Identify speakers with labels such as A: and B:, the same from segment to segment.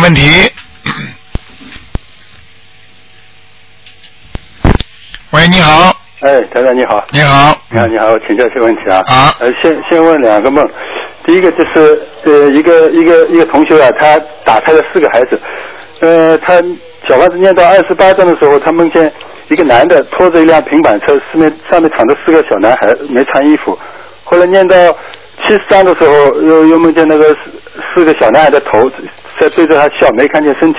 A: 问题。喂，你好，
B: 哎，台长你好，
A: 你好，
B: 你好，你好，我请教一些问题啊。
A: 好
B: 呃，先先问两个梦，第一个就是呃，一个一个一个同学啊，他打胎了四个孩子，呃，他小房子念到二十八章的时候，他梦见一个男的拖着一辆平板车，四面上面躺着四个小男孩，没穿衣服。后来念到七十章的时候，又又梦见那个四四个小男孩的头在对着他笑，没看见身体。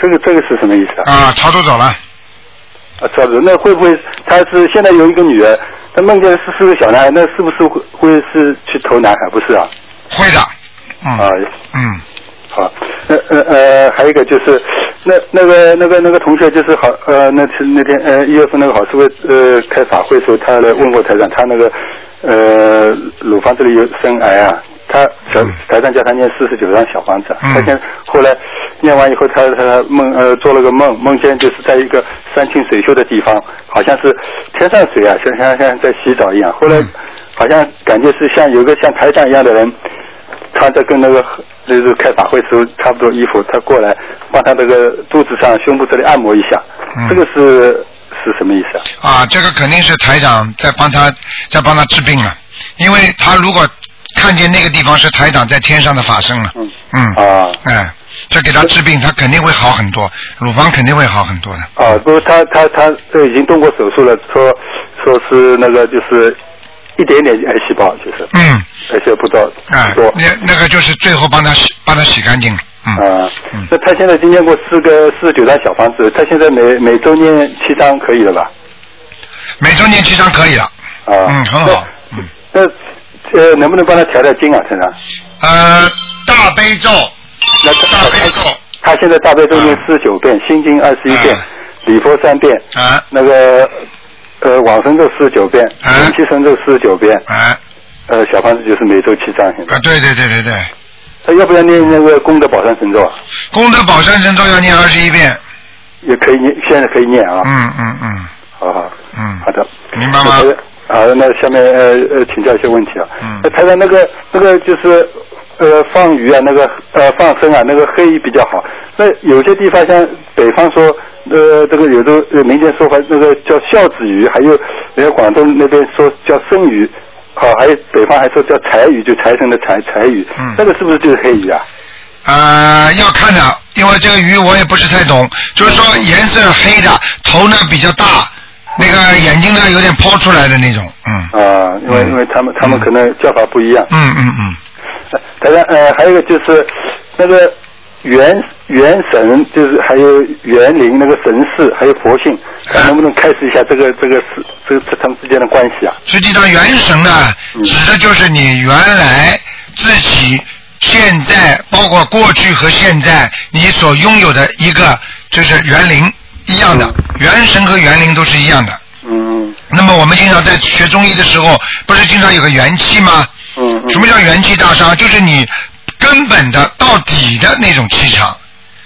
B: 这个这个是什么意思啊？
A: 啊，超度走了，
B: 啊，这样子，那会不会他是现在有一个女儿，她梦见是四个小男孩，那是不是会会是去投男孩？不是啊，
A: 会的，嗯
B: 啊，
A: 嗯，
B: 好，那呃呃，还有一个就是，那那个那个那个同学就是好呃，那次那天呃一月份那个好师会呃开法会的时候，他来问过台长，他那个呃乳房这里有生癌啊，他小
A: 嗯
B: 台长叫他念四十九张小房子，啊
A: 嗯
B: 他现后来念完以后，他他梦呃做了个梦，梦见就是在一个山清水秀的地方，好像是天上水啊，像像像在洗澡一样，后来。
A: 嗯
B: 好像感觉是像有个像台长一样的人，穿着跟那个就是开法会时候差不多衣服，他过来帮他那个肚子上、胸部这里按摩一下，
A: 嗯
B: 这个是是什么意思啊？
A: 啊，这个肯定是台长在帮他在帮他治病了，因为他如果看见那个地方是台长在天上的法身了，
B: 嗯
A: 嗯，
B: 啊
A: 哎，这给他治病，他肯定会好很多，乳房肯定会好很多的，
B: 啊，不是他他他这已经动过手术了，说说是那个就是一点点癌细胞，就是
A: 嗯，
B: 而且不多
A: 哎
B: 不多，。
A: 那那个就是最后帮他洗帮他洗干净了，嗯，
B: 啊
A: 嗯，
B: 那他现在已经念过四个四十九张小房子，他现在每每周念七张可以了吧？
A: 每周念七张可以了，
B: 啊，
A: 嗯，很好，嗯。
B: 那呃，能不能帮他调调经啊，陈长？
A: 呃，大悲咒，
B: 那
A: 大悲咒
B: 他他现在大悲咒念四十九遍，心经二十一遍
A: 啊，
B: 礼佛三遍，
A: 啊
B: 那个呃往生咒四十九遍，
A: 啊
B: 准提神咒四十九遍，
A: 啊啊！
B: 呃小房子就是每周七张现在。
A: 对对对对对，
B: 他要不要念那个功德宝山神咒啊？
A: 功德宝山神咒要念二十一遍，
B: 也可以念，现在可以念啊。
A: 嗯嗯嗯
B: 好好
A: 嗯
B: 好，的，
A: 明白吗
B: 那？台啊，那下面呃呃，请教一些问题啊。
A: 嗯
B: 那台长，那个那个就是呃放鱼啊，那个呃放生啊，那个黑鱼比较好。那有些地方像北方说，呃，这个有的呃民间说法，那个叫孝子鱼，还有人家广东那边说叫生鱼，好、还有北方还说叫柴鱼，就财神的财柴鱼，
A: 嗯
B: 那个是不是就是黑鱼啊？
A: 呃，要看的，因为这个鱼我也不是太懂，就是说颜色黑的，头呢比较大，那个眼睛呢有点抛出来的那种，嗯
B: 啊，因为因为他们他们可能叫法不一样。
A: 嗯嗯嗯，
B: 当然，呃，还有一个就是那个元元神，就是还有元灵那个神事，还有佛性，看能不能开始一下这个这个是这这他们之间的关系啊？
A: 实际上元神呢，
B: 嗯
A: 指的就是你原来自己现在，包括过去和现在你所拥有的一个就是园林一样的，元神和园林都是一样的。
B: 嗯
A: 那么我们经常在学中医的时候，不是经常有个元气吗？
B: 嗯嗯
A: 什么叫元气大伤？就是你根本的到底的那种气场，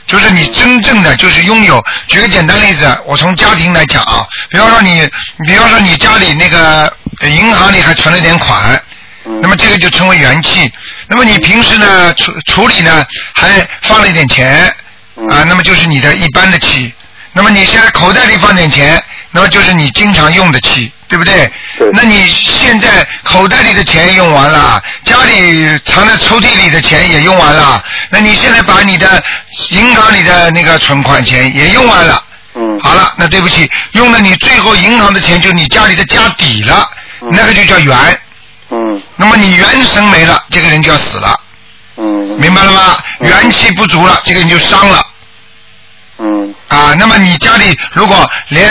A: 就是你真正的就是拥有。举个简单例子，我从家庭来讲啊，比方说你，比方说你家里那个呃银行里还存了点款，
B: 嗯
A: 那么这个就称为元气。那么你平时呢处处理呢还放了一点钱
B: 嗯
A: 啊，那么就是你的一般的气。那么你现在口袋里放点钱，那么就是你经常用的气，对不对？
B: 对
A: 那你现在口袋里的钱用完了，家里藏在抽屉里的钱也用完了，那你现在把你的银行里的那个存款钱也用完了。
B: 嗯
A: 好了，那对不起，用了你最后银行的钱，就你家里的家底了，
B: 嗯
A: 那个就叫元。
B: 嗯
A: 那么你元神没了，这个人就要死了，
B: 嗯，
A: 明白了吗？
B: 嗯
A: 元气不足了，这个人就伤了
B: 嗯
A: 啊。那么你家里如果连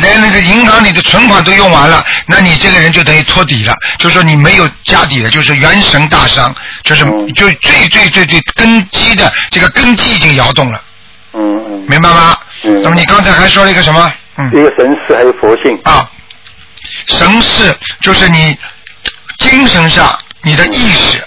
A: 连那个银行里的存款都用完了，那你这个人就等于托底了，就说你没有家底了，就是元神大伤，就是
B: 嗯
A: 就最最最最根基的这个根基已经摇动了，
B: 嗯嗯，
A: 明白吗？
B: 嗯
A: 那么你刚才还说了一个什么？嗯。
B: 一个神事还有佛性，
A: 啊，神识就是你精神上你的意识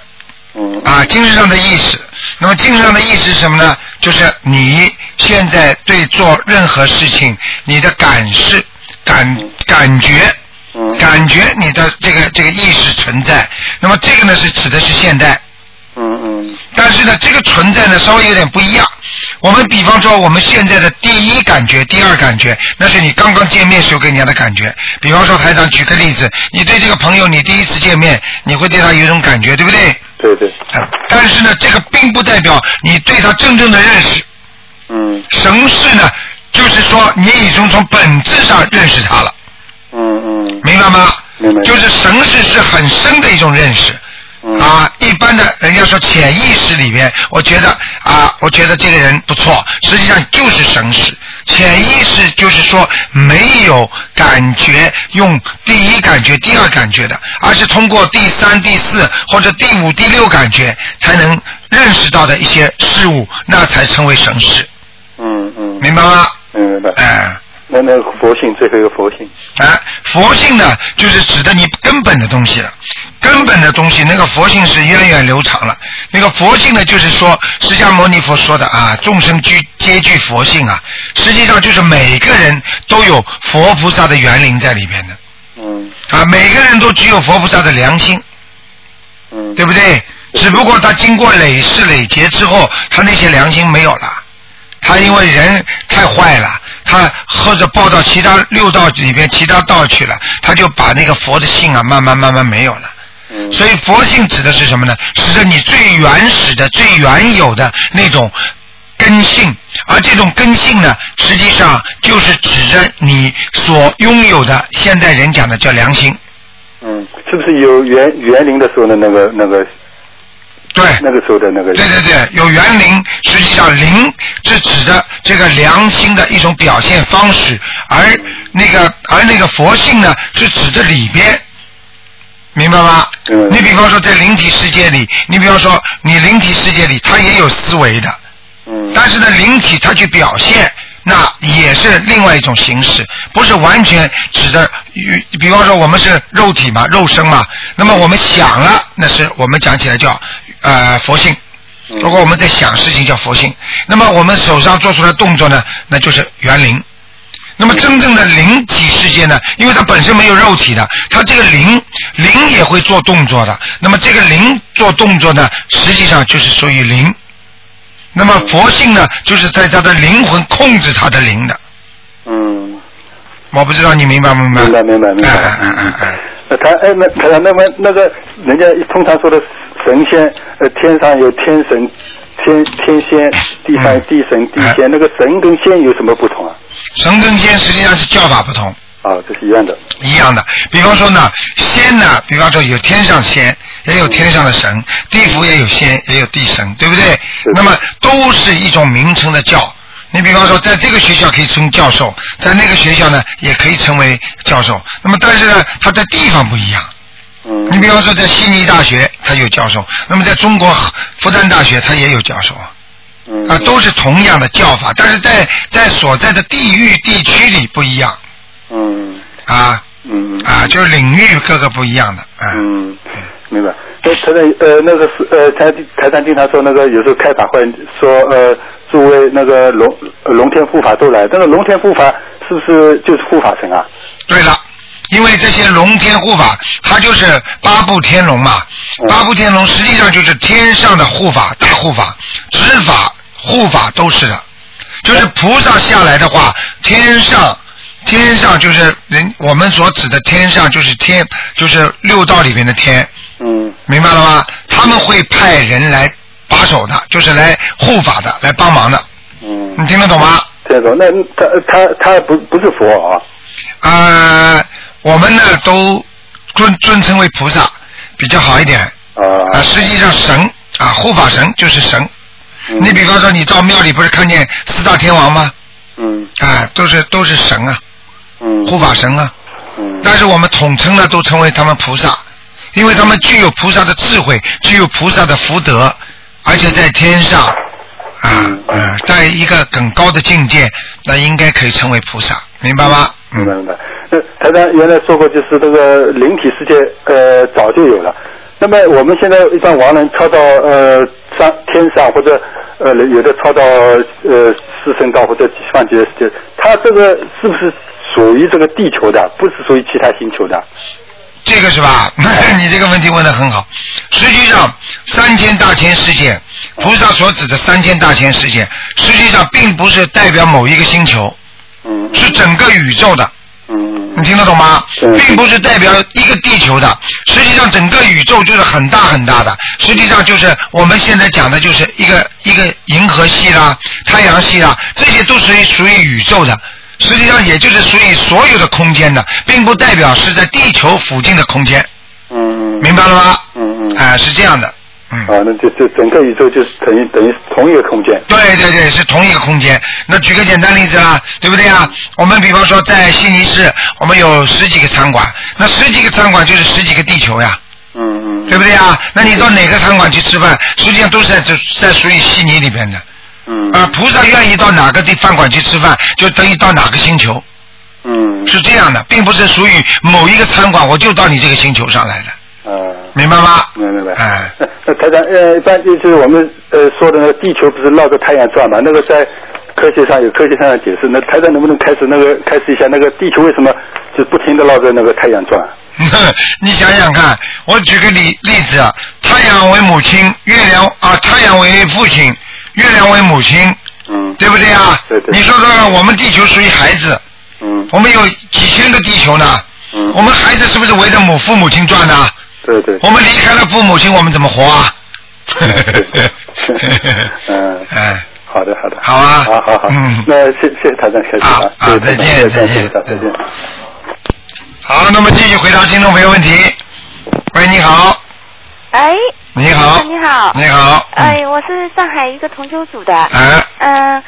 B: 嗯
A: 啊，精神上的意识。那么精神上的意识是什么呢？就是你现在对做任何事情，你的感是感感觉。
B: 嗯
A: 感觉你的这个这个意识存在，那么这个呢是指的是现代，
B: 嗯嗯
A: 但是呢这个存在呢稍微有点不一样，我们比方说我们现在的第一感觉、第二感觉，那是你刚刚见面时候给人家的感觉。比方说台长举个例子，你对这个朋友，你第一次见面，你会对他有一种感觉，对不对？
B: 对对，
A: 啊但是呢，这个并不代表你对他真正的认识。
B: 嗯
A: 神识呢，就是说你已经从本质上认识他了，
B: 嗯嗯，
A: 明白吗？
B: 明白。
A: 就是神识是很深的一种认识。
B: 嗯
A: 啊，一般的人家说潜意识里边，我觉得啊，我觉得这个人不错，实际上就是神识。潜意识就是说没有感觉，用第一感觉、第二感觉的，而是通过第三、第四或者第五、第六感觉才能认识到的一些事物，那才称为神识，
B: 嗯嗯，
A: 明白吗？
B: 明白。
A: 哎、
B: 那那佛性最后一个佛性，
A: 啊，佛性呢，就是指的你根本的东西了。根本的东西，那个佛性是源远流长了。那个佛性呢，就是说，释迦牟尼佛说的啊，众生具皆具佛性啊，实际上就是每个人都有佛菩萨的园林在里边的
B: 嗯
A: 啊，每个人都具有佛菩萨的良心，
B: 嗯，
A: 对不对？只不过他经过累世累劫之后，他那些良心没有了，他因为人太坏了，他或者报到其他六道里边其他道去了，他就把那个佛的性啊，慢慢慢慢没有了。
B: 嗯
A: 所以佛性指的是什么呢？指的你最原始的、最原有的那种根性，而这种根性呢，实际上就是指着你所拥有的，现代人讲的叫良心。
B: 嗯，是不是有园园林的时候的那个那个
A: 对，
B: 那个时候的那个？
A: 对对对，有园林，实际上灵是指的这个良心的一种表现方式，而那个而那个佛性呢，是指的里边，明白吗？
B: 嗯
A: 你比方说在灵体世界里，你比方说你灵体世界里，它也有思维的，
B: 嗯
A: 但是呢，灵体它去表现，那也是另外一种形式，不是完全指着与，比方说我们是肉体嘛，肉身嘛，那么我们想了，那是我们讲起来叫呃佛性。
B: 嗯
A: 如果我们在想事情叫佛性，那么我们手上做出的动作呢，那就是园林。那么真正的灵体世界呢，因为它本身没有肉体的，它这个灵灵也会做动作的。那么这个灵做动作呢，实际上就是属于灵。那么佛性呢，就是在他的灵魂控制他的灵的。
B: 嗯，
A: 我不知道你明白不明白？
B: 明白明白明白
A: 哎哎哎哎哎
B: 那他哎那他那么那个人家通常说的神仙，呃天上有天神。天天仙，地上有地神、地仙，那个神跟仙有什么不同啊？
A: 神跟仙实际上是叫法不同。
B: 啊，这是一样的。
A: 一样的。比方说呢，仙呢，比方说有天上仙，也有天上的神，地府也有仙，也有地神，对不对？那么都是一种名称的叫。你比方说，在这个学校可以称教授，在那个学校呢，也可以成为教授。那么，但是呢，它的地方不一样。
B: 嗯
A: 你比方说，在悉尼大学，它有教授；那么，在中国复旦大学，它也有教授。
B: 嗯
A: 啊，都是同样的叫法，但是在在所在的地域地区里不一样
B: 嗯
A: 啊。
B: 嗯
A: 啊，就是领域各个不一样的啊。
B: 嗯，明白。那台长呃，那个是呃，台台长经常说那个有时候开法会说呃，诸位那个龙呃龙天护法都来，但是龙天护法是不是就是护法神啊？
A: 对了，因为这些龙天护法，它就是八部天龙嘛。
B: 嗯
A: 八部天龙实际上就是天上的护法、大护法、执法、护法都是的。就是菩萨下来的话，天上天上就是人我们所指的天上就是天，就是六道里面的天，
B: 嗯
A: 明白了吗？他们会派人来把守的，就是来护法的，来帮忙的。
B: 嗯
A: 你，听得懂吗？
B: 这种那他他他不不是佛啊？
A: 啊，我们呢都尊尊称为菩萨比较好一点
B: 啊
A: 啊。实际上神啊，护法神就是神。
B: 嗯
A: 你比方说，你到庙里不是看见四大天王吗？
B: 嗯
A: 啊，都是都是神啊，
B: 嗯
A: 护法神啊。
B: 嗯
A: 但是我们统称呢，都称为他们菩萨，因为他们具有菩萨的智慧，具有菩萨的福德，而且在天上啊
B: 嗯，
A: 呃，在一个更高的境界，那应该可以称为菩萨，明白吗？嗯
B: 明白明白。那台长原来说过，就是这个灵体世界，呃，早就有了。那么我们现在一般亡人超到呃上天上，或者呃有的超到呃四圣道或者西方极乐世界，它这个是不是属于这个地球的，不是属于其他星球的？
A: 这个是吧？ 你这个问题问的很好。实际上，三千大千世界，菩萨所指的三千大千世界，实际上并不是代表某一个星球，
B: 嗯
A: 是整个宇宙的。
B: 嗯
A: 你听得懂吗？
B: 对
A: 并不是代表一个地球的，实际上整个宇宙就是很大很大的，实际上就是我们现在讲的就是一个一个银河系啦、太阳系啦，这些都属于属于宇宙的。实际上也就是属于所有的空间的，并不代表是在地球附近的空间，
B: 嗯
A: 明白了吗？
B: 嗯嗯
A: 啊、是这样的，嗯。
B: 啊，那就就整个宇宙就是等于等于同一个空间。
A: 对对对，是同一个空间。那举个简单例子啦，对不对啊？我们比方说在悉尼市，我们有十几个餐馆，那十几个餐馆就是十几个地球呀，
B: 嗯嗯，
A: 对不对啊？那你到哪个餐馆去吃饭，实际上都是在这在属于悉尼里边的。
B: 嗯
A: 啊，菩萨愿意到哪个地饭馆去吃饭，就等于到哪个星球，
B: 嗯
A: 是这样的，并不是属于某一个餐馆，我就到你这个星球上来的，
B: 啊。
A: 明白吗？
B: 明白明白。
A: 哎
B: 那那台长，呃，一般就是我们呃说的那个地球不是绕着太阳转嘛？那个在科学上有科学上的解释。那台长能不能开始那个开始一下那个地球为什么就不停的绕着那个太阳转？
A: 你想想看，我举个例例子啊，太阳为母亲，月亮啊，太阳为父亲，月亮为母亲，
B: 嗯
A: 对不对啊？
B: 对对
A: 你说说看，我们地球属于孩子，
B: 嗯
A: 我们有几千个地球呢，
B: 嗯
A: 我们孩子是不是围着母父母亲转的？
B: 对对。
A: 我们离开了父母亲，我们怎么活 啊？
B: 嗯
A: 哎，
B: 好的好的。
A: 好啊
B: 好好好。
A: 嗯
B: 那谢谢谢台长，谢谢
A: 啊啊
B: 谢谢台长
A: 再见
B: 谢谢台长
A: 再见
B: 再见。
A: 好，那么继续回答听众朋友问题。喂，你好，
C: 哎，
A: 你好，
C: 你好
A: 你好，嗯，
C: 哎，我是上海一个同修组的，
A: 哎，
C: 嗯、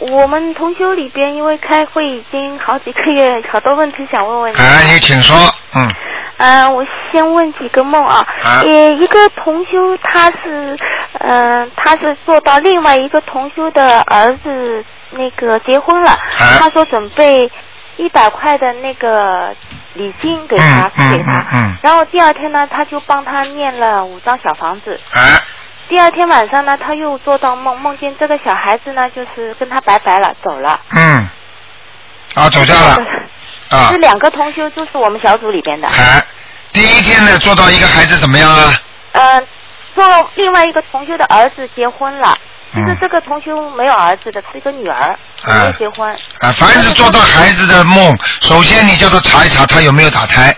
C: 我们同修里边因为开会已经好几个月，好多问题想问问你。
A: 哎，你请说，嗯，
C: 嗯、我先问几个梦啊。
A: 啊
C: 呃，一个同修他是，嗯、他是做到另外一个同修的儿子那个结婚了，
A: 哎
C: 他说准备一百块的那个礼金给他、
A: 嗯
C: 给他
A: 嗯，嗯嗯
C: 然后第二天呢，他就帮他念了五张小房子。
A: 哎，
C: 第二天晚上呢，他又做到梦，梦见这个小孩子呢，就是跟他拜拜了，走了。
A: 嗯，啊，走掉了啊
C: 是，两个同修，就是我们小组里边的。
A: 哎，第一天呢，做到一个孩子怎么样啊？
C: 嗯、呃，做另外一个同修的儿子结婚了，其实
A: 嗯
C: 这个同修没有儿子的，是一个女儿，
A: 哎
C: 没有结婚。
A: 啊，凡是做到孩子的梦，首先你叫他查一查他有没有打胎，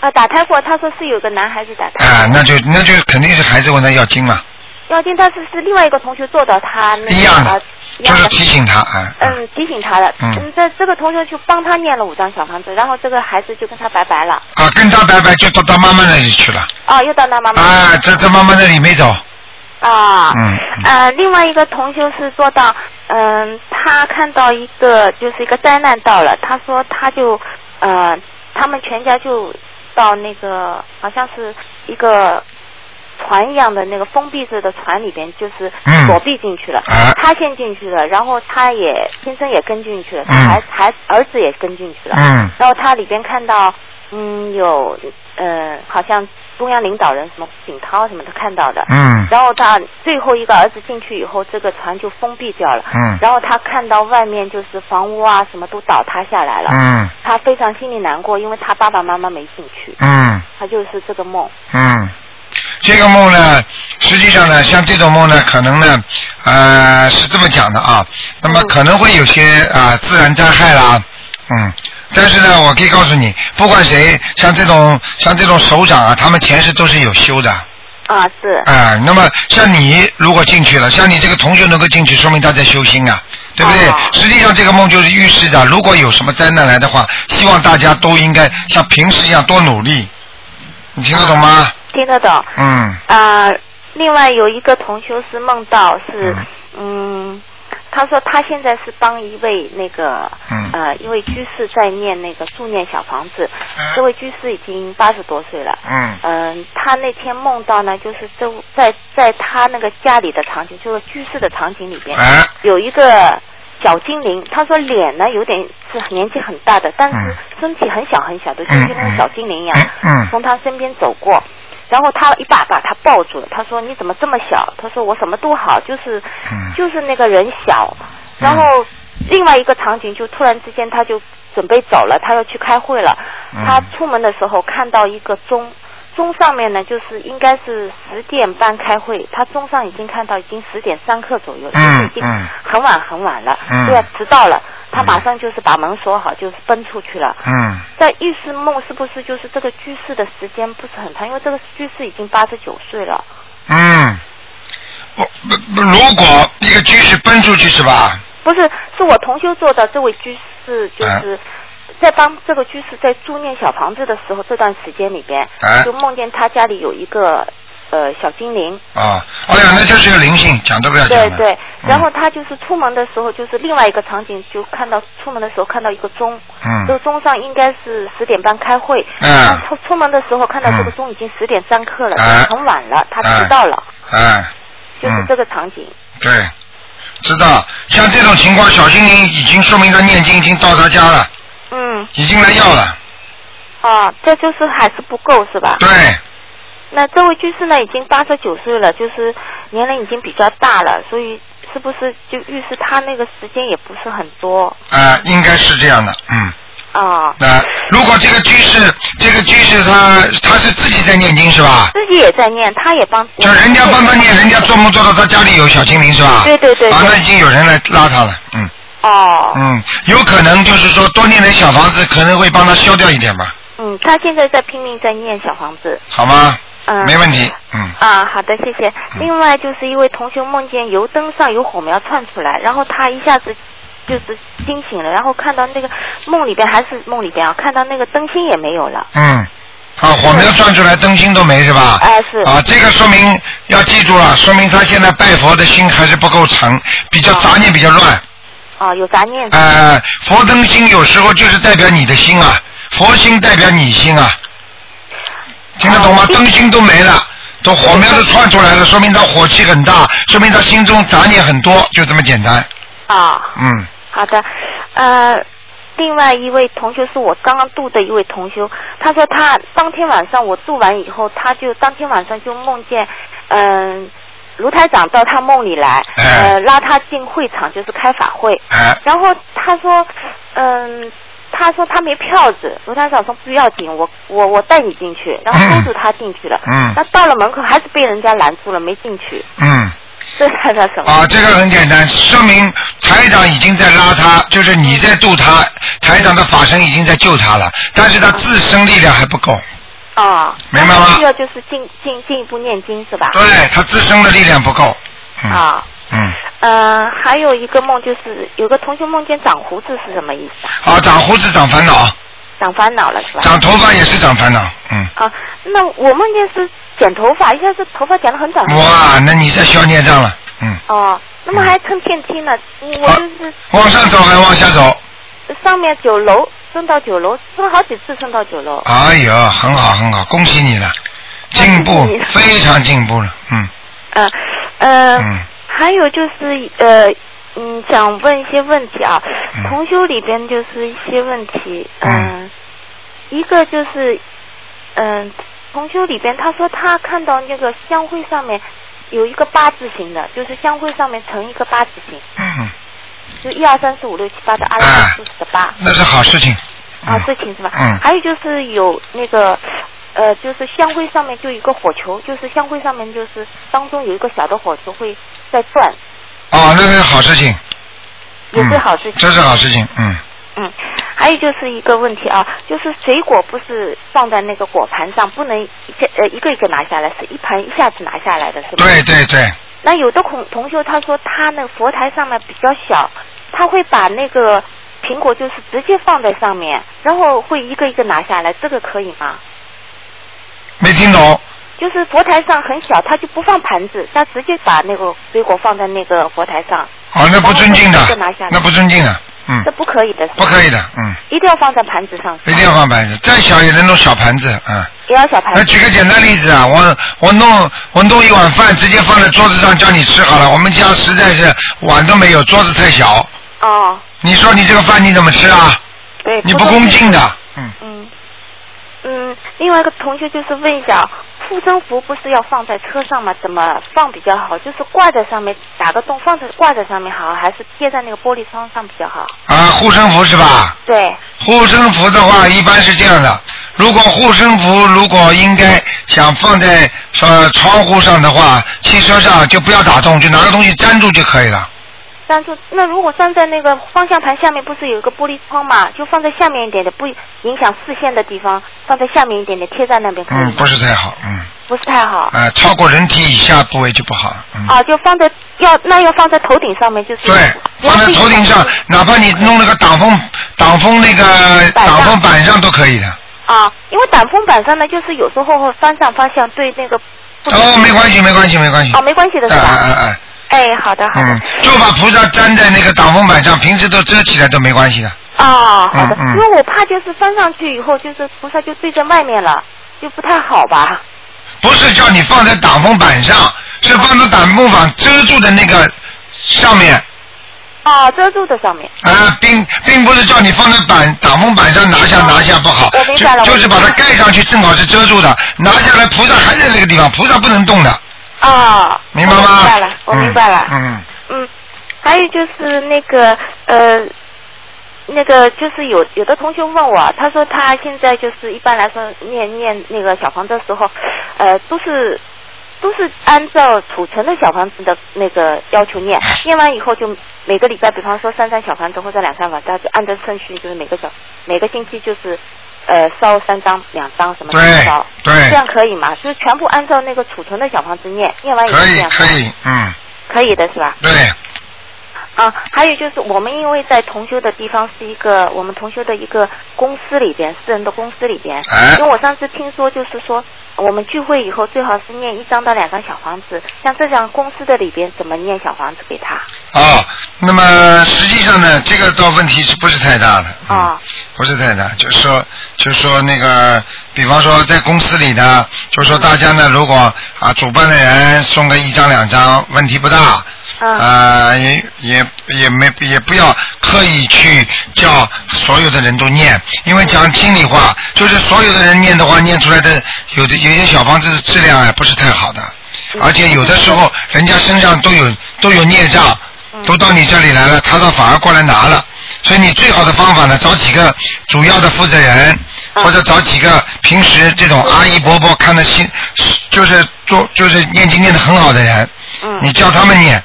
C: 呃，打胎过，他说是有个男孩子打胎。
A: 啊，那就那就肯定是孩子问他要经嘛，
C: 要进，但是是另外一个同学做到他那个
A: 一样的
C: 儿子一
A: 就
C: 样
A: 是
C: 的。
A: 提醒他，啊，啊
C: 嗯，提醒他的。
A: 嗯
C: 这这个同学就帮他念了五张小房子，然后这个孩子就跟他拜拜了。
A: 啊，跟他拜拜就到他妈妈那里去了，
C: 哦，又到他妈妈。
A: 啊，在他妈妈那里没走，
C: 啊，
A: 嗯
C: 呃，另外一个同修是做到，嗯、他看到一个就是一个灾难到了，他说他就，呃，他们全家就到那个好像是一个船一样的那个封闭式的船里边，就是
A: 嗯
C: 躲避进去了。
A: 啊
C: 他先进去了，然后他也先生也跟进去了，
A: 嗯
C: 他孩孩儿子也跟进去了。
A: 嗯
C: 然后他里边看到，嗯，有，呃，好像中央领导人什么胡锦涛什么的看到的。
A: 嗯
C: 然后他最后一个儿子进去以后，这个船就封闭掉了。
A: 嗯
C: 然后他看到外面就是房屋啊，什么都倒塌下来了。
A: 嗯
C: 他非常心里难过，因为他爸爸妈妈没进去。
A: 嗯
C: 他就是这个梦。
A: 嗯，这个梦呢，实际上呢，像这种梦呢，可能呢，呃，是这么讲的啊。那么
C: 嗯
A: 可能会有些啊、自然灾害啦，嗯。但是呢，我可以告诉你，不管谁，像这种像这种首长啊，他们前世都是有修的啊、
C: 啊，是。
A: 那么像你如果进去了，像你这个同学能够进去，说明他在修心啊，对不对？
C: 哦
A: 实际上这个梦就是预示着，如果有什么灾难来的话，希望大家都应该像平时一样多努力。你听得懂吗？
C: 听得懂。
A: 嗯。
C: 啊、另外有一个同修是梦到是
A: 嗯，
C: 嗯，他说他现在是帮一位那个，
A: 嗯
C: 呃，一位居士在念那个助念小房子
A: 嗯。
C: 这位居士已经八十多岁了。
A: 嗯
D: 呃
C: 嗯，他那天梦到呢，就是这在在他那个家里的场景，就是居室的场景里边，
A: 哎，
C: 有一个小精灵。他说脸呢有点是年纪很大的，但
A: 嗯
C: 是身体很小很小的，就
A: 嗯
C: 跟那个小精灵一样
A: 嗯，嗯
C: 从他身边走过。然后他一把把他抱住了，他说：“你怎么这么小？”他说：“我什么都好，就是
A: 嗯
C: 就是那个人小。”然后另外一个场景就突然之间他就准备走了，他要去开会了。
A: 嗯
C: 他出门的时候看到一个钟，钟上面呢就是应该是十点半开会，他钟上已经看到已经十点三刻左右了，
A: 嗯
C: 已经
A: 嗯
C: 很晚很晚了，
A: 嗯
C: 都要迟到了。他
A: 嗯
C: 马上就是把门锁好，就是奔出去了。
A: 嗯
C: 在预示梦是不是就是这个居士的时间不是很长？因为这个居士已经八十九岁了。
A: 嗯，我哦不不如果一个居士奔出去是吧？
C: 不是，是我同修做的。这位居士
A: 啊
C: 就是在帮这个居士在住念小房子的时候，这段时间里边
A: 哎，
C: 就梦见他家里有一个呃小精灵，
A: 啊，哎呀，那就是有灵性，讲都不要讲
C: 嗯对
A: 了。
C: 对。
A: 嗯
C: 然后他就是出门的时候，就是另外一个场景，就看到出门的时候看到一个钟，这
A: 嗯
C: 个钟上应该是十点半开会。
A: 嗯
C: 出出门的时候看到这个钟已经十点三刻了，
A: 哎
C: 很晚了，他
A: 哎
C: 迟到了，
A: 哎，
C: 就是
A: 嗯
C: 这个场景。
A: 对，知道。像这种情况，小精灵已经说明他念经已经到他家了，
C: 嗯，
A: 已经来要了。
C: 啊，这就是还是不够是吧？
A: 对，
C: 那这位居士呢，已经八十九岁了，就是年龄已经比较大了，所以是不是就预示他那个时间也不是很多
A: 啊、应该是这样的，嗯。
C: 啊？
A: 那、如果这个居士，这个居士他他是自己在念经是吧？
C: 自己也在念，他也帮，
A: 就人家帮他念，人家做梦做到他家里有小精灵是吧？
C: 对对对对
A: 啊，那已经有人来拉他了，嗯
C: 哦，
A: 嗯，有可能就是说多念点小房子，可能会帮他消掉一点吧，
C: 嗯，他现在在拼命在念小房子，
A: 好吗？
C: 嗯，
A: 没问题，嗯
C: 啊，好的，谢谢。
A: 嗯
C: 另外就是一位同学梦见油灯上有火苗窜出来，然后他一下子就是惊醒了，然后看到那个梦里边还是梦里边啊，看到那个灯芯也没有了，
A: 嗯。啊，火苗窜出来，灯芯都没是吧？
C: 哎是
A: 啊，这个说明要记住了，说明他现在拜佛的心还是不够诚，比较杂念比较乱。
C: 啊，有杂念，
A: 呃，佛灯心有时候就是代表你的心啊，佛心代表你心啊，听得懂吗？
C: 哦
A: 灯心都没了，都火苗都窜出来了，说明他火气很大，说明他心中杂念很多，就这么简单。
C: 啊。
A: 嗯
C: 好的，呃，另外一位同修是我刚刚度的一位同修，他说他当天晚上我度完以后，他就当天晚上就梦见，嗯、卢台长到他梦里来，呃，拉他进会场，就是开法会。
A: 哎
C: 然后他说，嗯、他说他没票子，卢台长说不要紧，我我我带你进去，然后
A: 嗯
C: 勾住他进去了。
A: 嗯
C: 那到了门口还是被人家拦住了，没进去，
A: 嗯。
C: 这代表什么？
A: 啊，这个很简单，说明台长已经在拉他，就是你在度他，台长的法身已经在救他了，但是他自身力量还不够，
C: 啊，
A: 明白吗
C: 需要就是进进进一步念经是吧？
A: 对哎他自身的力量不够。嗯、，
C: 啊，
A: 嗯。
C: 嗯、还有一个梦就是有个同学梦见长胡子是什么意思啊？
A: 啊，长胡子长烦恼，
C: 长烦恼了是吧？
A: 长头发也是长烦恼，嗯。
C: 啊，那我梦见是剪头发，一下子头发剪得很短。
A: 哇，那你在消孽障了，嗯。
C: 哦，那么还乘电梯呢？我
A: 啊
C: 就是
A: 往上走还往下走？
C: 上面九楼升到九楼，升好几次升到九楼。
A: 哎呦，很好很好，恭喜你了，进步
C: 恭喜你
A: 非常进步了，嗯
C: 嗯、呃，
A: 嗯
C: 还有就是呃。嗯，想问一些问题啊
A: 嗯，
C: 同修里边就是一些问题，
A: 嗯
C: 嗯，一个就是，嗯，同修里边他说他看到那个香灰上面有一个八字形的，就是香灰上面乘一个八字形，
A: 嗯，
C: 就一二三四五六七八的阿拉伯数字的八
A: 那是好事情。啊
C: 啊
A: 嗯，
C: 事情是吧？
A: 嗯
C: 还有就是有那个。呃，就是香灰上面就有一个火球，就是香灰上面就是当中有一个小的火球会在转，
A: 哦，那是好事情。
C: 也
A: 嗯
C: 是好事情。
A: 这是好事情，嗯。
C: 嗯，还有就是一个问题啊，就是水果不是放在那个果盘上，不能一下呃一个一个拿下来，是一盘一下子拿下来的，是吧？
A: 对。对对，
C: 那有的同同学他说他那佛台上面比较小，他会把那个苹果就是直接放在上面，然后会一个一个拿下来，这个可以吗？
A: 没听懂。
C: 就是佛台上很小，他就不放盘子，他直接把那个水果放在那个佛台上，
A: 哦，那不尊敬
C: 然后就
A: 的
C: 拿下来，
A: 那不尊敬的，嗯
C: 这，不可以的，是吧
A: 不可以的，嗯，
C: 一定要放在盘子上，是吧
A: 一定要放盘子，再小也能弄小盘子，嗯。
C: 也要小盘
A: 那
C: 子。
A: 举个简单例子啊，我我弄我弄一碗饭，直接放在桌子上叫你吃好了。我们家实在是碗都没有，桌子太小。
C: 哦，
A: 你说你这个饭你怎么吃啊？
C: 对，
A: 你
C: 不
A: 不
C: 公
A: 恭
C: 平
A: 敬的。嗯，
C: 嗯，嗯，另外一个同学就是问一下，护身符不是要放在车上吗？怎么放比较好？就是挂在上面打个洞，放在挂在上面好，还是贴在那个玻璃窗上比较好？
A: 啊，护身符是吧？
C: 对，
A: 护身符的话，一般是这样的。如果护身符如果应该想放在呃窗户上的话，汽车上就不要打洞，就拿个东西粘住就可以了。
C: 但是那如果站在那个方向盘下面，不是有一个玻璃窗嘛？就放在下面一点的，不影响视线的地方，放在下面一点点，贴在那边可以
A: 嗯，
C: 吗？
A: 不是太好，嗯，
C: 不是太好。
A: 啊，超过人体以下部位就不好了，嗯。
C: 啊，就放在要那要放在头顶上面，就是
A: 对，
C: 不要
A: 放在
C: 自己
A: 头顶上，哪怕你弄了个挡风挡风那个
C: 板上
A: 挡风板上都可以的。
C: 啊，因为挡风板上呢，就是有时候会翻上方向对那个不
A: 哦，没关系，没关系，没关系。
C: 哦，没关系的是
A: 哎
C: 吧？
A: 哎哎
C: 哎，好的
A: 哎，
C: 好的。
A: 嗯，就把菩萨粘在那个挡风板上，平时都遮起来都没关系的。
C: 哦，好的，
A: 嗯嗯
C: 因为我怕就是翻上去以后，就是菩萨就对着外面了，就不太好吧？
A: 不是叫你放在挡风板上，是放在挡风板遮住的那个上面。
C: 哦，遮住的上面。
A: 啊、并并不是叫你放在板挡风板上拿下拿下不好
C: 我明，白
A: 就
C: 了
A: 就是把它
C: 我明白
A: 盖上去，正好是遮住的。拿下来，菩萨还在那个地方，菩萨不能动的，
C: 哦，
A: 明白吗？
C: 我明白了，我明白了。
A: 嗯。嗯
C: 嗯，还有就是那个呃，那个就是有有的同学问我，他说他现在就是一般来说念念那个小房子的时候，呃，都是都是按照储存的小房子的那个要求念，念完以后就每个礼拜，比方说三张小房子或者两三房子，他就按照顺序就是每个小每个星期就是。呃，烧三张、两张什么的
A: 对
C: 烧，
A: 对
C: 这样可以吗？就是全部按照那个储存的小房子念，念完以后
A: 可
C: 这
A: 以
C: 样
A: 可以，嗯，
C: 可以的是吧？
A: 对，
C: 啊，还有就是我们因为在同修的地方是一个我们同修的一个公司里边，私人的公司里边。
A: 哎
C: 因为我上次听说，就是说我们聚会以后最好是念一张到两张小房子，像这样公司的里边怎么念小房子给他？
A: 啊、那么实际上呢，这个倒问题是不是太大的？嗯
C: 啊、
A: 不是太大，就是说，就是说那个，比方说在公司里呢，就是说大家呢，如果啊，主办的人送个一张两张，问题不大。
C: 嗯
A: 啊、也也也没也不要刻意去叫所有的人都念，因为讲心里话，就是所有的人念的话，念出来的有的有些小房子的质量啊不是太好的，而且有的时候人家身上都有都有孽障，
C: 嗯
A: 都到你这里来了，他倒反而过来拿了。所以你最好的方法呢，找几个主要的负责人，
C: 嗯
A: 或者找几个平时这种阿姨伯伯看得心，就是做就是念经念得很好的人，
C: 嗯
A: 你叫他们念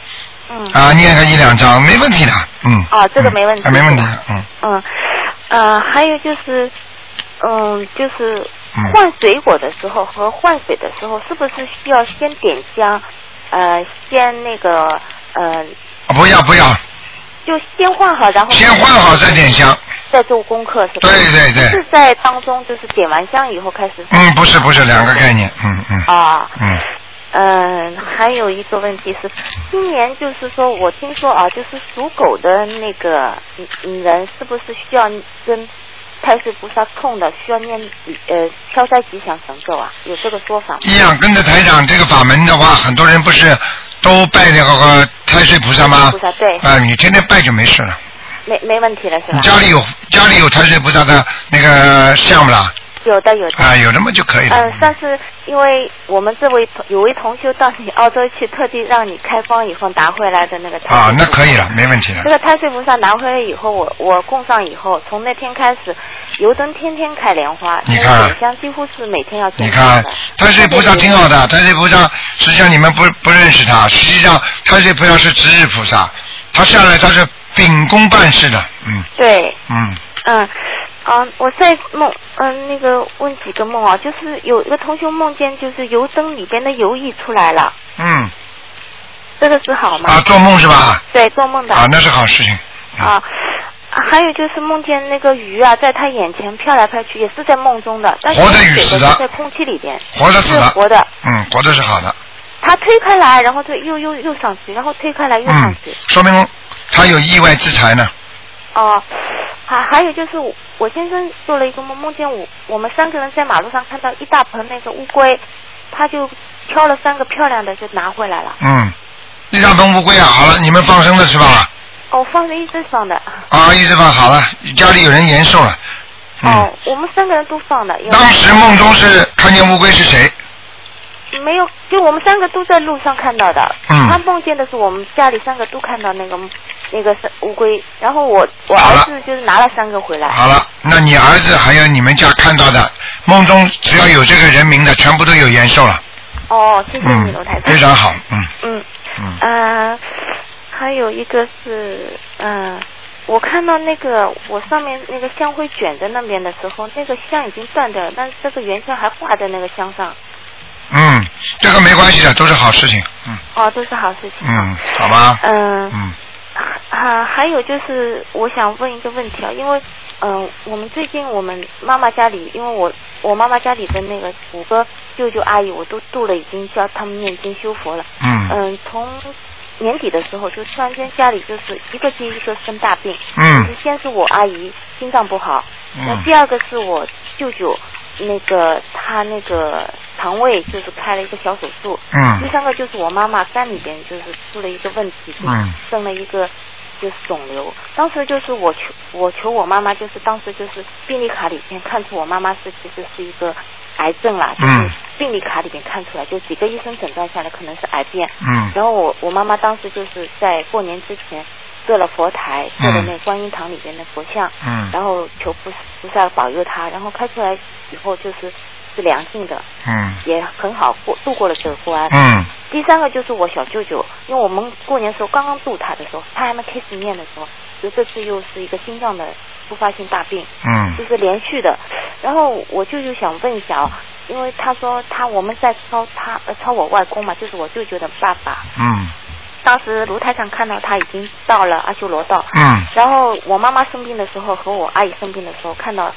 C: 嗯
A: 啊，念个一两章没问题的，嗯。
C: 哦这个没问题
A: 嗯啊没问题
C: 是吧，
A: 嗯。
C: 嗯，呃，还有就是，嗯，就是
A: 嗯
C: 换水果的时候和换水的时候，是不是需要先点香，呃，先那个呃，
A: 啊不要不要，
C: 就先换好，然后
A: 先换好再点香。
C: 再做功课是吧？
A: 对对对
C: 是在当中就是点完香以后开始。
A: 嗯，不是不是两个概念，嗯嗯。
C: 啊，
A: 嗯，
C: 嗯，还有一个问题是，今年就是说我听说啊，就是属狗的那个嗯人是不是需要跟太岁菩萨冲的，需要念呃消灾吉祥神咒啊？有这个说法吗？
A: 一样跟着台长这个法门的话，很多人不是都拜那个呃太岁菩萨吗？
C: 菩萨对啊
A: 啊，你天天拜就没事了。
C: 没没问题了是
A: 你
C: 吧？
A: 家里有家里有太岁菩萨的那个项目啦？
C: 有的有的。
A: 啊，有那么就可以了。
C: 嗯，上次因为我们这位朋有位同修到你澳洲去，特地让你开光以后拿回来的那个太岁
A: 啊，那
C: 菩萨
A: 可以了，没问题了
C: 这。个太岁菩萨拿回来以后，我我供上以后，从那天开始，油灯天天开莲花，
A: 你
C: 那个
A: 看
C: 点香几乎是每天要
A: 你
C: 点香
A: 看
C: 的。，
A: 太岁菩萨挺好的，太岁菩萨实际上你们不不认识他，实际上太岁菩萨是值日菩萨，他下来他是秉公办事的，嗯
C: 对，
A: 嗯，
C: 嗯，啊，我再梦，嗯，那个问几个梦啊，就是有一个同学梦见就是油灯里边的油溢出来了，
A: 嗯
C: 这个是好吗？
A: 啊，做梦是吧？
C: 对，做梦的。
A: 啊，那是好事情。嗯
C: 啊，还有就是梦见那个鱼啊，在他眼前飘来飘去，也是在梦中的，但是
A: 活的与死
C: 水
A: 的
C: 的是在空气里边，
A: 活的死
C: 是
A: 的，
C: 活的。
A: 嗯，活的是好的，
C: 他推开来，然后就又又又上去，然后推开来又上
A: 嗯
C: 去。，
A: 说明他有意外之财呢。
C: 哦、还还有就是我我先生做了一个梦，梦见我我们三个人在马路上看到一大盆那个乌龟，他就挑了三个漂亮的就拿回来了。
A: 嗯，一大盆乌龟啊，好了，你们放生了是吧？
C: 哦，放在一直放的。
A: 啊，一直放好了，家里有人延寿了，嗯
C: 哦，我们三个人都放的，有
A: 当时梦中是看见乌龟是谁？
C: 没有？就我们三个都在路上看到的。
A: 嗯
C: 他梦见的是我们家里三个都看到那个那个是乌龟，然后我我
A: 好了
C: 儿子就是拿了三个回来。
A: 好了，那你儿子还有你们家看到的梦中只要有这个人名的，全部都有延寿了。
C: 哦，谢谢你，
A: 嗯
C: 罗台，长。
A: 非常好，嗯
C: 嗯。
A: 嗯，
C: 呃，还有一个是，嗯、我看到那个我上面那个香灰卷在那边的时候，那个香已经断掉了，但是这个圆圈还挂在那个香上，
A: 嗯，这个没关系的，都是好事情。嗯
C: 哦，都是好事情。
A: 嗯，好吧。
C: 嗯、
A: 嗯
C: 啊，还有就是，我想问一个问题啊，因为，嗯、我们最近我们妈妈家里，因为我我妈妈家里的那个五个舅舅阿姨，我都度了，已经教他们念经修佛了。
A: 嗯
C: 嗯，从年底的时候，就突然间家里就是一个接一个生大病，就是
A: 嗯
C: 先是我阿姨心脏不好，那
A: 嗯
C: 第二个是我舅舅，那个他那个肠胃就是开了一个小手术，第
A: 嗯
C: 三个就是我妈妈肝里边就是出了一个问题，
A: 嗯
C: 生了一个就是肿瘤。当时就是我求我求我妈妈，就是当时就是病历卡里边看出我妈妈是其实是一个癌症啦，就
A: 嗯
C: 是病历卡里边看出来，就几个医生诊断下来可能是癌变。
A: 嗯
C: 然后我我妈妈当时就是在过年之前做了佛台，做了
A: 嗯
C: 那观音堂里边的佛像，
A: 嗯
C: 然后求菩菩萨保佑她，然后开出来以后就是是良性的，
A: 嗯
C: 也很好过度过了这个关。
A: 嗯
C: 第三个就是我小舅舅，因为我们过年时候刚刚度他的时候，他还没开始念的时候，就这次又是一个心脏的突发性大病，
A: 嗯
C: 就是连续的。然后我舅舅想问一下哦，因为他说他我们在抄他呃抄我外公嘛，就是我舅舅的爸爸。
A: 嗯
C: 当时卢台上看到他已经到了阿修罗道，
A: 嗯
C: 然后我妈妈生病的时候和我阿姨生病的时候，看到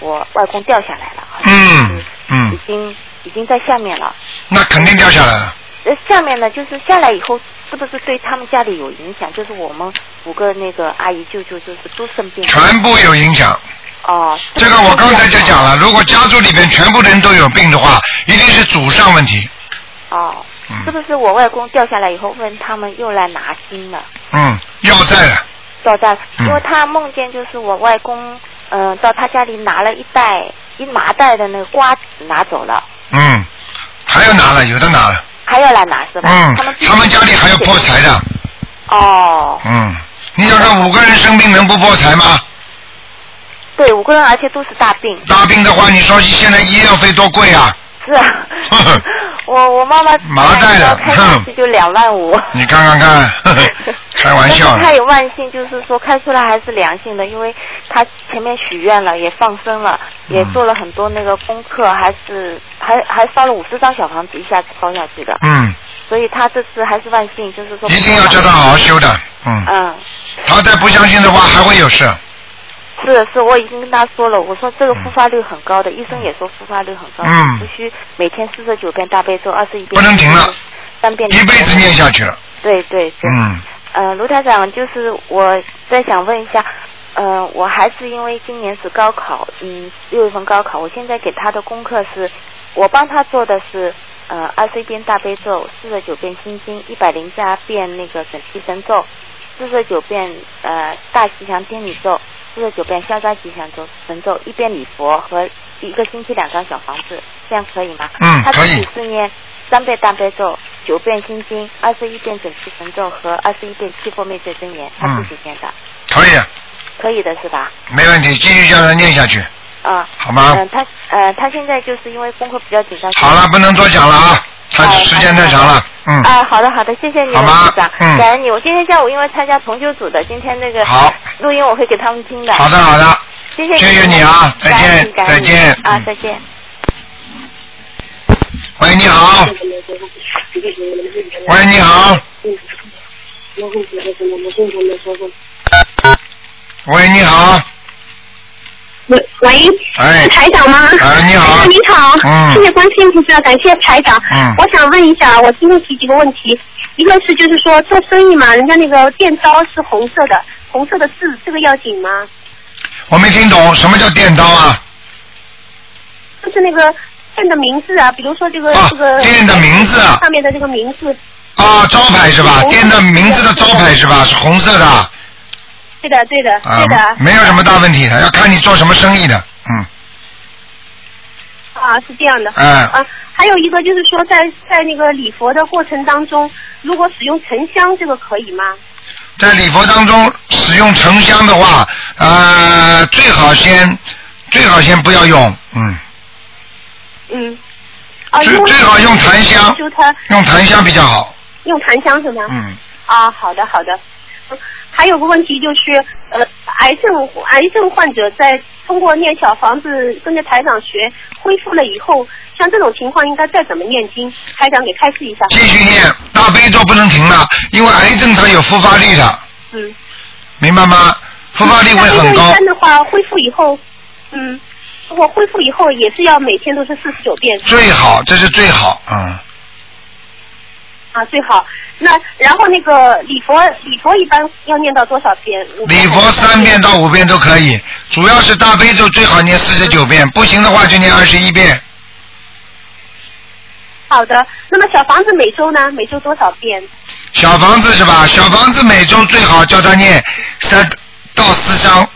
C: 我外公掉下来了，好像
A: 嗯
C: 是已
A: 嗯，
C: 经已经在下面了。
A: 那肯定掉下来了。
C: 呃，下面呢，就是下来以后，是不是对他们家里有影响？就是我们五个那个阿姨、舅舅，就是都生病。
A: 全部有影响。
C: 哦。
A: 这个我刚才就讲。了，如果家族里边全部人都有病的话，一定是祖上问题。
C: 哦，是
A: 嗯
C: 不是我外公掉下来以后，问他们又来拿心了？
A: 嗯，要债了。
C: 到家，
A: 嗯
C: 因为他梦见就是我外公，嗯、到他家里拿了一袋一麻袋的那个瓜子拿走了，
A: 嗯，还要拿了，有的拿了。
C: 还要来拿是吧？
A: 嗯
C: 他们，
A: 他们家里还要破财的。
C: 哦，
A: 嗯，你想看五个人生病能不破财吗？
C: 对，五个人而且都是大病。
A: 大病的话，你说现在医药费多贵啊？
C: 是 啊，我我妈妈
A: 麻袋嗯了
C: 开上去就两万五。
A: 你看看看，呵 呵开玩笑
C: 但是他有万幸，就是说开出来还是良性的，因为他前面许愿了，也放生了，
A: 嗯
C: 也做了很多那个功课，还是还还烧了五十张小房子，一下子烧下去的，
A: 嗯，
C: 所以他这次还是万幸，就是说
A: 一定要叫他好好修的。嗯，
C: 嗯，
A: 他再不相信的话，还会有事。
C: 是是，我已经跟他说了，我说这个复发率很高的，医生也说复发率很高，
A: 嗯
C: 必须每天四十九遍大悲咒，二十一
A: 不
C: 遍
A: 能停了，
C: 三遍
A: 一辈子念下去了。
C: 对对对，
A: 嗯
C: 呃，卢台长，就是我在想问一下，呃，我孩子因为今年是高考，嗯，六月份高考，我现在给他的功课是，我帮他做的是，呃，二十一遍大悲咒，四十九遍心经，一百零八遍那个准提神咒，四十九遍呃大吉祥天女咒，四十九遍消灾吉祥咒神咒，一遍礼佛和一个星期两张小房子，这样可以吗？
A: 嗯
C: 他
A: 可
C: 自
A: 以
C: 己是念三遍大悲咒、九遍心经、二十一遍准提神咒和二十一遍七佛灭罪真言，他
A: 嗯
C: 自己念的，
A: 可以，
C: 可以的是吧？
A: 没问题，继续叫他念下去，
C: 啊、
A: 好
C: 嗯，
A: 吗？
C: 他呃，他现在就是因为功课比较紧张。
A: 好了，不能多讲了啊，他
C: 哎
A: 时间太长了。嗯，
C: 啊，好的好的，谢谢你，
A: 好吗
C: 卢局长，
A: 嗯
C: 感恩你。我今天下午因为参加同修组的，今天那个
A: 好
C: 录音我会给他们听的。
A: 好的好的。
C: 谢谢
A: 谢谢你啊再见
C: 感恩你感恩你
A: 再见嗯
C: 啊，再见。
A: 喂，你好。
C: 嗯
A: 喂，你好。喂，你好。
E: 喂喂，
A: 哎
E: 是台长吗？
A: 哎你好
E: 哎你好，
A: 嗯
E: 谢谢关心，菩萨，感谢台长。
A: 嗯
E: 我想问一下，我今天提几个问题，一个是就是说做生意嘛，人家那个店招是红色的，红色的字，这个要紧吗？
A: 我没听懂什么叫电刀啊？
E: 就是那个店的名字啊，比如说这个、
A: 啊
E: 这个
A: 店的名字啊
E: 上面的这个名字，
A: 啊，招牌是吧？
E: 红
A: 店的名字的招牌是吧？是红色的啊，嗯
E: 对的对的、对的，
A: 啊没有什么大问题的，要看你做什么生意的。嗯，
E: 啊，是这样的。
A: 哎、
E: 啊，还有一个就是说在，在那个礼佛的过程当中，如果使用沉香，这个可以吗？
A: 在礼佛当中使用沉香的话，呃，最好先最好先不要用，嗯，
E: 嗯，啊，
A: 最
E: 因为
A: 最好用檀香
E: 就它
A: 用檀香比较好，
E: 用檀香是吗？
A: 嗯，
E: 啊，好的好的。嗯还有个问题就是，呃，癌症癌症患者在通过念小房子跟着台长学恢复了以后，像这种情况应该再怎么念经？台长给开示一下。
A: 继续念大悲咒不能停了，因为癌症它有复发率的，
E: 嗯，
A: 明白吗？复发率
E: 那
A: 会
E: 癌
A: 很
E: 症一
A: 高
E: 般，的话，恢复以后，嗯，如果恢复以后也是要每天都是四十九遍
A: 最好这是最好，嗯，
E: 啊，最好。那然后那个礼佛礼佛一般要念到多少遍？
A: 礼佛三遍到五遍都可以，主要是大悲咒最好念四十九遍，不行的话就念二十一遍，
E: 好的，那么小房子每周呢？每周多少遍？
A: 小房子是吧？小房子每周最好叫他念三到四章。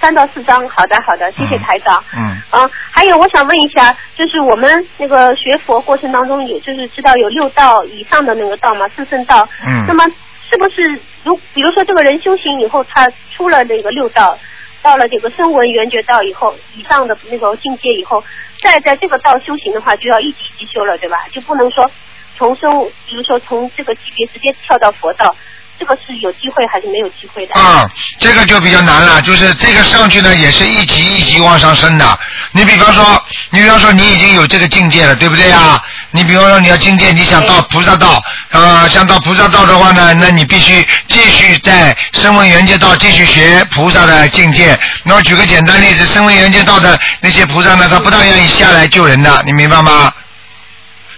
E: 三到四张。好的，好的，谢谢台长。
A: 嗯，
E: 嗯，还有我想问一下，就是我们那个学佛过程当中，有就是知道有六道以上的那个道嘛，四圣道。
A: 嗯
E: 那么是不是如比如说这个人修行以后，他出了那个六道，到了这个声闻缘觉道以后，以上的那个境界以后，再在这个道修行的话，就要一级一级修了，对吧？就不能说从生，比如说从这个级别直接跳到佛道，这个是有机会还是没有机会的？
A: 啊，这个就比较难了，就是这个上去呢，也是一级一级往上升的。你比方说，你比方说你已经有这个境界了，对不对啊？你比方说你要境界，你想到菩萨道，啊，想到菩萨道的话呢，那你必须继续在声闻缘界道继续学菩萨的境界。那我举个简单例子，声闻缘界道的那些菩萨呢，他不大愿意下来救人的，你明白吗？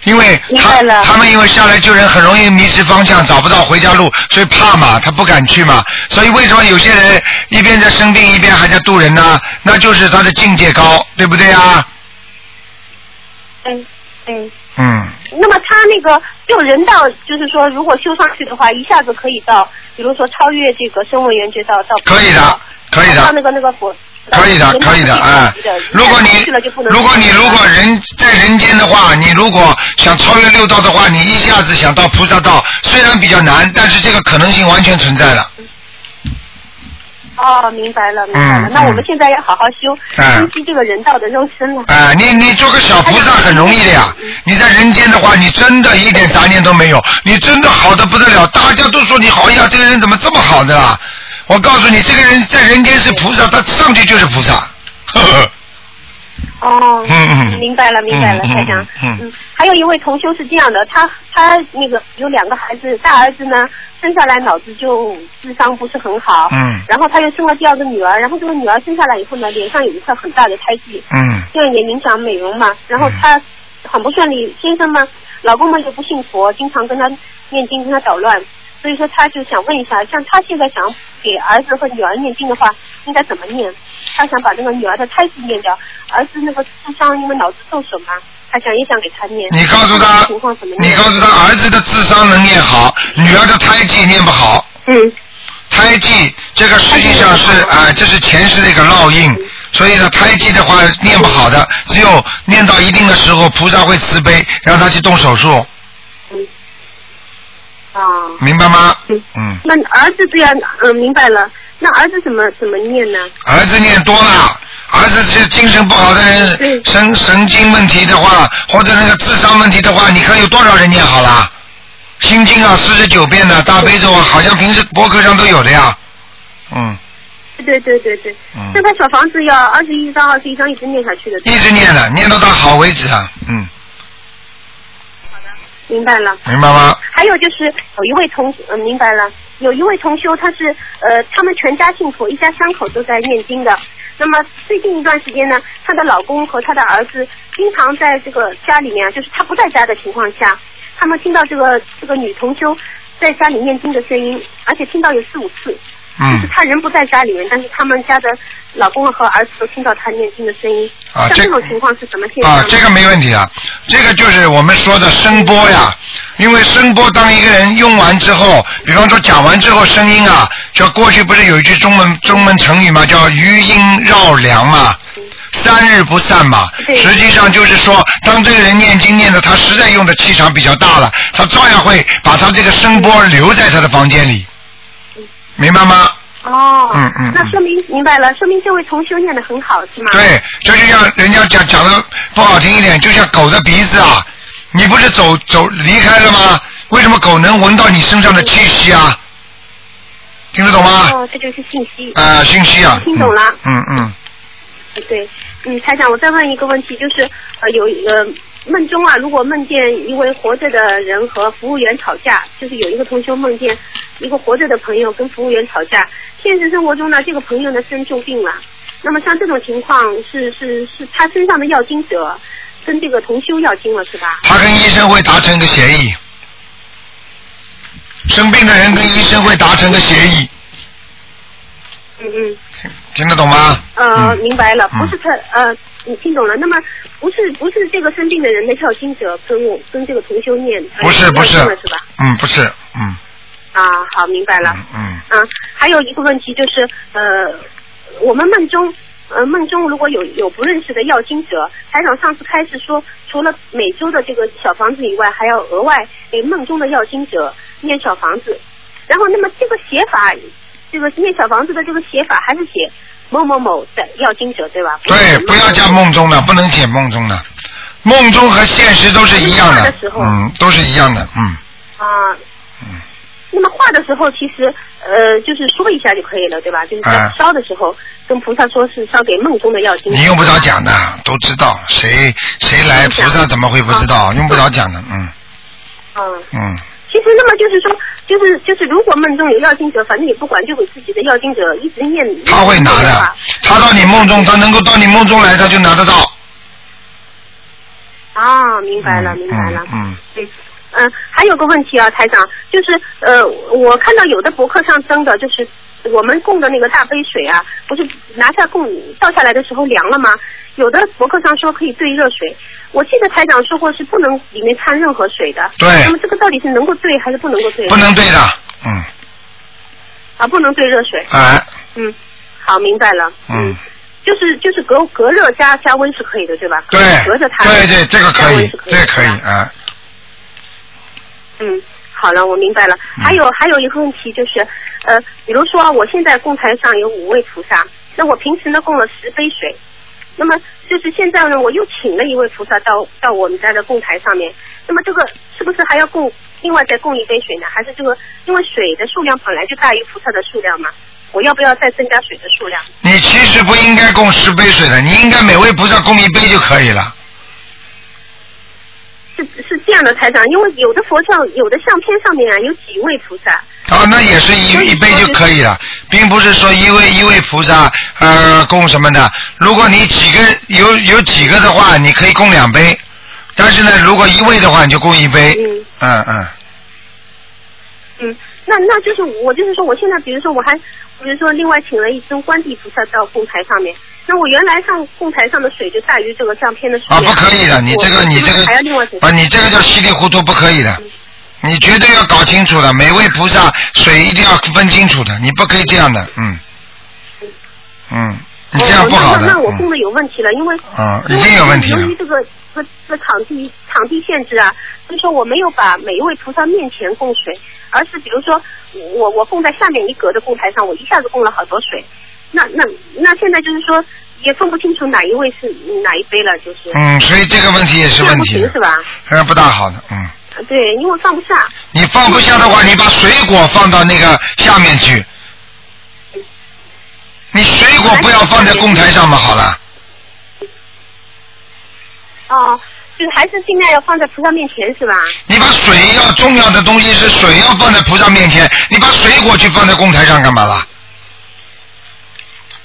A: 因为
E: 明
A: 他
E: 白了
A: 他们因为下来救人很容易迷失方向，找不到回家路，所以怕嘛，他不敢去嘛。所以为什么有些人一边在生病，一边还在渡人呢？那就是他的境界高，对不对啊？
E: 嗯嗯。
A: 嗯，
E: 那么他那个就人道，就是说，如果修上去的话，一下子可以到，比如说超越这个声闻缘觉道到
A: 可以的，可以
E: 到
A: 的
E: 那。个那个佛。
A: 可以的，可以的，哎、如果你
E: 去了就不能
A: 如果你如果人在人间的话，你如果想超越六道的话，你一下子想到菩萨道，虽然比较难，但是这个可能性完全存在的。
E: 哦，明白了，明白了。
A: 嗯
E: 那我们
A: 嗯
E: 现在要好好修，
A: 哎
E: 珍惜这个人道的肉身了。啊
A: 哎，你你做个小菩萨
E: 哎
A: 很容易的呀。你在人间的话，你真的一点杂念都没有，你真的好的不得了，大家都说你好呀，这个人怎么这么好的啦？我告诉你，这个人在人间是菩萨，他上去就是菩萨。 呵呵，
E: 哦，
A: 嗯嗯
E: 明白了，明白了，
A: 嗯嗯
E: 太阳。
A: 嗯
E: 嗯，还有一位同修是这样的，他他那个有两个孩子，大儿子呢生下来脑子就智商不是很好，
A: 嗯
E: 然后他又生了第二个女儿，然后这个女儿生下来以后呢，脸上有一块很大的胎记，
A: 嗯
E: 这样也影响美容嘛。然后她很不顺利，先生嘛，老公嘛又不信佛，经常跟她念经，跟她捣乱。所以说，她就想问一下，像她现在想给儿子和女儿念经的话，应该怎么念？她想把那个女儿的胎记念掉，儿子那个智商因为脑子受损嘛，她想也想给他念。
A: 你告诉他
E: 情况怎么，
A: 你
E: 念
A: 告？诉他儿子的智商能念好，女儿的胎记念不好。
E: 嗯，
A: 胎记这个实际上是啊、这是前世的一个烙印，所以呢，胎记的话念不好的，只有念到一定的时候，菩萨会慈悲，让他去动手术，
E: 啊，
A: 明白吗
E: 嗯？
A: 嗯，
E: 那儿子这样，嗯，明白了。那儿子怎么怎么念呢？
A: 儿子念多了。儿子是精神不好的人，
E: 嗯
A: 神神经问题的话，或者那个智商问题的话，你看有多少人念好了？心经啊，四十九遍呢、大悲咒啊，好像平时博客上都有的呀。嗯，
E: 对对对对，
A: 嗯
E: 那他小房子要二十一张，二十一张一直念下去的。
A: 一直念的，念到他好为止啊。嗯，
E: 明白了。
A: 明白吗？
E: 还有就是有一位同，嗯，明白了，有一位同修，他是呃，他们全家信佛，一家三口都在念经的。那么最近一段时间呢，她的老公和她的儿子经常在这个家里面啊，就是她不在家的情况下，他们听到这个这个女同修在家里念经的声音，而且听到有四五次。就是
A: 嗯，
E: 他人不在家里面，但是他们家的老公和儿子都听到他念经的声音。
A: 啊
E: 像
A: 这
E: 这种情况是怎么现象呢？
A: 啊，这个没问题啊，这个就是我们说的声波呀，因为声波当一个人用完之后，比方说讲完之后声音啊，就过去不是有一句中文中文成语嘛，叫余音绕梁嘛。三日不散嘛，
E: 对
A: 实际上就是说，当这个人念经念的，他实在用的气场比较大了，他照样会把他这个声波留在他的房间里，明白吗？
E: 哦，
A: 嗯嗯
E: 那说明明白了，说明这位同修念的很好，是吗？，
A: 对，这就像人家讲讲的不好听一点，就像狗的鼻子啊，你不是走走离开了吗？为什么狗能闻到你身上的气息啊？听得懂吗？
E: 哦，这就是信息。哦
A: 啊、信息啊。
E: 听懂了
A: 嗯嗯嗯，
E: 对，嗯，台长，我再问一个问题，就是呃，有一个梦中啊，如果梦见一位活着的人和服务员吵架，就是有一个同修梦见一个活着的朋友跟服务员吵架，现实生活中呢，这个朋友呢生重病了，那么像这种情况是是是他身上的要经者跟这个同修要经了是吧？
A: 他跟医生会达成一个协议，生病的人跟医生会达成个协议，
E: 嗯嗯。
A: 听得懂吗？
E: 呃，
A: 嗯
E: 明白了，
A: 嗯
E: 不是他，呃，你听懂了。那么不是不是这个生病的人的要经者跟我跟这个同修念，呃
A: 不是不是
E: 要经了是吧？
A: 嗯，不是，嗯
E: 啊，好，明白了。
A: 嗯嗯，
E: 嗯，还有一个问题就是，呃，我们梦中，呃，梦中如果有有不认识的要经者，台长上次开始说，除了每周的这个小房子以外，还要额外给梦中的要经者念小房子。然后，那么这个写法，这个念小房子的这个写法还是写某某某的要经者，对吧？
A: 对，不要加
E: 某。
A: 梦中的，不能写梦中的，梦中和现实都是一样
E: 画
A: 的
E: 的时，候
A: 嗯，都是一样的，嗯。
E: 啊
A: 嗯。
E: 那么画的时候，其实呃，就是说一下就可以了，对吧？就是在
A: 啊
E: 烧的时候，跟菩萨说是烧给梦中的要经者。
A: 你用不着讲的，都知道谁谁来，菩萨怎么会不知
E: 啊
A: 道？用不着讲的，嗯
E: 嗯，
A: 嗯，
E: 其实那么就是说，就是就是，如果梦中有要经者，反正也不管，就给自己的要经者一直念。
A: 他会拿
E: 念
A: 的
E: 吧，
A: 他到你梦中，他能够到你梦中来，他就拿得到。
E: 啊，明白了，
A: 嗯
E: 明白了。
A: 嗯
E: 嗯嗯，还有个问题啊，台长，就是呃，我看到有的博客上登的，就是我们供的那个大杯水啊，不是拿下供倒下来的时候凉了吗？有的博客上说可以兑热水，我记得台长说过是不能里面掺任何水的。
A: 对
E: 那么这个到底是能够兑还是不能够兑
A: 嗯，？不能对的，嗯，
E: 啊，不能兑热水。
A: 哎，
E: 嗯，好，明白了。
A: 嗯，
E: 就是就是隔隔热加加温是可以的，对吧？
A: 对
E: 隔着，它
A: 对对，这个
E: 加
A: 可
E: 温
A: 以
E: 是，可以
A: 这
E: 的
A: 个可以
E: 是吧，
A: 哎，
E: 嗯，好了，我明白了。
A: 嗯
E: 还有、还有一个问题就是，呃，比如说我现在供台上有五位菩萨，那我平时呢供了十杯水，那么就是现在呢我又请了一位菩萨到到我们家的供台上面，那么这个是不是还要供另外再供一杯水呢？还是这个因为水的数量本来就大于菩萨的数量嘛？我要不要再增加水的数量？
A: 你其实不应该供十杯水的，你应该每位菩萨供一杯就可以了。
E: 是是这样的，台长，因为有的佛像、有的相片上面啊，有几位菩萨，
A: 啊，那也是一
E: 所以
A: 一杯就可以了，并不是说一位一位菩萨呃供什么的。如果你几个有有几个的话，你可以供两杯，但是呢，如果一位的话，你就供一杯。
E: 嗯
A: 嗯嗯
E: 嗯，那那就是我就是说，我现在比如说我还，比如说另外请了一尊观地菩萨到供台上面，那我原来上供台上的水就大于这个相片的水
A: 啊，不可以的，你这个你这个
E: 还要另外嗯请
A: 啊，你这个叫稀里糊涂，不可以的。你绝对要搞清楚的，每位菩萨水一定要分清楚的，你不可以这样的，嗯，嗯，你这样不好的，
E: 哦、那那我供
A: 嗯
E: 的有问题了，因为
A: 啊
E: 因为
A: 已经有问题了
E: 由于这个这个这个场地场地限制啊，所以说我没有把每一位菩萨面前供水，而是比如说我我供在下面一格的供台上，我一下子供了好多水，那那那现在就是说也分不清楚哪一位是哪一杯了，就是
A: 嗯，所以这个问题也是
E: 这样
A: 问
E: 不
A: 题
E: 行
A: 的
E: 是，吧？
A: 呃，不大好的，嗯。
E: 对，因为放不下。
A: 你放不下的话，你把水果放到那个下面去。你水果不要放在供台上嘛，好了。
E: 哦，就是还是尽量要放在菩萨面前是吧？
A: 你把水要重要的东西是水要放在菩萨面前，你把水果去放在供台上干嘛啦？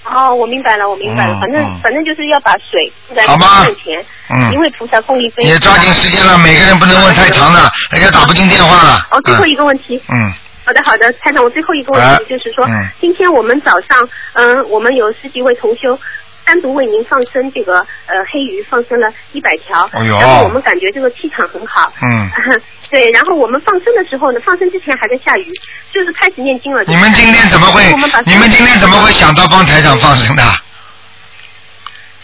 E: 哦，我明白了，我明白了，
A: 嗯
E: 反正、
A: 嗯
E: 反正就是要把水放在
A: 好
E: 菩
A: 吗
E: 萨面前，
A: 嗯
E: 因为菩萨供一杯。哦
A: 也抓紧时间了，每个人不能问太长了，人家打不进电话了。
E: 哦，最后
A: 嗯
E: 一个问题，
A: 嗯，
E: 好的，好的，台长，我最后一个问
A: 哎
E: 题就是说，
A: 嗯
E: 今天我们早上，嗯、我们有十几位同修单独为您放生这个呃黑鱼，放生了一百条，
A: 哎呦
E: 然后我们感觉这个气场很好。
A: 嗯，
E: 对，然后我们放生的时候呢，放生之前还在下雨，就是开始念经了。
A: 你们今天怎么会
E: 我们把？
A: 你们今天怎么会想到帮台长放生的？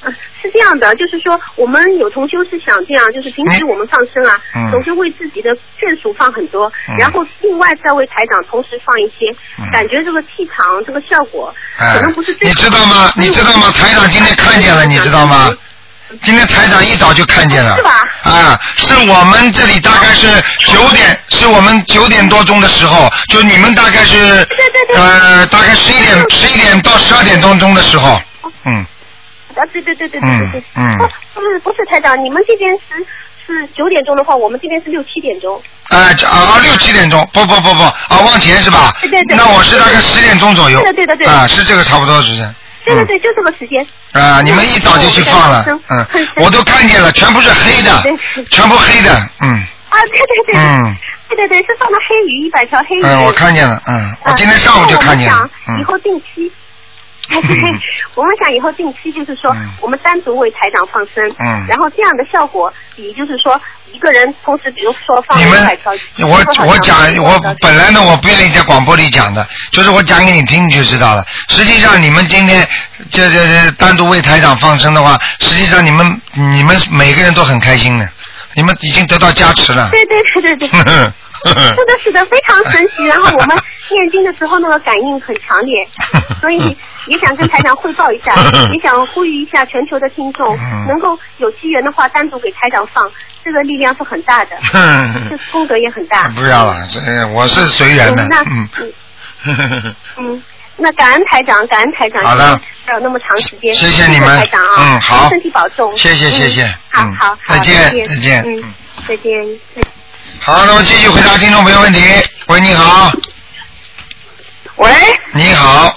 E: 呃是这样的，就是说我们有同修是想这样，就是平时
A: 嗯
E: 我们放生啊，
A: 嗯
E: 总是为自己的眷属放很多，
A: 嗯
E: 然后另外再为台长同时放一些，
A: 嗯
E: 感觉这个气场这个效果、
A: 哎
E: 可能不是，最
A: 你
E: 好的
A: 知道吗？
E: 所以
A: 你
E: 我
A: 知道吗？台长今天看见了，你知道吗？今天台长一早就看见了，
E: 哦是吧
A: 啊，是我们这里大概是九点，是我们九点多钟的时候，就你们大概是
E: 对对对哦
A: 呃，大概十一点十一点到十二点当中的时候，嗯，
E: 啊，对对对对对
A: 嗯
E: 哦对对。
A: 嗯
E: 哦不是不是台长，你们这边是是九点钟的话，我们这边是六七点钟。
A: 哎这啊六七点钟，不不不不啊往前是吧？
E: 对对对
A: 那我是大概十点钟左右，
E: 对的对的对的
A: 啊是这个差不多的时间，
E: 对对
A: 嗯
E: 对，就这个时间。
A: 啊，你们一早就去放了，嗯，我都看 见了，全部是黑的
E: 对，
A: 全部黑的，嗯
E: 啊，对对对。
A: 嗯
E: 对对对，是放的黑鱼一百条黑鱼。
A: 嗯，我看见了，嗯，我今天上午就看见了
E: 啊那我们，想以
A: 嗯
E: 后定期。 我们想以后定期就是说
A: 嗯，
E: 我们单独为台长放生，
A: 嗯
E: 然后这样的效果比就是说一个人同时，比如说放
A: 你
E: 一
A: 们
E: 百条鱼，，
A: 我
E: 多少
A: 我讲
E: 条鱼，
A: 我本来呢，我不愿意在广播里讲的，就是我讲给你听你就知道了。实际上，你们今天这这这单独为台长放生的话，实际上你们你们每个人都很开心的，你们已经得到加持了。嗯
E: 对对对对 对，
A: 呵呵呵呵，
E: 是的，是的，非常神奇。然后我们念经的时候，那个感应很强烈所以 也想跟台长汇报一 下，也想呼吁一下全球的听众
A: 嗯，
E: 能够有机缘的话，单独给台长放，这个力量是很 大的，这 功德也很大。
A: 嗯不要了，这我是随缘的
E: 嗯，那
A: 嗯。
E: 嗯 嗯，那感恩台长，感恩台长，
A: 好的，
E: 还有那么长时间，
A: 谢谢你们
E: 台长啊，
A: 嗯好
E: 身体保重，
A: 谢谢
E: 嗯
A: 谢谢
E: 好
A: 嗯
E: 好好，
A: 再见
E: 再
A: 再见嗯
E: 嗯，再见。
A: 好，那么继续回答听众朋友问题。喂，你好，
F: 喂，
A: 你好，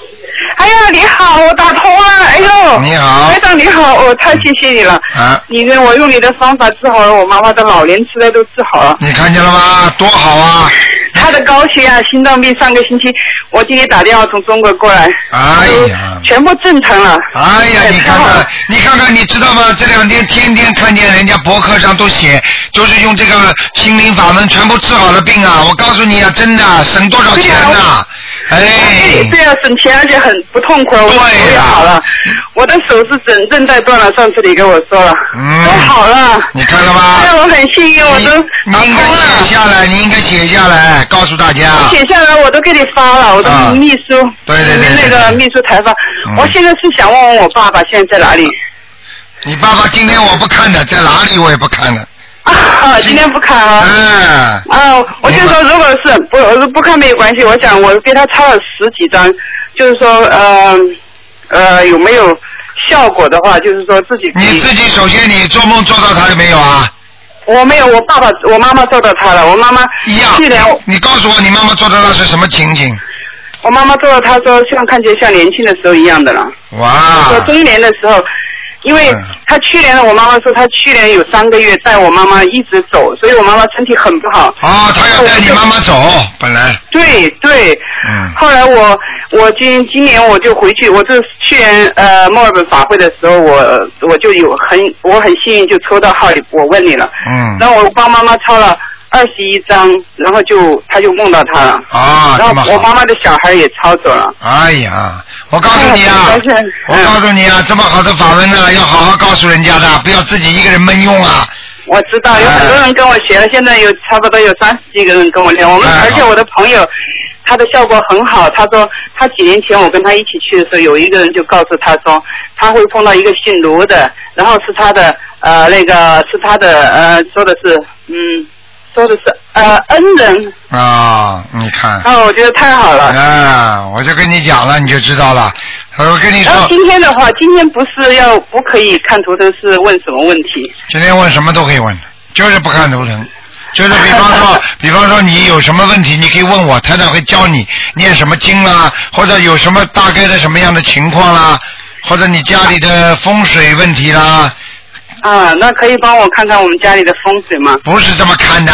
F: 哎呀，你好，我打通了，哎呦，
A: 你好
F: 台长你好，我、太谢谢你了，
A: 啊，
F: 你呢？我用你的方法治好了我妈妈的老年痴呆都治好了，
A: 你看见了吗？多好啊！
F: 她的高血压、心脏病上个星期，我今天打电话从中国过来，
A: 哎呀
F: 都全部正常了，
A: 哎呀，你看
F: 太好
A: 看
F: 了，
A: 你看看，你知道吗？这两天天天看见人家博客上都写，就是用这个心灵法门全部治好了病啊！我告诉你啊，真的省多少钱
F: 对
A: 呐、
F: 啊
A: 哎，
F: 对呀，省钱而且很不痛苦，我
A: 对呀
F: 手也好了，我的手是整韧带断了，上次你跟我说了，
A: 嗯
F: 都好了，
A: 你看了吗
F: 哎呀，我很幸运，我
A: 你
F: 都嗯
A: 你应该
F: 打通了
A: 写下来，你应该写下来，告诉大家。
F: 写下来我都给你发了，我
A: 啊
F: 的秘书，
A: 对对对对
F: 那个秘书台发
A: 嗯。
F: 我现在是想问问我爸爸现在在哪里？
A: 你爸爸今天我不看的，在哪里我也不看的。
F: 啊，今天不看啊。
A: 嗯，
F: 啊，我就说，如果是不不看没有关系，我想我给他抄了十几张，就是说，呃呃，有没有效果的话，就是说自己
A: 你自己首先你做梦做到他了没有啊？
F: 我没有，我爸爸我妈妈做到他了，我妈妈
A: 一样
F: 去年。
A: 你告诉我，你妈妈做到他是什么情景？
F: 我妈妈做到，她说像看起来像年轻的时候一样的了。
A: 哇！
F: 说中年的时候，因为
A: 啊嗯
F: 他去年呢，我妈妈说他去年有三个月带我妈妈一直走，所以我妈妈身体很不好。
A: 哦，他要带你妈妈走，本来。
F: 对对，
A: 嗯
F: 后来我我今今年我就回去，我这去年呃墨尔本法会的时候，我我就有很我很幸运就抽到号，我问你了，
A: 嗯。
F: 然后我帮妈妈抄了二十一张，然后就她就梦到他了，
A: 啊，
F: 然
A: 这么
F: 后我妈
A: 好。
F: 妈的小孩也抄走了。
A: 哎呀，我告诉你啊
F: 哎真是，
A: 我告诉你啊，这么好的法门呢，要好好告诉人家的，啊不要自己一个人闷用啊。
F: 我知道有很多人跟我学了，现在有差不多有三十几个人跟我练。我们
A: 哎好
F: 而且我的朋友，他的效果很好。他说他几年前我跟他一起去的时候，有一个人就告诉他说他会碰到一个姓卢的，然后是他的呃那个是他的呃说的是嗯说的是呃恩人，
A: 啊，你看，
F: 然后我觉得哦太好了。
A: 啊，我就跟你讲了，你就知道了。我跟你
F: 然后
A: 说，
F: 哦今天的话，今天不是要不可以看图腾是问什么问题？
A: 今天问什么都可以问，就是不看图腾。就是比方 说，比方说你有什么问题，你可以问我，台长会教你念什么经啦，或者有什么大概的什么样的情况啦，或者你家里的风水问题啦，
F: 啊，那可以帮我看看我们家里的风水吗？
A: 不是这么看的。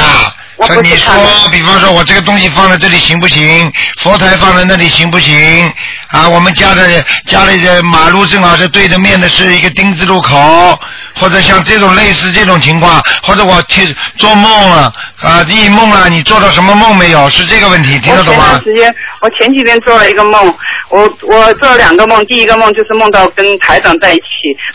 F: 我
A: 这
F: 不
A: 你
F: 是看的。
A: 说，比方说我这个东西放在这里行不行？佛台放在那里行不行？啊，我们家的家里的马路正好是对着面的是一个丁字路口，或者像这种类似这种情况，或者我去做梦了啊，异梦了，你做到什么梦没有？是这个问题，听得懂
F: 我前
A: 吗
F: 段？时间，我前几天做了一个梦，我我做了两个梦，第一个梦就是梦到跟台长在一起，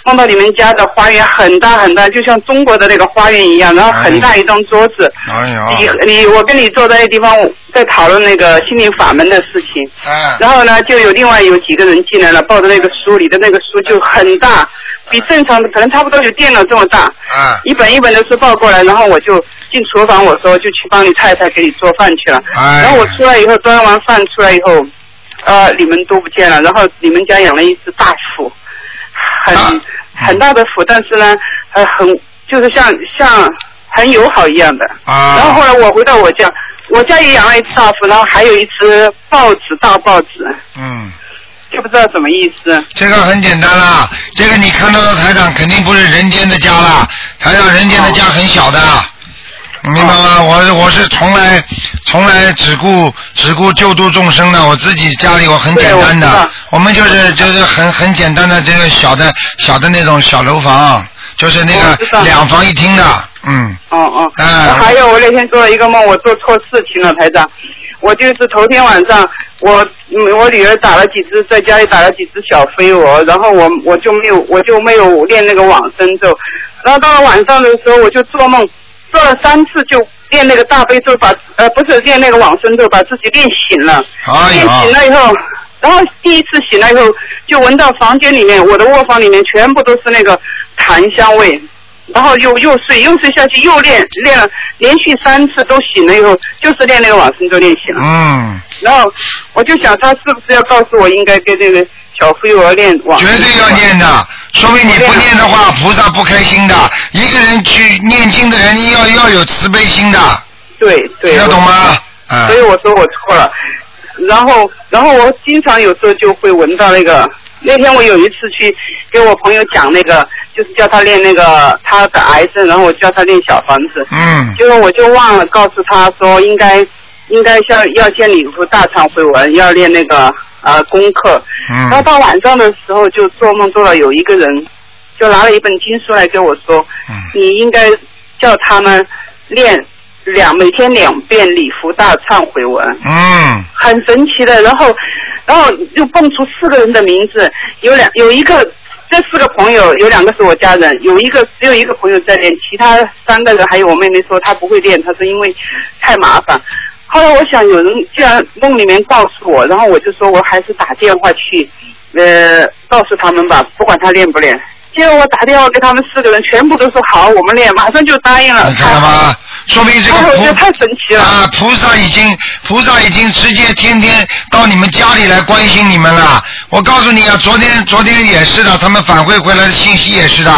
F: 梦到你们家的花园很大很大，就像中国的那个花园一样，然后很大一张桌子。
A: 哎
F: 你
A: 呦，
F: 你我跟你坐在那地方，我在讨论那个心灵法门的事情。
A: 哎，
F: 然后呢，就有另外有几个人进来了，抱着那个书，里的那个书就很大，比正常的可能差不多有电脑这么大。
A: 啊
F: 一本一本的书抱过来，然后我就进厨房，我说就去帮你太太给你做饭去了。
A: 哎
F: 然后我出来以后，端完饭出来以后，呃，你们都不见了。然后你们家养了一只大虎，很、
A: 啊
F: 很大的虎，但是呢，呃，很就是像像很友好一样的。然后后
A: 啊，
F: 来我回到我家，我家也养了一只大虎，然后还有一只豹子，大豹子，
A: 嗯。
F: 就不知道什么意思。
A: 这个很简单啦，这个你看到的台长肯定不是人间的家啦，台长人间的家很小的，
F: 哦
A: 你明白吗？我我是从来从来只顾只顾救度众生的，我自己家里我很简单
F: 对我知
A: 的
F: 道，
A: 我们就是就是很很简单的这个小的小的那种小楼房，就是那
F: 哦我知道
A: 个两房一厅的，嗯，
F: 哦哦，
A: 哎
F: 还有我那天做了一个梦，我做错事情了，台长。我就是头天晚上，我嗯我女儿打了几只，在家里打了几只小飞蛾，然后我我就没有我就没有练那个往生咒，然后到了晚上的时候，我就做梦，做了三次就练那个大悲咒，把呃不是练那个往生咒，把自己练醒了。
A: 哎
F: 练醒
A: 呦，
F: 了以后，然后第一次醒来以后，就闻到房间里面，我的卧房里面全部都是那个檀香味，然后又又睡，又睡下去，又练练了，连续三次都醒了以后，就是练那个往生咒练醒了。
A: 嗯，
F: 然后我就想，他是不是要告诉我应该跟这个小飞蛾练往生
A: 绝
F: 咒？
A: 对要念的，说明你不念的话，菩萨不开心的。一个人去念经的人要要有慈悲心的，
F: 对对，
A: 听得懂吗？
F: 我？
A: 啊
F: 所以我说我错了。然后，然后我经常有时候就会闻到那个。那天我有一次去给我朋友讲那个，就是叫他练那个他的癌症，然后我叫他练小房子。
A: 嗯，
F: 结果我就忘了告诉他说应该应该像要先礼佛大忏悔文，要练那个呃功课。
A: 嗯
F: 然后到晚上的时候就做梦做到有一个人就拿了一本经书来跟我说，
A: 嗯
F: 你应该叫他们练两每天两遍礼佛大忏悔文。
A: 嗯，
F: 很神奇的，然后，然后又蹦出四个人的名字，有两有一个这四个朋友有两个是我家人，有一个只有一个朋友在练，其他三个人还有我妹妹说她不会练，她说因为太麻烦。后来我想有人居然梦里面告诉我，然后我就说我还是打电话去，呃，告诉他们吧，不管他练不练。结果我打电话给他们四个人，全部都说好，我们练，马上就答应了。
A: 你看了吗？说明这
F: 哎我觉
A: 个
F: 得
A: 菩
F: 太神奇了。
A: 啊，菩萨已经菩萨已经直接天天到你们家里来关心你们了。我告诉你啊，昨天昨天也是的，他们反馈回来的信息也是的。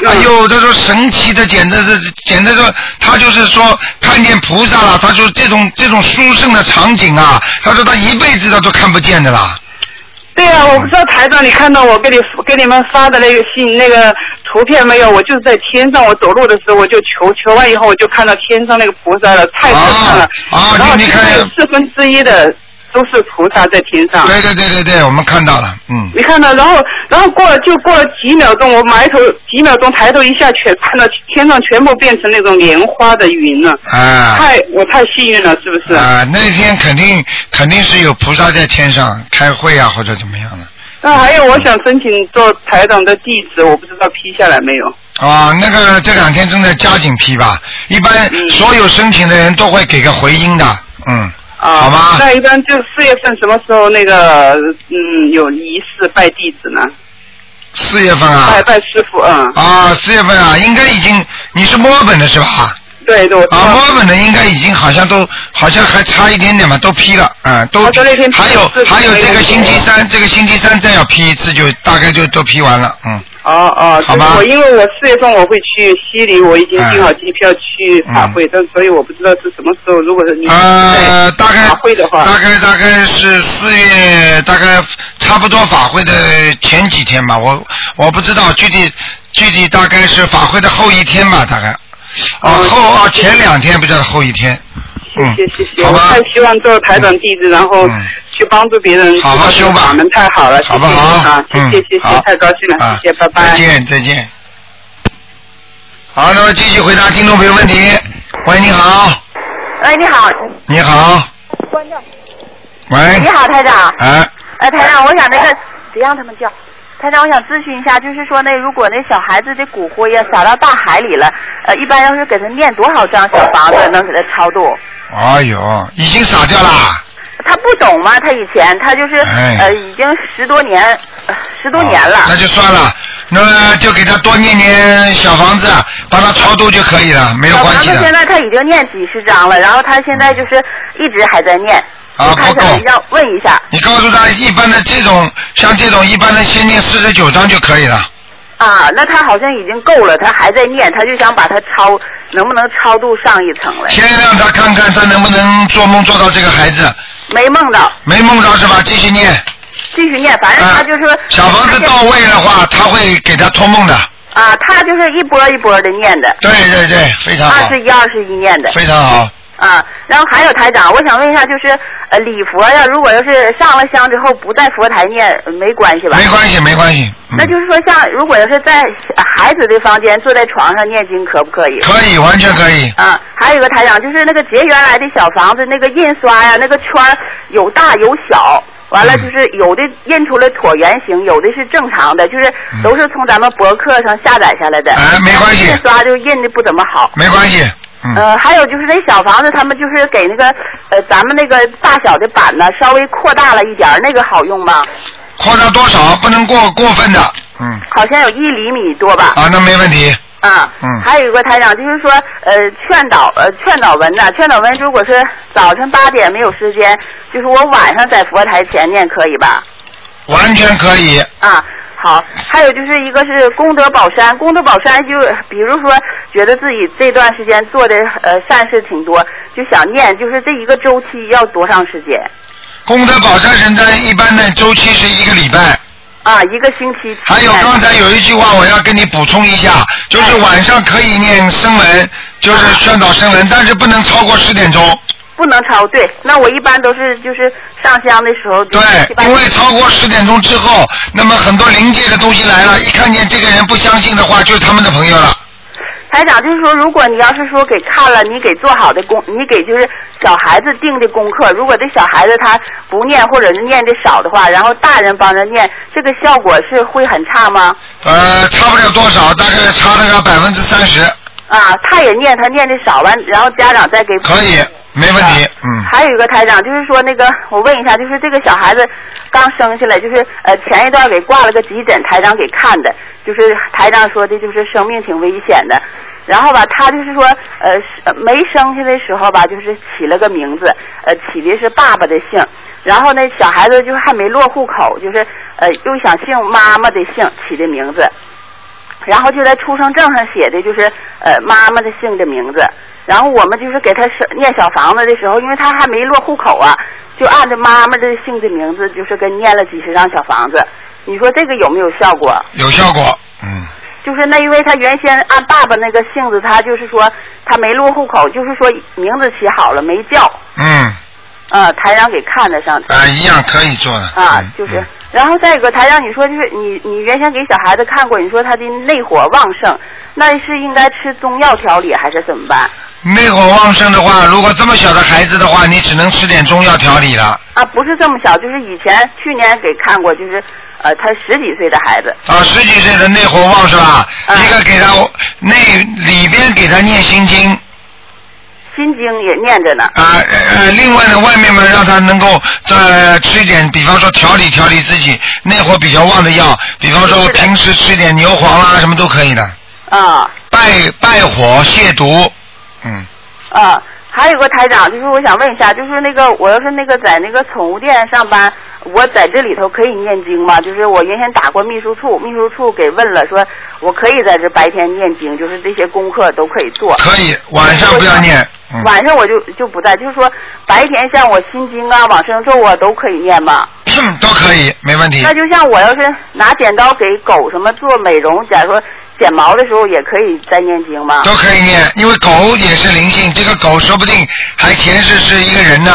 F: 嗯
A: 哎呦，他说神奇的，简直是简直说，他就是说看见菩萨了，他说这种这种殊胜的场景啊，他说他一辈子他都看不见的啦。
F: 对啊，我不知道台长，你看到我给你给你们发的那个信那个图片没有？我就是在天上，我走路的时候我就求求完以后，我就看到天上那个菩萨了，太震撼了。
A: 啊啊
F: 然后
A: 你你
F: 现
A: 看
F: 在有四分之一的都是菩萨在天上。
A: 对对对对对，我们看到了，嗯。
F: 你看到，然后，然后过了就过了几秒钟，我埋头几秒钟抬头一下，全看到天上全部变成那种莲花的云了，
A: 啊。
F: 太我太幸运了，是不是？
A: 啊、那天肯定肯定是有菩萨在天上开会啊，或者怎么样的。
F: 那还有，我想申请做台长的弟子，我不知道批下来没有。
A: 啊、那个这两天正在加紧批吧，一般
F: 嗯
A: 所有申请的人都会给个回音的，嗯，
F: 啊，
A: 好吗？
F: 那一般就四月份什么时候那个嗯有仪式拜弟子呢？
A: 四月份啊
F: 拜，拜师傅，嗯，
A: 啊，四月份啊，应该已经你是墨尔本的是吧？
F: 对对，我知道
A: 啊，墨尔本的应该已经好像都好像还差一点点吧，都批了，嗯，都
F: 好
A: 批
F: 的啊那天批了
A: 还有
F: 四十
A: 还有
F: 个
A: 这个
F: 人
A: 星期三，这个星期三再要批一次，就大概就都批完了，嗯。
F: 哦哦，
A: 好吧
F: 就是我因为我四月份我会去悉尼，我已经订好机票去法会，但所以我不知道是什么时候。如果是你
A: 嗯呃，
F: 在
A: 大概
F: 法会的话，
A: 大概大概是四月，大概差不多法会的前几天吧，我我不知道具体具体大概是法会的后一天吧，大概
F: 哦
A: 啊后啊前两天不叫后一天，嗯
F: 谢谢谢谢，
A: 好
F: 我
A: 吧
F: 太希望做台长弟子，然后
A: 嗯
F: 去帮助别人。
A: 好好修吧
F: 法门太好了，
A: 好不
F: 谢谢
A: 好？
F: 啊，谢谢
A: 嗯
F: 谢谢
A: 好，
F: 太高兴了
A: 啊，
F: 谢谢，拜拜。
A: 再见再见。好，那么继续回答听众朋友问题。喂，你好，
G: 哎，你好，
A: 你好，
G: 观众，
A: 喂
G: 你，好，台长。
A: 哎，
G: 哎，台长，我想那个别让他们叫。台长，我想咨询一下，就是说那如果那小孩子的骨灰呀撒到大海里了，呃，一般要是给他念多少张小房子能给他超度？
A: 哎呦，已经傻掉啦，
G: 他不懂嘛，他以前他就是、
A: 哎
G: 呃已经十多年、呃十多年了
A: 啊。那就算了，那么就给他多念念小房子，啊帮他超度就可以了，没有
G: 小
A: 关
G: 房
A: 系
G: 子现
A: 的。
G: 在他已经念几十张了，然后他现在就是一直还在念。
A: 啊
G: 就看
A: 不够
G: 想要问一下
A: 你告诉他，一般的这种像这种一般的先念四十九章就可以了。
G: 啊，那他好像已经够了，他还在念，他就想把它超，能不能超度上一层了？
A: 先让他看看他能不能做梦做到这个孩子，
G: 没梦到，
A: 没梦到是吧？继续念。
G: 继续念，反正他就是、
A: 啊小房子到位的话，他会给他托梦的。
G: 啊，他就是一波一波的念的，
A: 对对对，非常
G: 二
A: 好
G: 十，一二十一念的
A: 非常好。
G: 啊。然后还有台长，我想问一下，就是呃礼佛呀，如果要是上了香之后不在佛台念，呃没关系吧？
A: 没关系，没关系。嗯
G: 那就是说像，如果要是在呃孩子的房间坐在床上念经，可不可以？
A: 可以，完全可以。
G: 啊，还有一个台长，就是那个结缘来的小房子，那个印刷呀、那个圈儿有大有小，完了
A: 嗯
G: 就是有的印出来椭圆形，有的是正常的，就是
A: 嗯
G: 都是从咱们博客上下载下来的。
A: 哎没关系
G: 印刷就印的不怎么好。
A: 没关系。嗯。
G: 呃，还有就是那小房子，他们就是给那个呃咱们那个大小的版呢稍微扩大了一点儿，那个好用吗？
A: 扩张多少不能过过分的。嗯。
G: 好像有一厘米多吧。
A: 啊，那没问题。
G: 啊，
A: 嗯
G: 还有一个台长就是说，呃，劝导呃劝导文呐、劝导文如果是早晨八点没有时间，就是我晚上在佛台前念可以吧？
A: 完全可以。
G: 啊，好，还有就是一个是功德宝山，功德宝山就比如说觉得自己这段时间做的呃善事挺多，就想念，就是这一个周期要多长时间？
A: 功德宝山神丹一般的周期是一个礼拜。
G: 啊，一个星期。
A: 还有刚才有一句话我要跟你补充一下，就是晚上可以念声文，就是劝导声文，但是不能超过十点钟。
G: 不能超对，那我一般都是就是上香的时候，
A: 对，哎因为超过十点钟之后，那么很多灵界的东西来了，一看见这个人不相信的话，就是他们的朋友了。
G: 台长就是说，如果你要是说给看了，你给做好的功，你给就是小孩子定的功课，如果这小孩子他不念或者是念的少的话，然后大人帮着念，这个效果是会很差吗？
A: 呃，差不了多少，大概差了个百分之三十，
G: 啊，他也念，他念的少完，然后家长再给补
A: 可以，没问题，嗯。
G: 还有一个台长，就是说那个，我问一下，就是这个小孩子刚生下来，就是呃前一段给挂了个急诊，台长给看的，就是台长说的，就是生命挺危险的。然后吧，他就是说，呃，是呃没生下来的时候吧，就是起了个名字，呃，起的是爸爸的姓。然后呢，小孩子就还没落户口，就是呃，又想姓妈妈的姓，起的名字。然后就在出生证上写的就是呃妈妈的姓的名字，然后我们就是给他是念小房子的时候，因为他还没落户口啊，就按照妈妈的姓的名字，就是跟念了几十张小房子。你说这个有没有效果？
A: 有效果，嗯。
G: 就是那因为他原先按爸爸那个姓字，他就是说他没落户口，就是说名字起好了没叫，
A: 嗯，
G: 呃，台长给看的上次。
A: 啊、一样可以做的。
G: 啊
A: 嗯，
G: 就是
A: 嗯，
G: 然后再一个，台长，你说就是你你原先给小孩子看过，你说他的内火旺盛，那是应该吃中药调理还是怎么办？
A: 内火旺盛的话，如果这么小的孩子的话，你只能吃点中药调理了。
G: 啊，不是这么小，就是以前去年给看过，就是呃，他十几岁的孩子，
A: 啊，十几岁的内火旺是吧？
G: 啊
A: 一个给他内里边给他念心经，
G: 心经也念着呢。
A: 啊呃呃，另外呢，外面嘛，让他能够呃吃一点，比方说调理调理自己内火比较旺的药，比方说
G: 是的
A: 平时吃点牛黄啦，什么都可以的，
G: 啊
A: 败败火泻毒，嗯，
G: 啊，还有个台长，就是我想问一下，就是那个我要是那个在那个宠物店上班，我在这里头可以念经吗？就是我原先打过秘书处，秘书处给问了，说我可以在这白天念经，就是这些功课都可以做。
A: 可以，晚上不要念，嗯，
G: 晚上我就就不在，就是说白天像我心经啊、往生咒啊都可以念嘛。
A: 嗯都可以，没问题
G: 那。就像我要是拿剪刀给狗什么做美容，假如说剪毛的时候也可以再念经吗？
A: 都可以念，因为狗也是灵性，这个狗说不定还前世是一个人呢。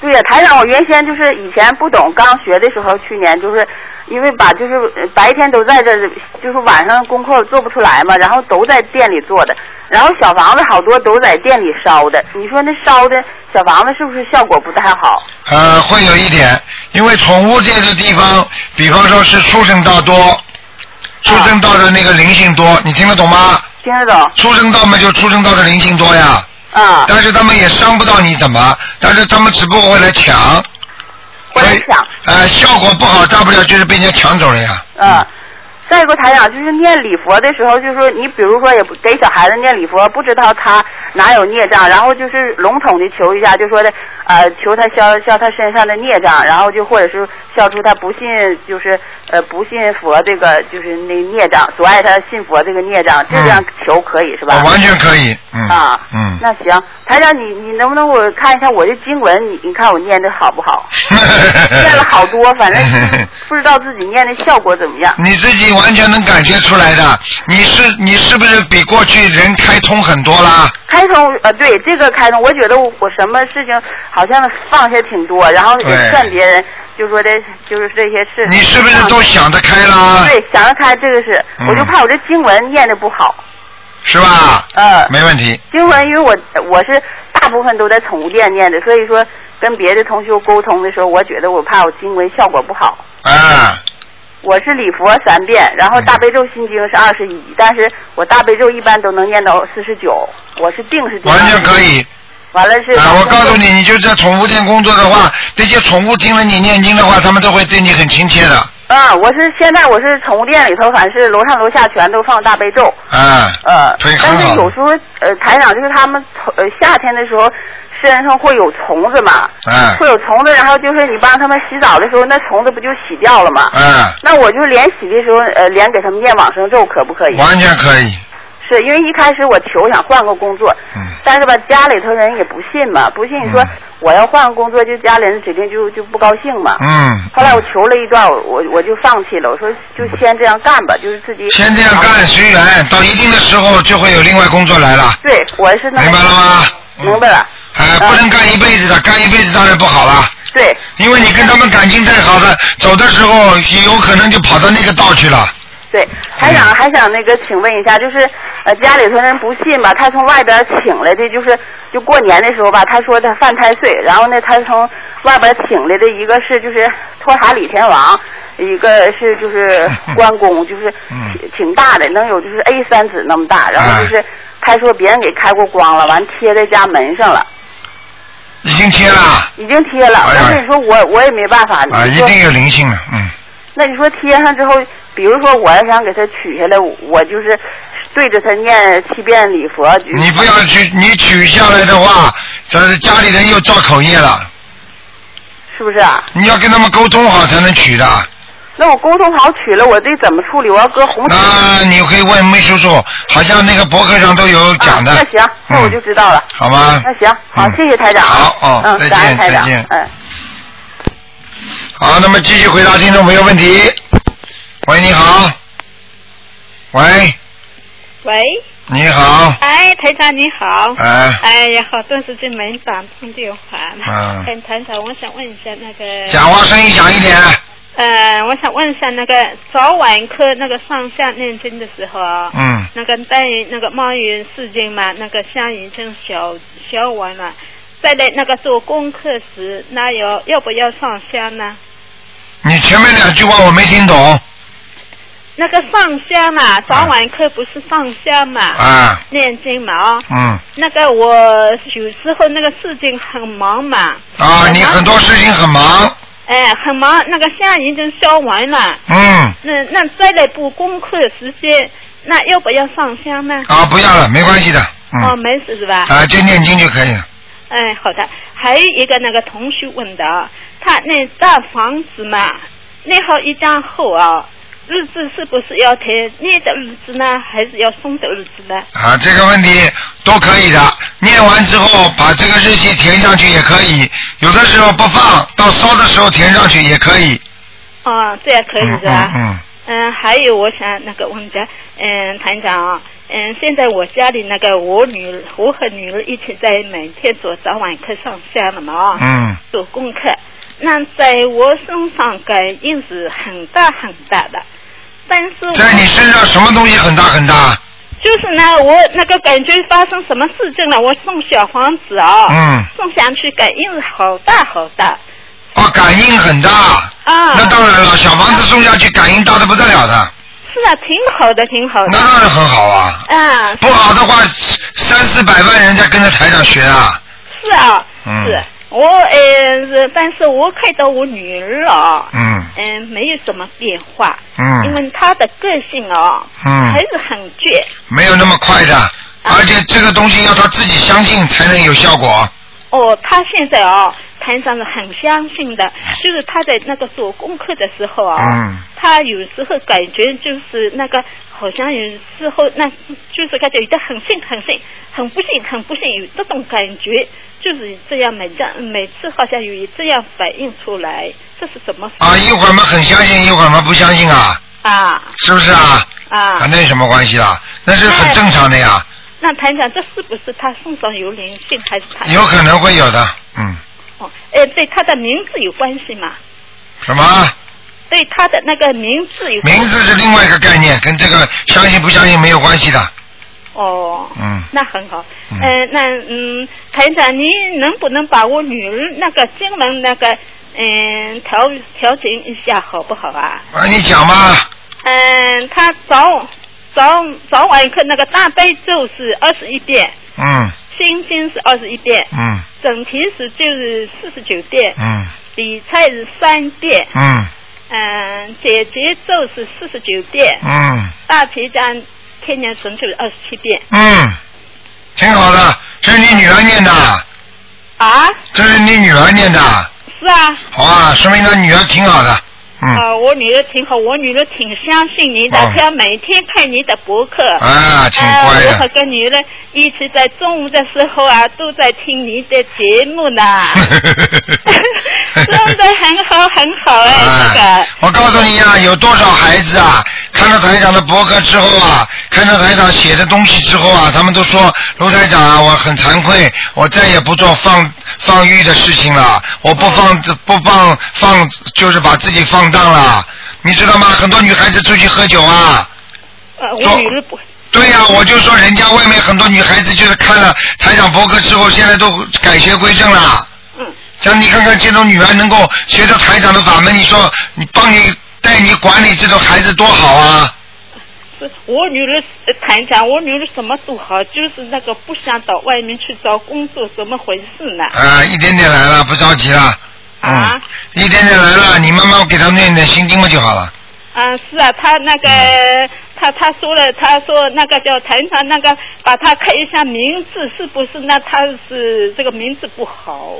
G: 对呀、台长，我原先就是以前不懂，刚学的时候，去年就是因为把就是呃白天都在这儿，就是晚上功课做不出来嘛，然后都在店里做的，然后小房子好多都在店里烧的，你说那烧的小房子是不是效果不太好？
A: 呃，会有一点，因为宠物这个地方，比方说是畜生道多，畜生道的那个灵性多，你听得懂吗？
G: 啊听得懂？
A: 畜生道嘛，就畜生道的灵性多呀，
G: 啊，
A: 但是他们也伤不到你怎么，但是他们只不过会来抢，
G: 我
A: 所
G: 在
A: 以
G: 想，
A: 呃，效果不好，大不了就是被人家抢走了呀。
G: 嗯。再一个，台长就是念礼佛的时候，就是说你比如说也不给小孩子念礼佛，不知道他哪有孽障，然后就是笼统的求一下，就说的呃求他消消他身上的孽障，然后就或者是消除他不信就是呃不信佛这个就是那孽障，阻碍他信佛这个孽障，这样求可以是吧？
A: 哦完全可以，嗯，
G: 啊，
A: 嗯，
G: 那行，台长你你能不能我看一下我的经文，你你看我念的好不好？念
A: 念
G: 了好多，反正不知道自己念的效果怎么样。
A: 你自己完全能感觉出来的，你是你是不是比过去人开通很多啦？
G: 开通呃，对这个开通，我觉得我我什么事情好像放下挺多，然后也
A: 对
G: 劝别人，就说的就是这些事。
A: 你是不是都想得开啦？
G: 对想得开这个是，
A: 嗯
G: 我就怕我这经文念的不好。
A: 是吧？
G: 呃，
A: 没问题，
G: 经文因为我我是大部分都在宠物店念的，所以说跟别的同学沟通的时候，我觉得我怕我经文效果不好。
A: 啊，
G: 我是礼佛三遍，然后大悲咒心经是二十一，但是我大悲咒一般都能念到四十九，我是定是定。
A: 完全可。以。
G: 完了是。
A: 啊，我告诉你，你就在宠物店工作的话，那些宠物听了你念经的话，他们都会对你很亲切的。
G: 啊，我是现在我是宠物店里头，反正是楼上楼下全都放大悲咒，
A: 啊，
G: 呃，
A: 对
G: 但
A: 很好
G: 是有时候呃，台长就是他们呃夏天的时候身上会有虫子嘛，
A: 啊，
G: 会有虫子，然后就是你帮他们洗澡的时候，那虫子不就洗掉了吗？
A: 啊，
G: 那我就连洗的时候，呃，连给他们念往生咒，可不可以？
A: 完全可以。
G: 是因为一开始我求想换个工作，
A: 嗯
G: 但是吧，家里头人也不信嘛，不信你说
A: 嗯
G: 我要换个工作，就家里人指定就就不高兴嘛。
A: 嗯。
G: 后来我求了一段，我我我就放弃了，我说就先这样干吧，就是自己
A: 先这样干，随缘，到一定的时候就会有另外工作来了，
G: 对，我是那么
A: 明白了吗？嗯
G: 明白了，
A: 哎，不能干一辈子的，干一辈子当然不好了。
G: 对，
A: 因为你跟他们感情太好了，走的时候也有可能就跑到那个道去了。
G: 对，还想
A: 嗯
G: 还想那个，请问一下，就是呃家里头人不信吧，他从外边请来的，就是就过年的时候吧，他说他犯太岁，然后呢，他从外边请来的一个是就是托塔李天王，一个是 就是关公，就是
A: 嗯哎
G: 挺挺大的，能有就是 A 三纸那么大，然后就是他说别人给开过光了，完贴在家门上了，
A: 已经贴了啊，
G: 已经贴了，
A: 哎呀啊
G: 但是你说我我也没办法，你
A: 一
G: 说
A: 定有灵性了，嗯，
G: 那你说贴上之后，比如说我要想给他取下来，我就是对着他念七遍礼佛。就是
A: 你不要去，你取下来的话，这家里人又造口业了，
G: 是不是啊？
A: 你要跟他们沟通好才能取的。
G: 那我沟通好取了，我这怎么处理？我要搁红纸。
A: 那呃你可以问秘书处，好像那个博客上都有讲的。
G: 啊那行，那我就知道了。
A: 嗯好吗？
G: 那行，好，
A: 嗯
G: 谢谢台长啊。
A: 好哦再
G: 嗯，感
A: 见
G: 恩台长
A: 再见。
G: 嗯。
A: 好，那么继续回答听众朋友问题。喂，你好。喂，
D: 喂，
A: 你好。
D: 哎，台长你好。
A: 哎，
D: 哎呀，好段时间没打通电话了。
A: 嗯
D: 哎，台长，我想问一下那个，
A: 讲话声音响一点。
D: 呃，我想问一下那个早晚课那个上下念经的时候，
A: 嗯
D: 那个关于那个猫云事件嘛，那个下已经小小完了，再来那个做功课时，那有要不要上香呢？
A: 你前面两句话我没听懂
D: 那个上香嘛，早晚课不是上香嘛，
A: 啊，
D: 念经嘛哦。
A: 嗯
D: 那个我有时候那个事情很忙嘛，
A: 啊，你很多事情很忙，
D: 哎，很忙，那个香已经烧完了，
A: 嗯
D: 那那再来补功课时间，那要不要上香呢？
A: 啊，不要了，没关系的，
D: 哦，
A: 嗯
D: 没事是吧？
A: 啊，就念经就可以了，
D: 哎，好的。还有一个那个同学问的啊，他那大房子嘛，那好一张后啊，日子是不是要贴念的日子呢，还是要松的日子呢？
A: 啊，这个问题都可以的，念完之后把这个日期填上去也可以，有的时候不放，到烧的时候填上去也可以，
D: 啊，这样可以
A: 嗯
D: 是吧？
A: 嗯嗯，
D: 嗯，还有我想那个问一下，嗯，团长啊，嗯，现在我家里那个我女儿，我和女儿一起在每天做早晚课上下了嘛，
A: 嗯，
D: 做功课。那在我身上感应是很大很大的，但是我
A: 在你身上什么东西很大很大？
D: 就是呢，我那个感觉发生什么事情了，我送小房子啊、
A: 嗯，
D: 送上去感应是好大好大
A: 哦，感应很大。
D: 啊，
A: 那当然了，小房子送下去，感应大的不得了的，
D: 是啊，挺好的，挺好
A: 那
D: 的，
A: 当然很好啊。
D: 啊，
A: 不好的话，三四百万人在跟着台长学啊。
D: 是啊，
A: 嗯
D: 是我呃，是但是我看到我女儿啊，
A: 嗯
D: 嗯、没有什么变化，因
A: 嗯
D: 为她的个性啊，还
A: 嗯，
D: 是很倔，
A: 没有那么快的，而且这个东西要他自己相信才能有效果。
D: 哦，他现在啊，台上是很相信的，就是他在那个做功课的时候啊，
A: 嗯
D: 他有时候感觉就是那个好像有时候那就是感觉有的很信很信，很不信很不信，有这种感觉，就是这样每这每次好像有这样反映出来，这是什么
A: 啊，一会儿嘛很相信，一会儿嘛不相信啊，
D: 啊
A: 是不是啊？啊，
D: 啊？
A: 那有什么关系啦？那是很正常的呀，
D: 那台长，这是不是他身上有灵性，还是他？
A: 有可能会有的。嗯，
D: 哦，哎，对他的名字有关系吗？
A: 什么？
D: 对他的那个名字有关
A: 名字是另外一个概念，跟这个相信不相信没有关系的。
D: 哦。
A: 嗯，
D: 那很好，
A: 嗯
D: 呃，那嗯，台长，你能不能把我女儿那个经文那个嗯调调整一下，好不好啊？
A: 啊，你讲吧。
D: 嗯，她早早早晚课那个大悲咒是二十一遍，
A: 嗯
D: 心经是二十一遍，
A: 嗯
D: 整体是就是四十九遍，
A: 嗯
D: 理财是三遍，
A: 嗯
D: 嗯，解结咒是四十九遍，
A: 嗯
D: 大皮章天年神咒二十七遍
A: 嗯，挺好的。这是你女儿念的，
D: 啊，
A: 这是你女儿念的，
D: 是啊。
A: 好啊，说明她女儿挺好的。嗯，
D: 啊，我女儿挺好，我女儿挺相信你的
A: 哦，
D: 她每天看你的博客。
A: 啊，挺
D: 啊
A: 乖
D: 我和
A: 的。
D: 个女儿一起在中午的时候啊，都在听你的节 目呢，真的很好，很好哎、嗯这个
A: 哎，我告诉你啊，有多少孩子啊，看到台长的博客之后啊，看到台长写的东西之后啊，他们都说卢台长啊，我很惭愧，我再也不做放放欲的事情了，我不放
D: 嗯
A: 不放放，就是把自己放荡了，你知道吗？很多女孩子出去喝酒啊。
D: 呃，
A: 做
D: 我女儿不，
A: 对呀、我就说人家外面很多女孩子就是看了台长博客之后，现在都改邪归正了。
D: 嗯，
A: 像你看看这种女儿能够学着台长的法门，你说你帮你带你管理这种孩子多好啊！
D: 是我女儿呃谈讲，我女儿什么都好，就是那个不想到外面去找工作，怎么回事呢？
A: 啊，一点点来了，不着急了。
D: 啊
A: 嗯，一点点来了，你慢慢给她念点心经嘛就好了。
D: 嗯，是啊，他那个，他他说了，他说那个叫陈长，那个把他看一下名字是不是？那他是这个名字不好。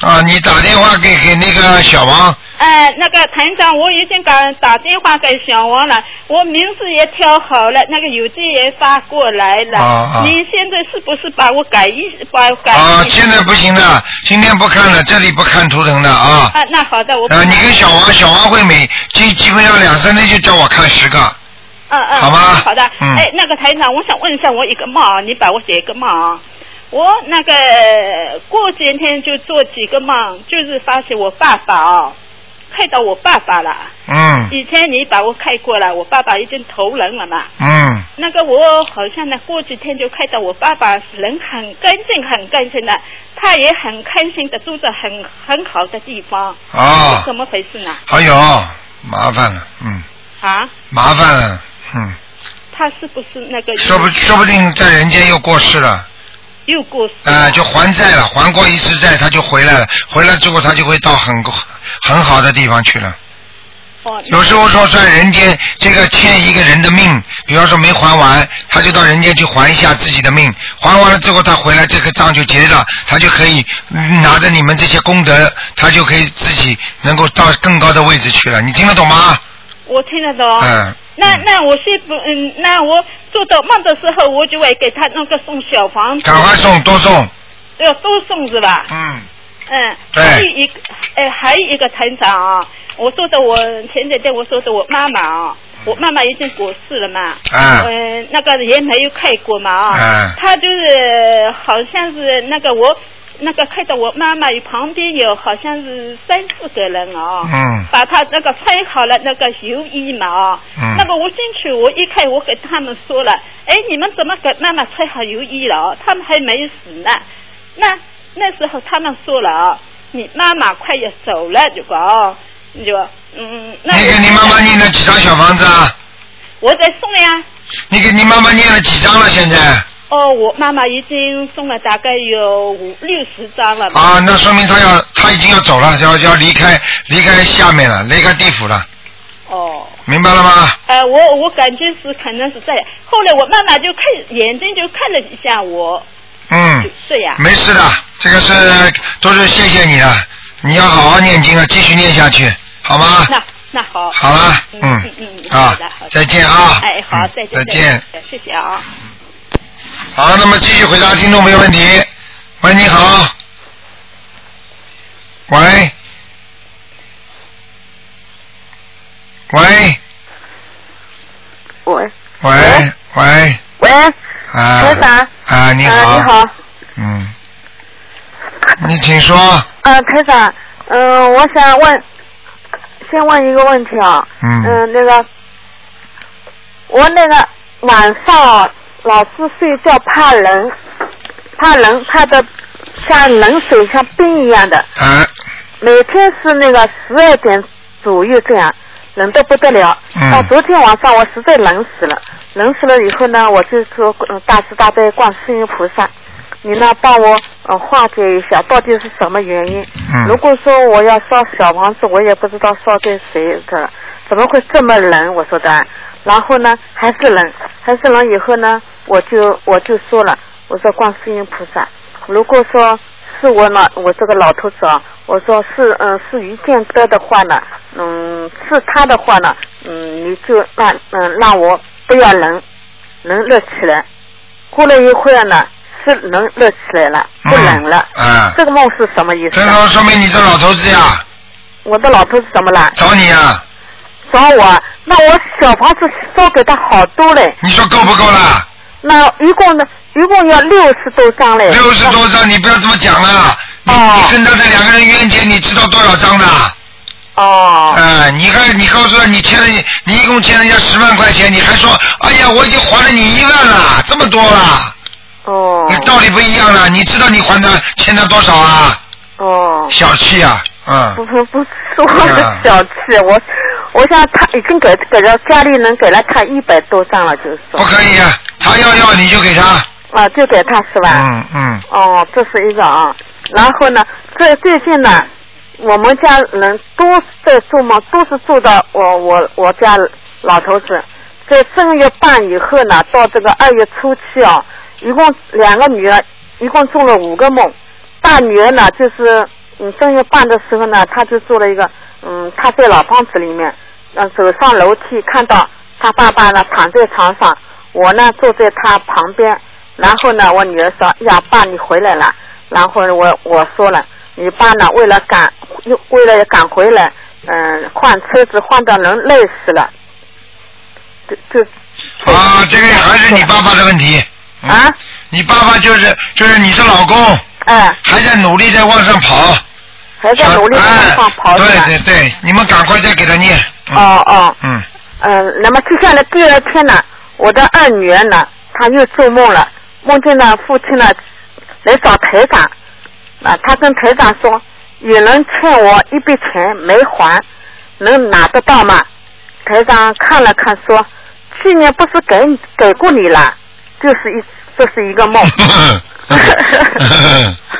A: 啊，你打电话给给那个小王，
D: 哎，那个团长，我已经打打电话给小王了，我名字也挑好了，那个邮件也发过来了。
A: 啊啊
D: 你现在是不是把我改一把我改一？
A: 啊，现在不行的，今天不看了，这里不看图腾的啊。
D: 啊，那好的，我不
A: 呃，你跟小王，小王会每基基本上两三天就叫我看十个。
D: 嗯嗯，
A: 好吧
D: 好的。
A: 嗯
D: 哎，那个台长，我想问一下，我一个梦啊，你把我解一个梦啊。我那个过几天就做几个梦，就是发现我爸爸啊，看到我爸爸了。
A: 嗯
D: 以前你把我看过了，我爸爸已经投人了嘛。
A: 嗯
D: 那个我好像呢，过几天就看到我爸爸人很干净，很干净的，他也很开心的住在很很好的地方，
A: 哦
D: 是怎么回事呢？
A: 哎呦，麻烦了，嗯，
D: 啊，
A: 麻烦了，嗯，
D: 他是不是那个
A: 说不说不定在人间又过世了，
D: 又过世了？
A: 呃，就还债了，还过一次债他就回来了，回来之后他就会到很很好的地方去了。
D: 哦，那
A: 有时候说在人间这个欠一个人的命，比方说没还完，他就到人间去还一下自己的命，还完了之后他回来这个账就结了，他就可以嗯拿着你们这些功德，他就可以自己能够到更高的位置去了。你听得懂吗？
D: 我听得懂。
A: 嗯。
D: 那那我是不嗯，那我做到梦的时候，我就会给他那个送小房子，
A: 赶快送，多送。
D: 要多送是吧？
A: 嗯。
D: 嗯，
A: 对
D: 还有一个，哎，还有一个团长啊，我说的我前几天我说的我妈妈啊，我妈妈已经过世了嘛，
A: 嗯啊
D: 嗯、那个也没有开过嘛啊，
A: 啊
D: 他就是好像是那个我那个看到我妈妈旁边有好像是三四个人啊、
A: 嗯
D: 把他那个穿好了那个油衣嘛啊、
A: 嗯
D: 那个我进去我一看我给他们说了，哎你们怎么给妈妈穿好油衣了啊？他们还没死呢，那那时候他们说了啊，你妈妈快要走了这个啊，你就嗯那
A: 你给你妈妈念了几张小房子啊？
D: 我在送了呀。
A: 你给你妈妈念了几张了？现在
D: 哦，我妈妈已经送了大概有五六十张了吧。
A: 啊，那说明她要她已经要走了，要要离开离开下面了，离开地府了，
D: 哦，
A: 明白了吗？
D: 呃，我我感觉是可能是这样。后来我妈妈就看眼睛就看了一下我，就
A: 嗯，
D: 这样。
A: 没事的，这个是都是谢谢你了，你要好好念经啊，继续念下去，好吗？
D: 那那好。
A: 好了，
D: 嗯
A: 嗯
D: 嗯嗯，
A: 啊
D: 好的好，的
A: 再见啊，
D: 哎，好
A: 嗯，
D: 再见。
A: 再见。，
D: 谢谢啊。
A: 好，那么继续回答听众朋友问题。喂，你好。喂。喂
H: 喂
A: 喂喂
H: 喂，
A: 啊！
H: 台长
A: 啊，你好。
H: 啊，你好，
A: 嗯。你请说。
H: 啊，台长，嗯、我想问，先问一个问题啊，
A: 嗯
H: 嗯、那个，我那个晚上啊老是睡觉怕冷，怕冷，怕的像冷水像冰一样的，
A: 啊，
H: 每天是那个十二点左右这样，冷得不得了。
A: 嗯
H: 到昨天晚上我实在冷死了，冷死了以后呢，我就说、嗯、大慈大悲观世音菩萨，你呢帮我呃化解一下，到底是什么原因？
A: 嗯
H: 如果说我要烧小房子，我也不知道烧给谁的，怎么会这么冷？我说的，然后呢还是冷，还是冷以后呢，我就我就说了，我说观世音菩萨，如果说是我老我这个老头子啊，我说是嗯是于建德的话呢，嗯是他的话呢，嗯你就让嗯让我不要冷，能热起来。过了一会儿呢，是能热起来了，不冷了。
A: 嗯啊，
H: 这个梦是什么意思
A: 这
H: 啊？
A: 说说明你这老头子呀，
H: 我的老头子怎么了？
A: 找你啊呀，
H: 找我？啊那我小房子烧给他好多嘞，
A: 你说够不够啦？
H: 那一共呢？一共要六十多张嘞。
A: 六十多张，你不要这么讲啊！你
H: 哦
A: 你跟他这两个人冤结，你知道多少张的？
H: 哦
A: 哎，你看，你告诉他，你欠了你，你一共欠人家十万块钱，你还说，哎呀，我已经还了你一万了，这么多了，
H: 哦
A: 那道理不一样了。你知道你还他欠他多少啊？
H: 哦，
A: 小气啊，
H: 不
A: 嗯，
H: 不不是我的小气，我我想他已经给给了家里人给了他一百多张了，就是说
A: 不可以啊，他要要你就给他，
H: 啊，就给他是吧？
A: 嗯嗯，
H: 哦，这是一个啊。然后呢，最最近呢，我们家人都是在做梦，都是做到我我我家老头子。在正月半以后呢，到这个二月初七啊，一共两个女儿，一共做了五个梦。大女儿呢，就是嗯正月半的时候呢，她就做了一个嗯，她在老房子里面，嗯、走上楼梯看到她爸爸呢躺在床上，我呢坐在她旁边，然后呢我女儿说呀爸你回来了，然后我我说了你爸呢为了赶为了赶回来，嗯、换车子换到人累死了，就就
A: 啊，这个还是你爸爸的问题。嗯
H: 啊，
A: 你爸爸就是就是你的老公，
H: 哎
A: 还在努力在往上跑，
H: 还在努力地往上跑
A: 哎
H: 是
A: 对
H: 吧？
A: 对对，你们赶快再给他念。嗯
H: 哦哦。
A: 嗯，
H: 嗯，那么接下来第二天呢，我的二女儿呢，她又做梦了，梦见了父亲呢来找台长，啊，她跟台长说，有人欠我一笔钱没还，能拿得到吗？台长看了看说，去年不是给你给过你了，就是一这是一 个梦。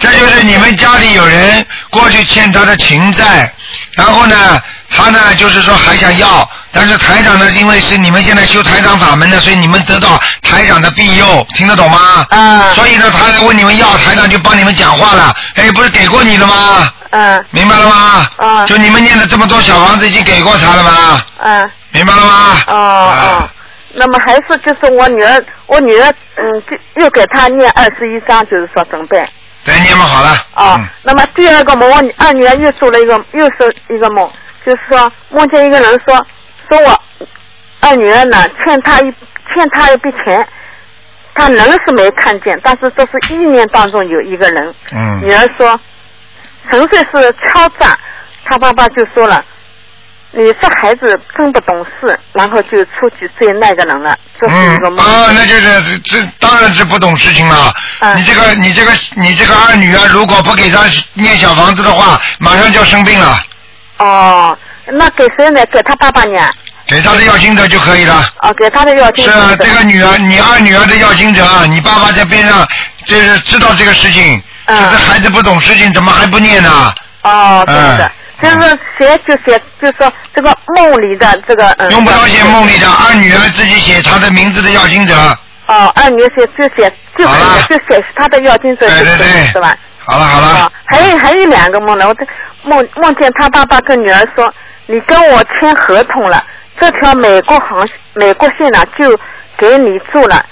A: 这就是你们家里有人过去欠他的情债，然后呢，他呢就是说还想要，但是台长呢，因为是你们现在修台长法门的，所以你们得到台长的庇佑，听得懂吗？
H: 嗯
A: 所以呢，他来问你们要，台长就帮你们讲话了。哎，不是给过你了吗？
H: 嗯
A: 明白了吗？
H: 嗯
A: 就你们念了这么多小房子，已经给过他了吗？
H: 嗯。
A: 明白了吗？
H: 哦哦
A: 啊，，
H: 那么还是就是我女儿，我女儿嗯，就又给她念二十一章，就是说准备。
A: 对，念不好了。
H: 哦，
A: 嗯
H: 那么第二个梦，我女二女儿又做了一个，又是一个梦，就是说梦见一个人说，说我二女儿呢欠他一欠他一笔钱，他人是没看见，但是这是意念当中有一个人。女
A: 嗯，
H: 儿说，纯粹是敲诈。他爸爸就说了，你这孩子真不懂事，然后就出去追那个人了，这是一个
A: 嗯
H: 梦。
A: 啊，那就是这这当然是不懂事情了。
H: 嗯
A: 你这个你这个你这个二女儿，如果不给她念小房子的话，马上就要生病了，
H: 哦，那给谁呢？给他爸爸呢？
A: 给她的要经者就可以了。
H: 哦，给他的要经
A: 是啊这个女儿，你二女儿的要经者，啊你爸爸在边上，就是知道这个事情，
H: 嗯
A: 就是孩子不懂事情，怎么还不念呢？
H: 哦，对的
A: 嗯，
H: 就是写就写，就说这个梦里的这个嗯。
A: 用不着写梦里的，二女儿自己写她的名字的要经者，
H: 哦，二女写就写就
A: 好了
H: 写就写他的要经者就
A: 对对
H: 行
A: 对
H: 是吧？
A: 好了好了
H: 啊，，还有还有两个梦呢，我这梦梦见他爸爸跟女儿说，你跟我签合同了，这条美国航美国线呢就给你住了，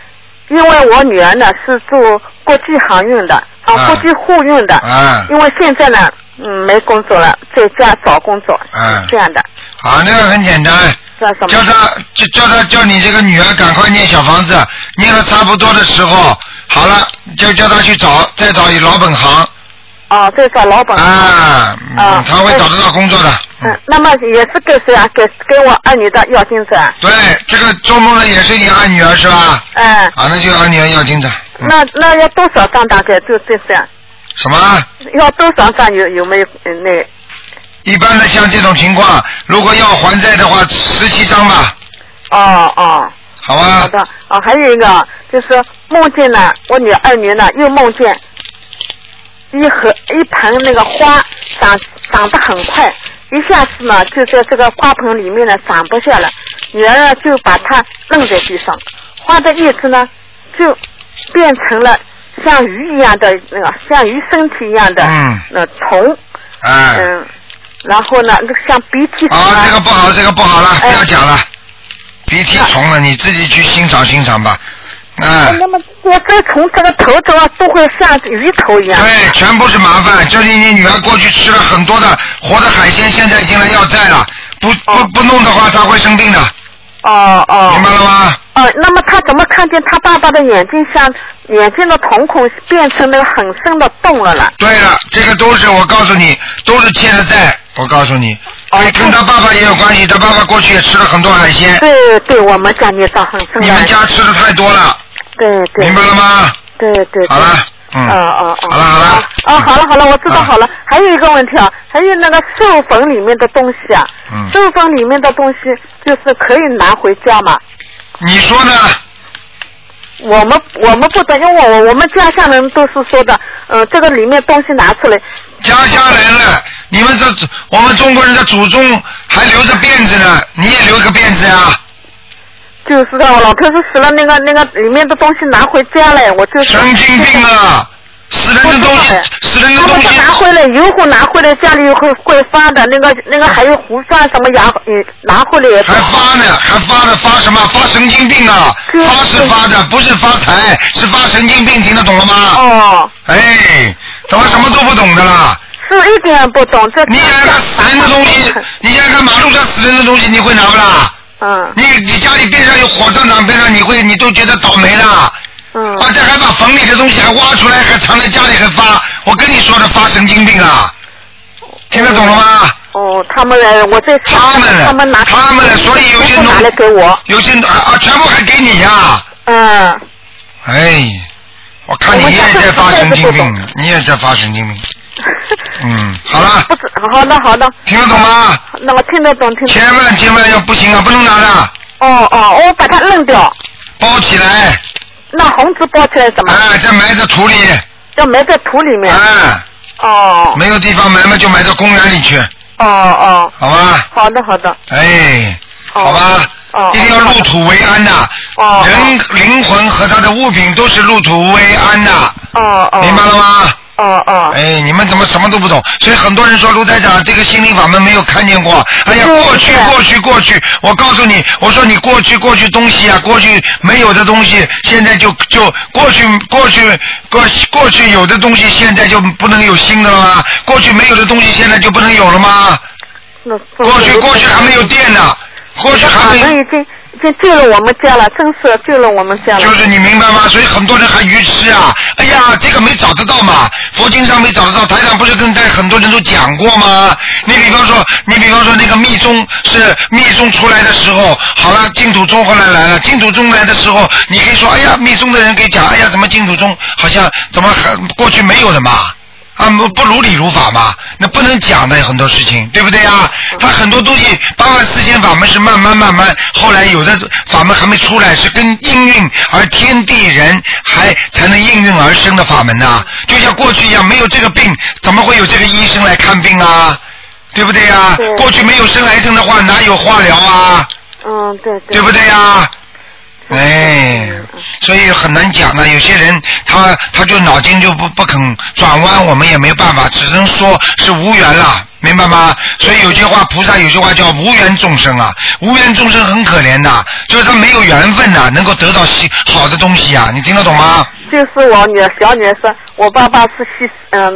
H: 因为我女儿呢是住国际航运的，
A: 啊
H: 啊国际货运的，
A: 啊
H: 因为现在呢嗯没工作了，在家找工作，
A: 嗯
H: 是这样的，
A: 好，那个很简单，
H: 叫什
A: 叫
H: 么？
A: 她叫叫她叫你这个女儿赶快念小房子，念的差不多的时候，好了，就叫她去找再找老本行
H: 哦，这找老板。
A: 啊，
H: 啊
A: 嗯她会找得到工作的。
H: 嗯，那么也是给谁啊？给给我二女的要金子啊？
A: 对，这个做梦的也是你二女儿是吧？
H: 嗯，
A: 啊，那就二女儿要经者。嗯
H: 那那要多少张大概就这这样？
A: 什么？
H: 要多少张有有没有呃那
A: 一般的像这种情况，如果要还债的话，十七张吧，
H: 哦哦，
A: 好啊吧？
H: 好的哦，还有一个啊就是梦见呢，我女儿二女呢又梦见一盒一盆那个花长长得很快，一下子呢就在这个花盆里面呢长不下了，女儿呢就把它扔在地上，花的叶子呢就变成了像鱼一样的那个像鱼身体一样的
A: 嗯
H: 那虫，
A: 哎、
H: 嗯，然后呢那个像鼻涕虫
A: 啊，这个不好，这个不好了，不
H: 哎
A: 要讲了。鼻涕虫了，你自己去欣赏欣赏吧。哎、
H: 那么我这从这个头头啊，都会像鱼头一样。
A: 对，全部是麻烦。就是你女儿过去吃了很多的活的海鲜，现在已经来要债了，不不不弄的话，她会生病的，
H: 哦
A: 明白
H: 哦
A: 了吗？
H: 哦，那么他怎么看见他爸爸的眼睛像眼睛的瞳孔变成那个很深的洞了啦？
A: 对了，这个都是我告诉你，都是欠的债。我告诉你，
H: 哦
A: 跟跟他爸爸也有关系，他爸爸过去也吃了很多海鲜，
H: 对对，我们家孽障很深
A: 你
H: 的
A: 们。家吃的太多了，
H: 对对
A: 明白了吗？
H: 对对对。
A: 好了，嗯，
H: 哦哦哦，
A: 好了好了
H: 哦，好了好了，我知道
A: 啊
H: 好了。还有一个问题啊，还有那个授粉里面的东西啊，
A: 嗯
H: 授粉里面的东西就是可以拿回家嘛？
A: 你说呢？
H: 我们我们不懂，因为我我们家乡人都是说的，呃，这个里面东西拿出来，
A: 家乡人了，你们这祖我们中国人的祖宗还留着辫子呢，你也留个辫子呀？
H: 就是的，我老头子死了，那个那个里面的东西拿回家来，我就是
A: 神经病啊！死人的东西，死人的
H: 哎他
A: 东
H: 们
A: 西
H: 说，拿回来，油壶拿回来，家里会会发的，那个那个还有胡蒜什么牙，也拿回来也不
A: 还发呢，还发呢，发什么？发神经病啊！
H: 对
A: 发是发的，不是发财，是发神经病，听得懂了吗？
H: 哦，
A: 哎，怎么什么都不懂的啦？
H: 是一点也不懂这。
A: 你想想看死人的东 西，你想想看马路上死人的东西，你会拿不啦？
H: 嗯
A: 你你家里边上有火葬场边上，你会你都觉得倒霉了。
H: 嗯，
A: 而且还把坟里的东西还挖出来，还藏在家里还发，我跟你说的发神经病啊！听得懂了吗？
H: 哦，他们来，我在想
A: 他们了
H: 他们拿，
A: 他们了所以有些
H: 全部拿
A: 农
H: 来给我，
A: 有些啊啊，全部还给你呀、
H: 嗯，
A: 哎，我看你
H: 我
A: 也
H: 们家
A: 在发神经
H: 这个
A: 病，你也在发神经病。嗯，好了，
H: 不止，好的好的，
A: 听得懂吗？
H: 那我听得懂听得懂。
A: 千万千万要不行啊，不能拿的，
H: 哦哦，我把它扔掉，
A: 包起来，
H: 那红纸包起来怎么？
A: 哎，再埋在土里，
H: 要埋在土里面。
A: 哎，
H: 哦
A: 没有地方埋嘛，就埋到公园里去，
H: 哦哦，
A: 好吧？
H: 好的好的。
A: 哎，
H: 哦
A: 好吧，
H: 哦
A: 一定要入土为安呐、
H: 哦哦
A: 人灵魂和他的物品都是入土为安呐、
H: 哦哦。
A: 明白了吗？
H: 哦哦。
A: 哎，你们怎么什么都不懂？所以很多人说卢台长这个心灵法门没有看见过。哎呀，
H: 对
A: 过去
H: 对
A: 过去过去，我告诉你，我说你过去过去东西啊，过去没有的东西，现在就就过去过去过过去有的东西，现在就不能有新的了吗？过去没有的东西，现在就不能有了吗？
H: 那
A: 过去过去还没有电呢，过去还
H: 好
A: 没
H: 像已经已经救了我们家了，真是救了我们家了。
A: 就是你明白吗？所以很多人还愚痴啊！哎呀，这个没找得到嘛，佛经上没找得到。台长不是跟在很多人都讲过吗？你比方说，你比方说那个密宗是密宗出来的时候，好了，净土宗后来来了，净土宗来的时候，你可以说，哎呀，密宗的人可以讲，哎呀，怎么净土宗好像怎么还过去没有的嘛？啊，不不如理如法嘛，那不能讲的很多事情，对不对啊？他很多东西，八万四千法门是慢慢慢慢，后来有的法门还没出来，是跟应运而天地人还才能应运而生的法门呐、就像过去一样，没有这个病，怎么会有这个医生来看病啊？对不对啊？
H: 对
A: 过去没有生癌症的话，哪有化疗啊？
H: 嗯，对对。
A: 对不对呀、哎
H: 嗯，
A: 所以很难讲的。有些人他他就脑筋就不不肯转弯，我们也没有办法，只能说是无缘了，明白吗？所以有句话，菩萨有句话叫无缘众生啊，无缘众生很可怜的，就是他没有缘分呐、能够得到西好的东西啊，你听得懂吗？
H: 就是我女儿小女儿说，我爸爸是牺嗯、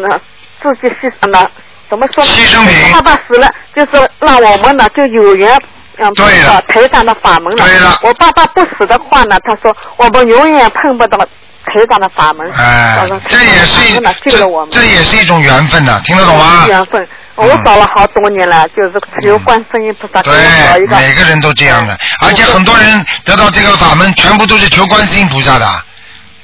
H: 自己牺牲了，怎么说呢？
A: 牺牲品
H: 我爸爸死了，就是让我们呢就有缘。嗯，
A: 对
H: 碰
A: 了
H: 到台长的法门了。
A: 对了
H: 我爸爸不死的话呢，他说我们永远碰不到台长的法门。
A: 哎
H: 他说，
A: 这也是一
H: 台长的法门呢救了我
A: 这
H: 们。啊
A: 这也是一种缘分呐、听得懂吗？
H: 缘分，我
A: 嗯
H: 找了好多年了，就是求观世音菩萨给
A: 对
H: 我找一，个。
A: 哎
H: 嗯
A: 每个人都这样的，而且很多人得到这个法门，全部都是求观世音菩萨的。嗯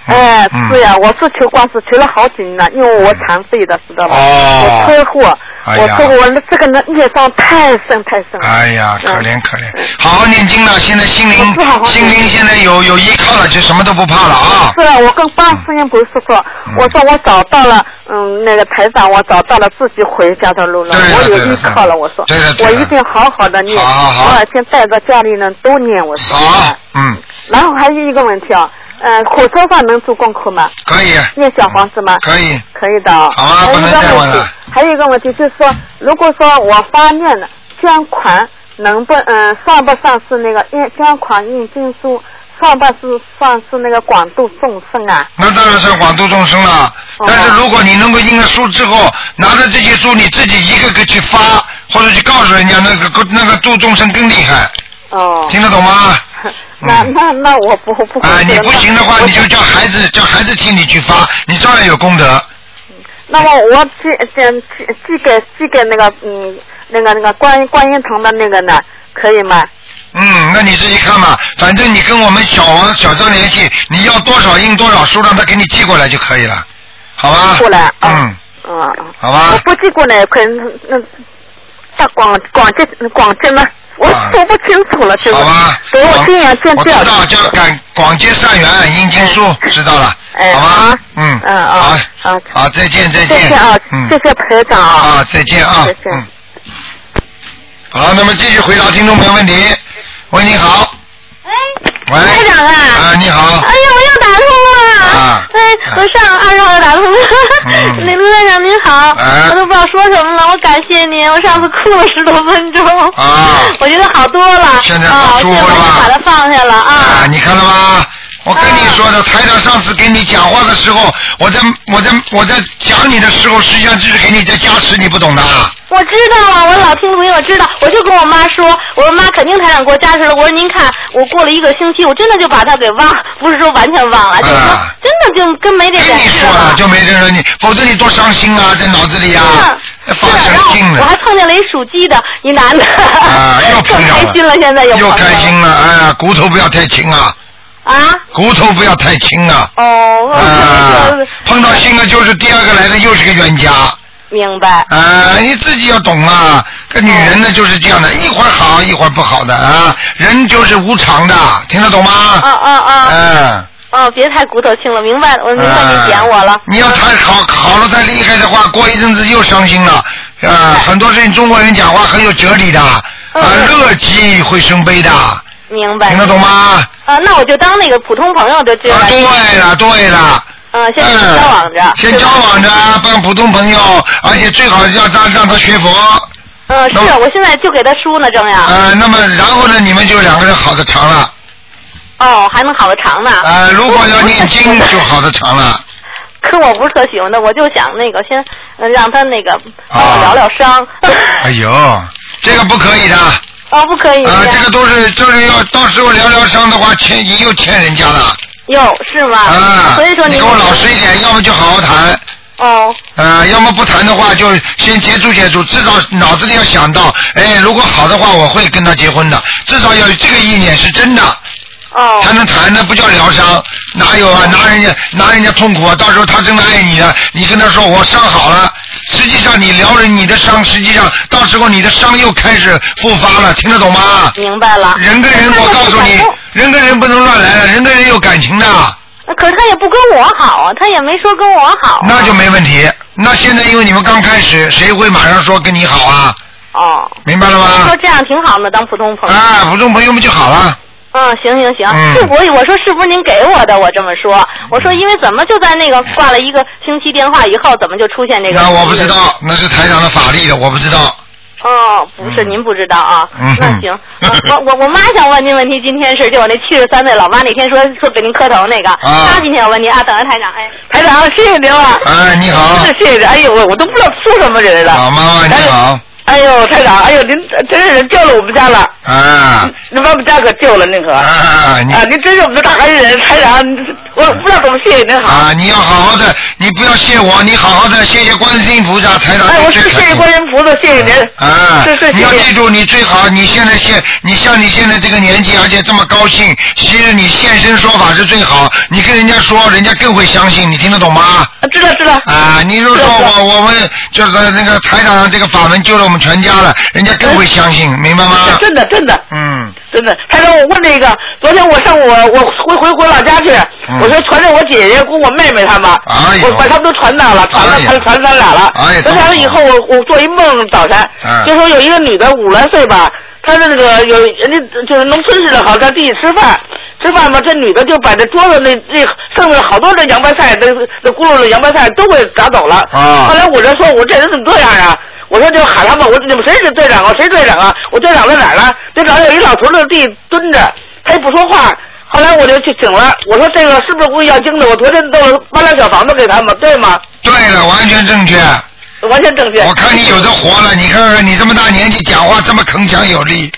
H: 哎，是、
A: 嗯
H: 呀，我是求官司求了好几年了，因为我残废的，知道吧？
A: 哦
H: 我车祸，
A: 哎
H: 我
A: 呀
H: 车祸，我这个呢业障太深太深了。
A: 哎呀，
H: 嗯
A: 可怜可怜，好好念经了。现在心灵
H: 我是好好念
A: 心灵现在有有依靠了，就什么都不怕了啊
H: 是。啊，我跟观世音菩萨说，
A: 嗯
H: 我说我找到了，嗯，那个台长，我找到了自己回家的路了，
A: 对了
H: 我有
A: 对了
H: 依靠了。我说
A: 对了对，了
H: 我一定好好的念，
A: 好好好
H: 我先带着家里人都念。我说，
A: 好，嗯，
H: 然后还有一个问题啊，嗯，火车上能做功课吗？
A: 可以，嗯
H: 念小黄子吗？
A: 可以，
H: 可以的啊。
A: 好啊
H: 还有
A: 不
H: 一
A: 能
H: 个
A: 再问
H: 问题
A: 了，
H: 还有一个问题就是说，如果说我发愿了，捐款能不嗯算不算是那个印捐款印经书，算不是算是那个广度众生啊？
A: 那当然算广度众生了。
H: 哦
A: 但是如果你能够印了书之后，拿着这些书你自己一个个去发，或者去告诉人家，那个那个度众生更厉害，
H: 哦，
A: 听得懂吗？
H: 那
A: 嗯
H: 那那我不不会
A: 啊，
H: 这
A: 你
H: 个
A: 不行的话，你就叫孩子叫孩子替你去发，你照样有功德。
H: 那么我寄嗯寄寄给寄给那个嗯那个那个观观音堂的那个呢，可以吗？
A: 嗯，那你自己看吧，反正你跟我们小王小张联系，你要多少印多少书，让他给你寄过来就可以了，好吧？
H: 过来
A: 嗯，
H: 嗯，嗯
A: 好
H: 我
A: 吧。
H: 不寄过来，可能那到广广州广州呢，我
A: 啊
H: 说不清楚了，就是
A: 好吧，
H: 给我
A: 好
H: 这样这样
A: 我
H: 这
A: 知
H: 样。
A: 道，叫赶啊广结善缘，印经书，知道了，
H: 哎
A: 好
H: 好
A: 吧
H: 啊？
A: 嗯，
H: 嗯啊
A: 好
H: 好，
A: 好，再见，再
H: 谢
A: 见，
H: 谢啊，
A: 嗯
H: 谢，谢排长啊。
A: 啊，再见啊
H: 谢谢，
A: 嗯，好，那么继续回答听众朋友问题。喂，你好，
I: 哎，
A: 喂，
I: 台长啊
A: 啊，你好，
I: 哎呀，我又打通了！
A: 啊
I: 哎，我上二十号就打通了。
A: 嗯
I: 那卢台长您好，
A: 哎
I: 我都不知道说什么了，我感谢您，我上次哭了十多分钟。
A: 啊
I: 我觉得好多了。
A: 现在
I: 啊，
A: 好
I: 我
A: 多
I: 现在
A: 了
I: 我就
A: 吧
I: 把它放下了
A: 啊，
I: 啊。
A: 你看了吗？我跟你说的，台长上次跟你讲话的时候，我在我在我在讲你的时候，实际上就是给你在加持，你不懂的。
I: 我知道啊，我老听录音，我知道，我就跟我妈说，我说妈肯定台长给我加持了。我说您看，我过了一个星期，我真的就把它给忘，不是说完全忘了，就是说
A: 啊
I: 真的就跟没这
A: 跟
I: 点
A: 你
I: 事
A: 说
I: 了
A: 了。啊就没人了，你否则你多伤心啊，在脑子里啊，
I: 是
A: 发
I: 的，然
A: 神
I: 后
A: 经
I: 我还
A: 了。
I: 碰见了一属鸡的一男的，
A: 啊，又
I: 更
A: 碰
I: 开
A: 上
I: 心了，现在有朋
A: 又
I: 友
A: 开心了，哎呀，骨头不要太轻啊，
I: 啊！
A: 骨头不要太轻啊，
I: 哦，
A: 啊
I: 我，
A: 碰到新的就是第二个来的又是个冤家，
I: 明白。
A: 啊，你自己要懂啊。这女
I: 嗯
A: 人呢就是这样的，一会儿好一会儿不好的啊，人就是无常的，听得懂吗？
I: 啊啊啊！
A: 嗯，
I: 哦，别太骨头轻了，明白了，我明白
A: 嗯
I: 你点我了。
A: 你要太好好了太厉害的话，过一阵子又伤心了。呃，很多事情中国人讲话很有哲理的，啊、
I: 嗯
A: 乐极会生悲的，
I: 明白
A: 听。得懂吗？
I: 啊，那我就当那个普通朋友就这样
A: 啊，。对了对了。
I: 嗯，现在
A: 嗯
I: 交往着。
A: 先交往着，当普通朋友，而且最好要让让他学佛，
I: 嗯，是
A: 那
I: 我现在就给他书呢，正要。
A: 呃，那么然后呢，你们就两个人好的长了，
I: 哦，还能好的长呢。
A: 呃，如果要念 经就好的长了。
I: 可我不是特喜欢他，我就想那个先嗯
A: 啊
I: 呃让他那个帮我疗疗伤。
A: 哎呦，这个不可以的，
I: 哦，不可以。
A: 啊，这个都是都是要到时候疗疗伤的话，欠你又欠人家了。
I: 哟，是吗？
A: 啊，
I: 所以说
A: 你
I: 您
A: 给我老实一点，要么就好好谈。
I: 哦。
A: 啊，要么不谈的话，就先接触接触，至少脑子里要想到，哎，如果好的话，我会跟他结婚的，至少要有这个意念是真的。
I: 哦。
A: 才能谈，那不叫疗伤，哪有啊？拿人家拿人家痛苦啊！到时候他真的爱你了，你跟他说我伤好了，实际上你疗了你的伤，实际上到时候你的伤又开始复发了，听得懂吗？
I: 明白了。
A: 人跟人，我告诉你，人跟人不能乱来了，人跟人有感情的。
I: 嗯呃可是他也不跟我好啊，他也没说跟我好。啊
A: 那就没问题。那现在因为你们刚开始，谁会马上说跟你好啊？
I: 哦。
A: 明白了吗？
I: 说这样挺好的，当普通朋友。
A: 啊，普通朋友不就好了？
I: 嗯，行行行，
A: 嗯
I: 是我我说是不是您给我的？我这么说，我说因为怎么就在那个挂了一个星期电话以后，怎么就出现这个？
A: 那我不知。道，那是台长的法力的，我不知道。
I: 哦，不是，您不知道啊。
A: 嗯
I: 那行，我我我妈想问您问题，今天是就我那七十三岁老妈那天说说给您磕头那个，她今天要问您啊，等着台长，哎，
J: 台长， 谢谢您了。
A: 哎，你好。
J: 谢谢，哎呦，我我都不知道出什么人了。
A: 好，妈妈你好。
J: 哎呦，台长，哎呦，您真是人救了我们家了，
A: 啊
J: 您把我们家可救了，那可。
A: 啊，你
J: 啊，您真是我们的大恩人，台长，我不知道怎么谢谢您好。
A: 啊，你要好好的，你不要谢我，你好好的谢谢观世音菩萨台长。
J: 哎，我是
A: 最
J: 谢
A: 开
J: 谢
A: 心
J: 观音菩萨，谢谢您。
A: 啊
J: 是是，
A: 你要
J: 谢谢
A: 记住，你最好你现在现，你像你现在这个年纪，而且这么高兴，其实你现身说法是最好。你跟人家说，人家更会相信，你听得懂吗？
J: 啊知道知道。
A: 啊，你就说我我们就是那个台长这个法门救了我们全家了，人家更会相信，明白吗？
J: 真的真的
A: 嗯，
J: 真的，台长，我问那个，昨天我上我我回回回老家去，
A: 嗯
J: 我说传着我姐姐跟我妹妹她们，
A: 哎呦
J: 我把她们都传到了，传了
A: 哎呀
J: 传传咱俩了。
A: 哎呀
J: 传完了以后，我我做一梦早晨
A: 嗯，
J: 就说有一个女的五来岁吧，她那个有人家就是农村似的，好像地里吃饭。吃饭吧，这女的就把这桌子那那剩下好多的洋白菜，那那咕噜的洋白菜都给砸走了。
A: 啊
J: 后来我就说，我这人怎么这样啊？我说就喊他们，我说你们谁是队长啊？谁队长啊？我队长在哪儿呢？队长有一老头子地蹲着，他也不说话。后来我就去请了，我说这个是不是故意要惊的？我昨天都搬了小房子给他们，对吗？
A: 对了，完全正确。
J: 完全正确。
A: 我看你有的活了，你看看你这么大年纪讲话这么铿锵有力，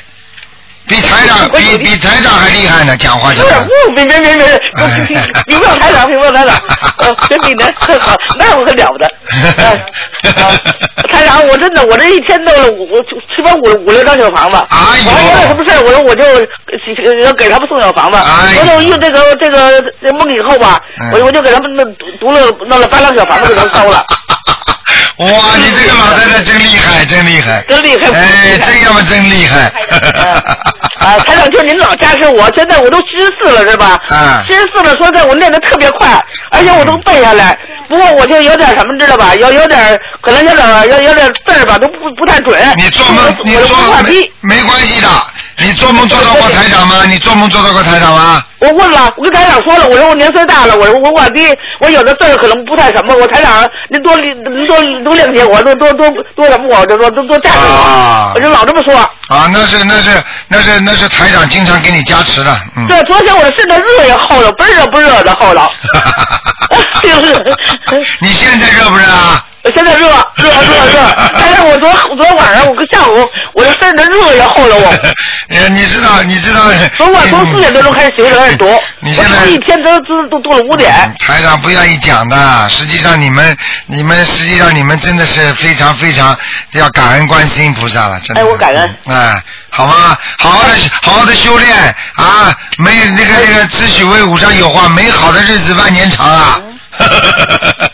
A: 比台 长
J: 我
A: 比比台长还厉害呢，讲话
J: 不
A: 就是是。，
J: 不，别别别别，评论台长，评论台长，呃，真比您好，那我可了不得。哎啊台长，我真的，我这一天弄了五，我起码五五六张小房子。
A: 哎呦
J: 我还有点什么事儿，我说我就呃给他们送小房子。
A: 哎呦哎
J: 我就用这个这个这梦以后吧，我就我就给他们弄读了弄了八张小房子给他们烧了。
A: 哎哇，你这个老太太真厉害，真厉害，
J: 真厉害
A: 哎，这要么真厉害。
J: 啊，台长，就您老加持我，现在我都七十四了，是吧？
A: 嗯
J: 七十四了，说在我练的特别快，而且我都背下来。不过我就有点什么，知道吧？有有点，可能有点，有有点字儿吧，都不不太准。
A: 你做梦，
J: 我
A: 你
J: 我
A: 做
J: 文化
A: 梦
J: 低
A: 没。没关系的，你做梦做到过台长吗？你做梦做到过台长吗？
J: 我问了，我跟台长说了，我说我年岁大了，我说文化低，我有的字儿可能不太什么。我台长，您多理您多多谅解我，多多多多什么我，就说多多加持
A: 啊
J: 我，我就老这么说。
A: 啊，那是那是那是那是台长经常给你加持的，嗯。
J: 对，昨天我的肾的热也后了，倍儿热不热的后了。 就是
A: 你现在热不热啊？
J: 我现在热热热热，但是我昨昨天晚上我跟下午我这身的热也后 了我，
A: 你哎你知道你知道。
J: 昨晚从四点多钟开始学着开始读，
A: 你现
J: 我
A: 在
J: 读一天都都都读了五点，
A: 嗯台长不愿意讲的，实际上你们你们实际上你们真的是非常非常要感恩观世音菩萨了，真的。
J: 哎我感恩
A: 嗯。哎，好吗？好好的好好的修炼啊！没那个那个，只许为五上有话，美好的日子万年长啊！嗯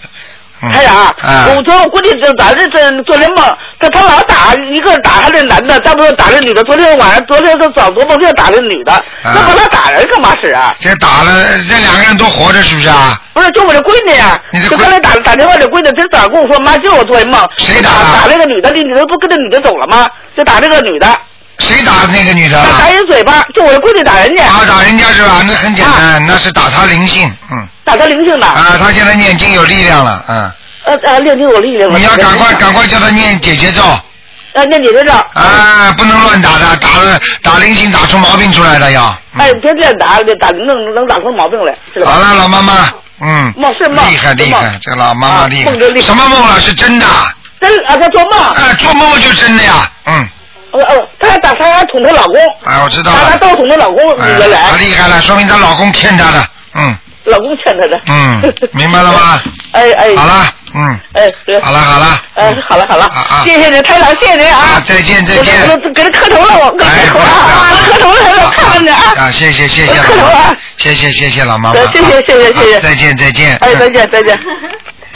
J: 台长
A: 啊，
J: 我昨天我估计这咱这这做天梦，他他老打一个打他这男的，再不就打这女的。昨天晚上，昨天他早做梦就打这女的，
A: 嗯
J: 那不是他打人干嘛使啊？
A: 这打了，这两个人都活着是不是啊？
J: 不是，就我这闺女啊
A: 你这，
J: 就
A: 闺
J: 刚才打打电话，这闺女今儿早上跟我说，妈，就是我做一梦，
A: 谁打啊
J: 打
A: 的
J: 打那个女的，那女的不跟那女的走了吗？就打这个女的，
A: 啊谁打那个女的
J: 她
A: 了？
J: 打人嘴巴，就我这闺女打人家，
A: 啊，打人家是吧？那很简单，那是打他灵性，嗯。
J: 打她灵性的，
A: 啊，他现在念经有力量了，嗯，
J: 呃呃，练经我力量，
A: 你要赶快赶快叫他念姐姐咒，
J: 呃，那你这照，
A: 啊，不能乱打的，打了打灵性打出毛病出来了要。嗯
J: 哎，别这样打，打能能打出毛病来，知道
A: 好
J: 吧？
A: 了，老妈妈，嗯，
J: 梦是梦
A: 厉害
J: 是
A: 厉
J: 梦
A: 害，这个老妈妈
J: 啊
A: 厉
J: 梦就厉
A: 害，
J: 害
A: 什么梦了？是真的，啊，
J: 真啊，她做梦，
A: 做梦就真的呀，嗯，
J: 哦哦，她还打沙发捅她老公，
A: 哎，我知道
J: 拿拿
A: 了。
J: 刀捅她老公，
A: 哎
J: 原来
A: 她厉害了，说明她老公欠她的。嗯
J: 老公欠她的。
A: 嗯，明白了吗？
J: 哎哎。
A: 好了，嗯，
J: 哎，对
A: 好了好了。啊
J: 哎，好了好了，谢谢您，台长，谢谢您啊！
A: 再见再见哎
J: 我这我给他磕头了，我给他磕头了啊，磕头了，我看看你啊！
A: 啊，谢谢谢谢老
J: 我
A: 妈
J: 了，
A: 谢谢谢谢老妈妈
J: 对，谢谢谢谢谢谢
A: 啊再见再见。
J: 哎，再
A: 嗯
J: 见再见。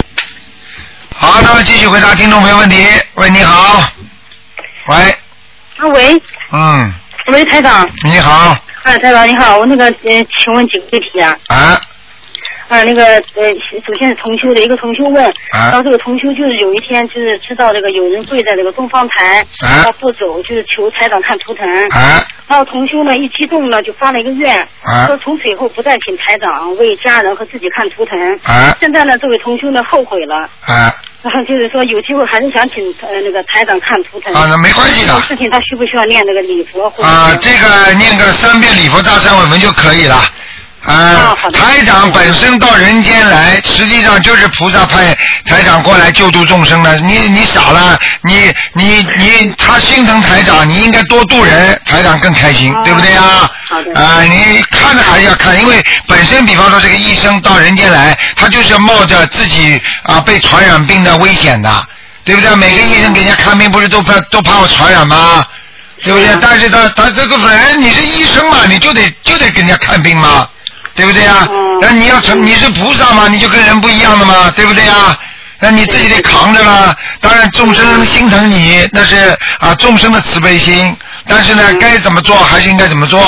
A: 好，那么继续回答听众朋友问题。喂，你好。喂，
K: 啊喂
A: 嗯，
K: 喂，台长，
A: 你好，
K: 哎，台长你好，我那个呃，请问几个问题啊？
A: 啊，
K: 啊，那个呃，首先是同修的一个同修问，
A: 啊
K: 然后这个同修就是有一天就是知道这个有人跪在这个东方台，
A: 啊
K: 然后不走，就是求台长看图腾，
A: 啊，
K: 然后同修呢一激动呢就发了一个愿，
A: 啊
K: 说从此以后不再请台长为家人和自己看图腾，
A: 啊
K: 现在呢这位同修呢后悔了。
A: 啊，
K: 然后就是说，有机会还是想请呃那个台长看图腾。
A: 啊那没关系的
K: 这个事情他需不需要念那个礼佛或者
A: 啊，这个念个三遍礼佛大忏悔文就可以了。啊，台长本身到人间来，实际上就是菩萨派台长过来救度众生的。你你傻了，你你你，他心疼台长，你应该多度人，台长更开心，对不对啊？啊，你看着还是要看，因为本身比方说这个医生到人间来，他就是要冒着自己啊被传染病的危险的，对不对？每个医生给人家看病不是都怕都怕我传染吗？对不对？但是他他这个人你是医生嘛，你就得就得给人家看病嘛，对不对啊？那你要成你是菩萨嘛，你就跟人不一样的嘛，对不对啊？那你自己得扛着了。当然众生心疼你，那是啊众生的慈悲心。但是呢，该怎么做还是应该怎么做，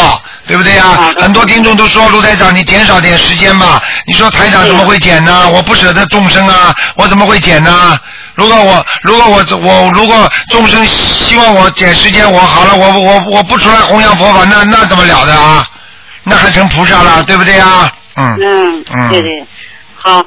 A: 对不对啊？很多听众都说卢台长，你减少点时间吧。你说台长怎么会减呢？我不舍得众生啊，我怎么会减呢？如果我如果我我如果众生希望我减时间，我好了，我我我不出来弘扬佛法，那那怎么了的啊？那还成菩萨了，对不对啊？嗯
K: 嗯
A: 嗯
K: 对对，好，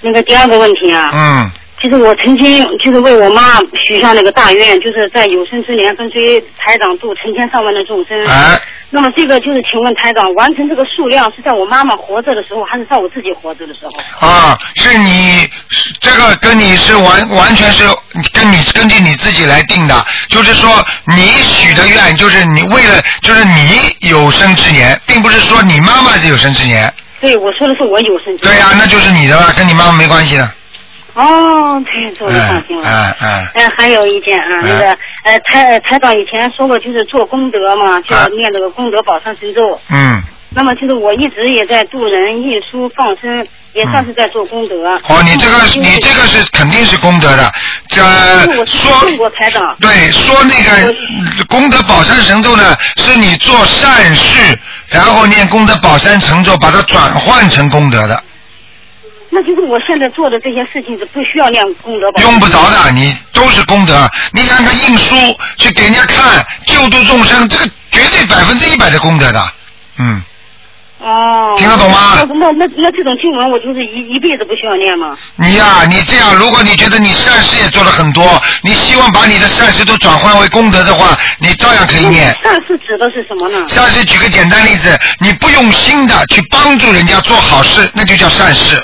K: 那个第二个问题啊，
A: 嗯
K: 就是我曾经就是为我妈许下那个大愿，就是在有生之年跟随台长度成千上万的众生。
A: 哎
K: 那么这个就是，请问台长，完成这个数量是在我妈妈活着的时候，还是在我自己活着的时候？
A: 啊，是你是这个跟你是完完全是跟你根据你自己来定的，就是说你许的愿就是你为了就是你有生之年，并不是说你妈妈是有生之年。
K: 对，我说的是我有生之年。
A: 对呀、那就是你的了，跟你妈妈没关系的。
K: 哦，对，终于放心了。
A: 哎哎
K: 哎，还有一件啊，那个呃，台台长以前说过，就是做功德嘛，就
A: 哎
K: 要念这个功德宝山神咒。
A: 嗯，
K: 那么就是我一直也在度人、印书、放生，也算是在做功德。嗯
A: 哦，你这个你这个是肯定是功德的，这
K: 我是中国台长。
A: 对，说那个功德宝山神咒呢，是你做善事，然后念功德宝山神咒，把它转换成功德的，
K: 那就是我现在做的这些事情是不需要念功德宝。
A: 用不着的，你都是功德。你想看印书去给人家看，救度众生，这个绝对百分之一百的功德的。嗯，
K: 哦。
A: 听得懂吗
K: 那那那那这种经文，我就是一一辈子不需要念吗？
A: 你呀、你这样，如果你觉得你善事也做了很多，你希望把你的善事都转换为功德的话，你照样可以念。
K: 那善事指的是什么呢？
A: 善事举个简单例子，你不用心的去帮助人家做好事，那就叫善事。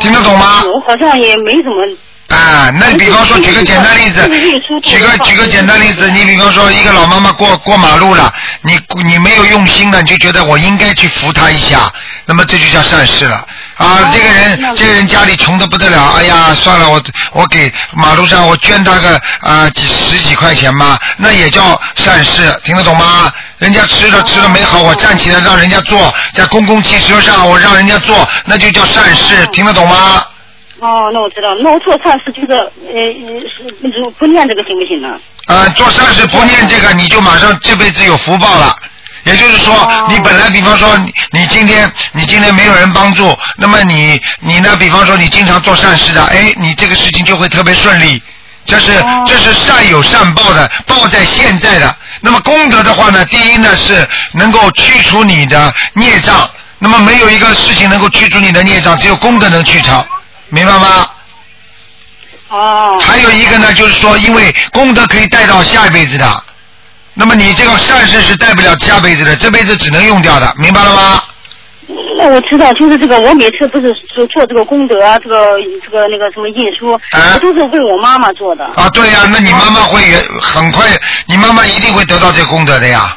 A: 听得懂吗？
K: 哦我好像也没怎么。
A: 啊，那你比方说举个简单例子，举个举个简单例子，你比方说一个老妈妈过过马路了，你你没有用心的，你就觉得我应该去扶她一下，那么这就叫善事了。啊，这个人这个人家里穷的不得了，哎呀，算了，我我给马路上我捐他个啊、几十几块钱吧，那也叫善事，听得懂吗？人家吃了吃了没好，我站起来让人家坐，在公共汽车上我让人家坐，那就叫善事，听得懂吗？
K: 哦，那我知道，那我做善事就是呃，呃是如不念这个行不行呢？
A: 呃，做善事不念这个，你就马上这辈子有福报了。也就是说，你本来比方说你你今天你今天没有人帮助，那么你你呢？比方说你经常做善事的，哎，你这个事情就会特别顺利。这是这是善有善报的，报在现在的。那么功德的话呢，第一呢是能够去除你的孽障。那么没有一个事情能够去除你的孽障，只有功德能去除，明白吗？还有一个呢，就是说，因为功德可以带到下一辈子的，那么你这个善事是带不了下辈子的，这辈子只能用掉的，明白了吗？
K: 那对，我知道，就是这个，我每次不是做做这个功德啊，这个这个那个什么印书，我都是为我妈妈做的。
A: 啊，对呀、那你妈妈会也很快，你妈妈一定会得到这个功德的呀。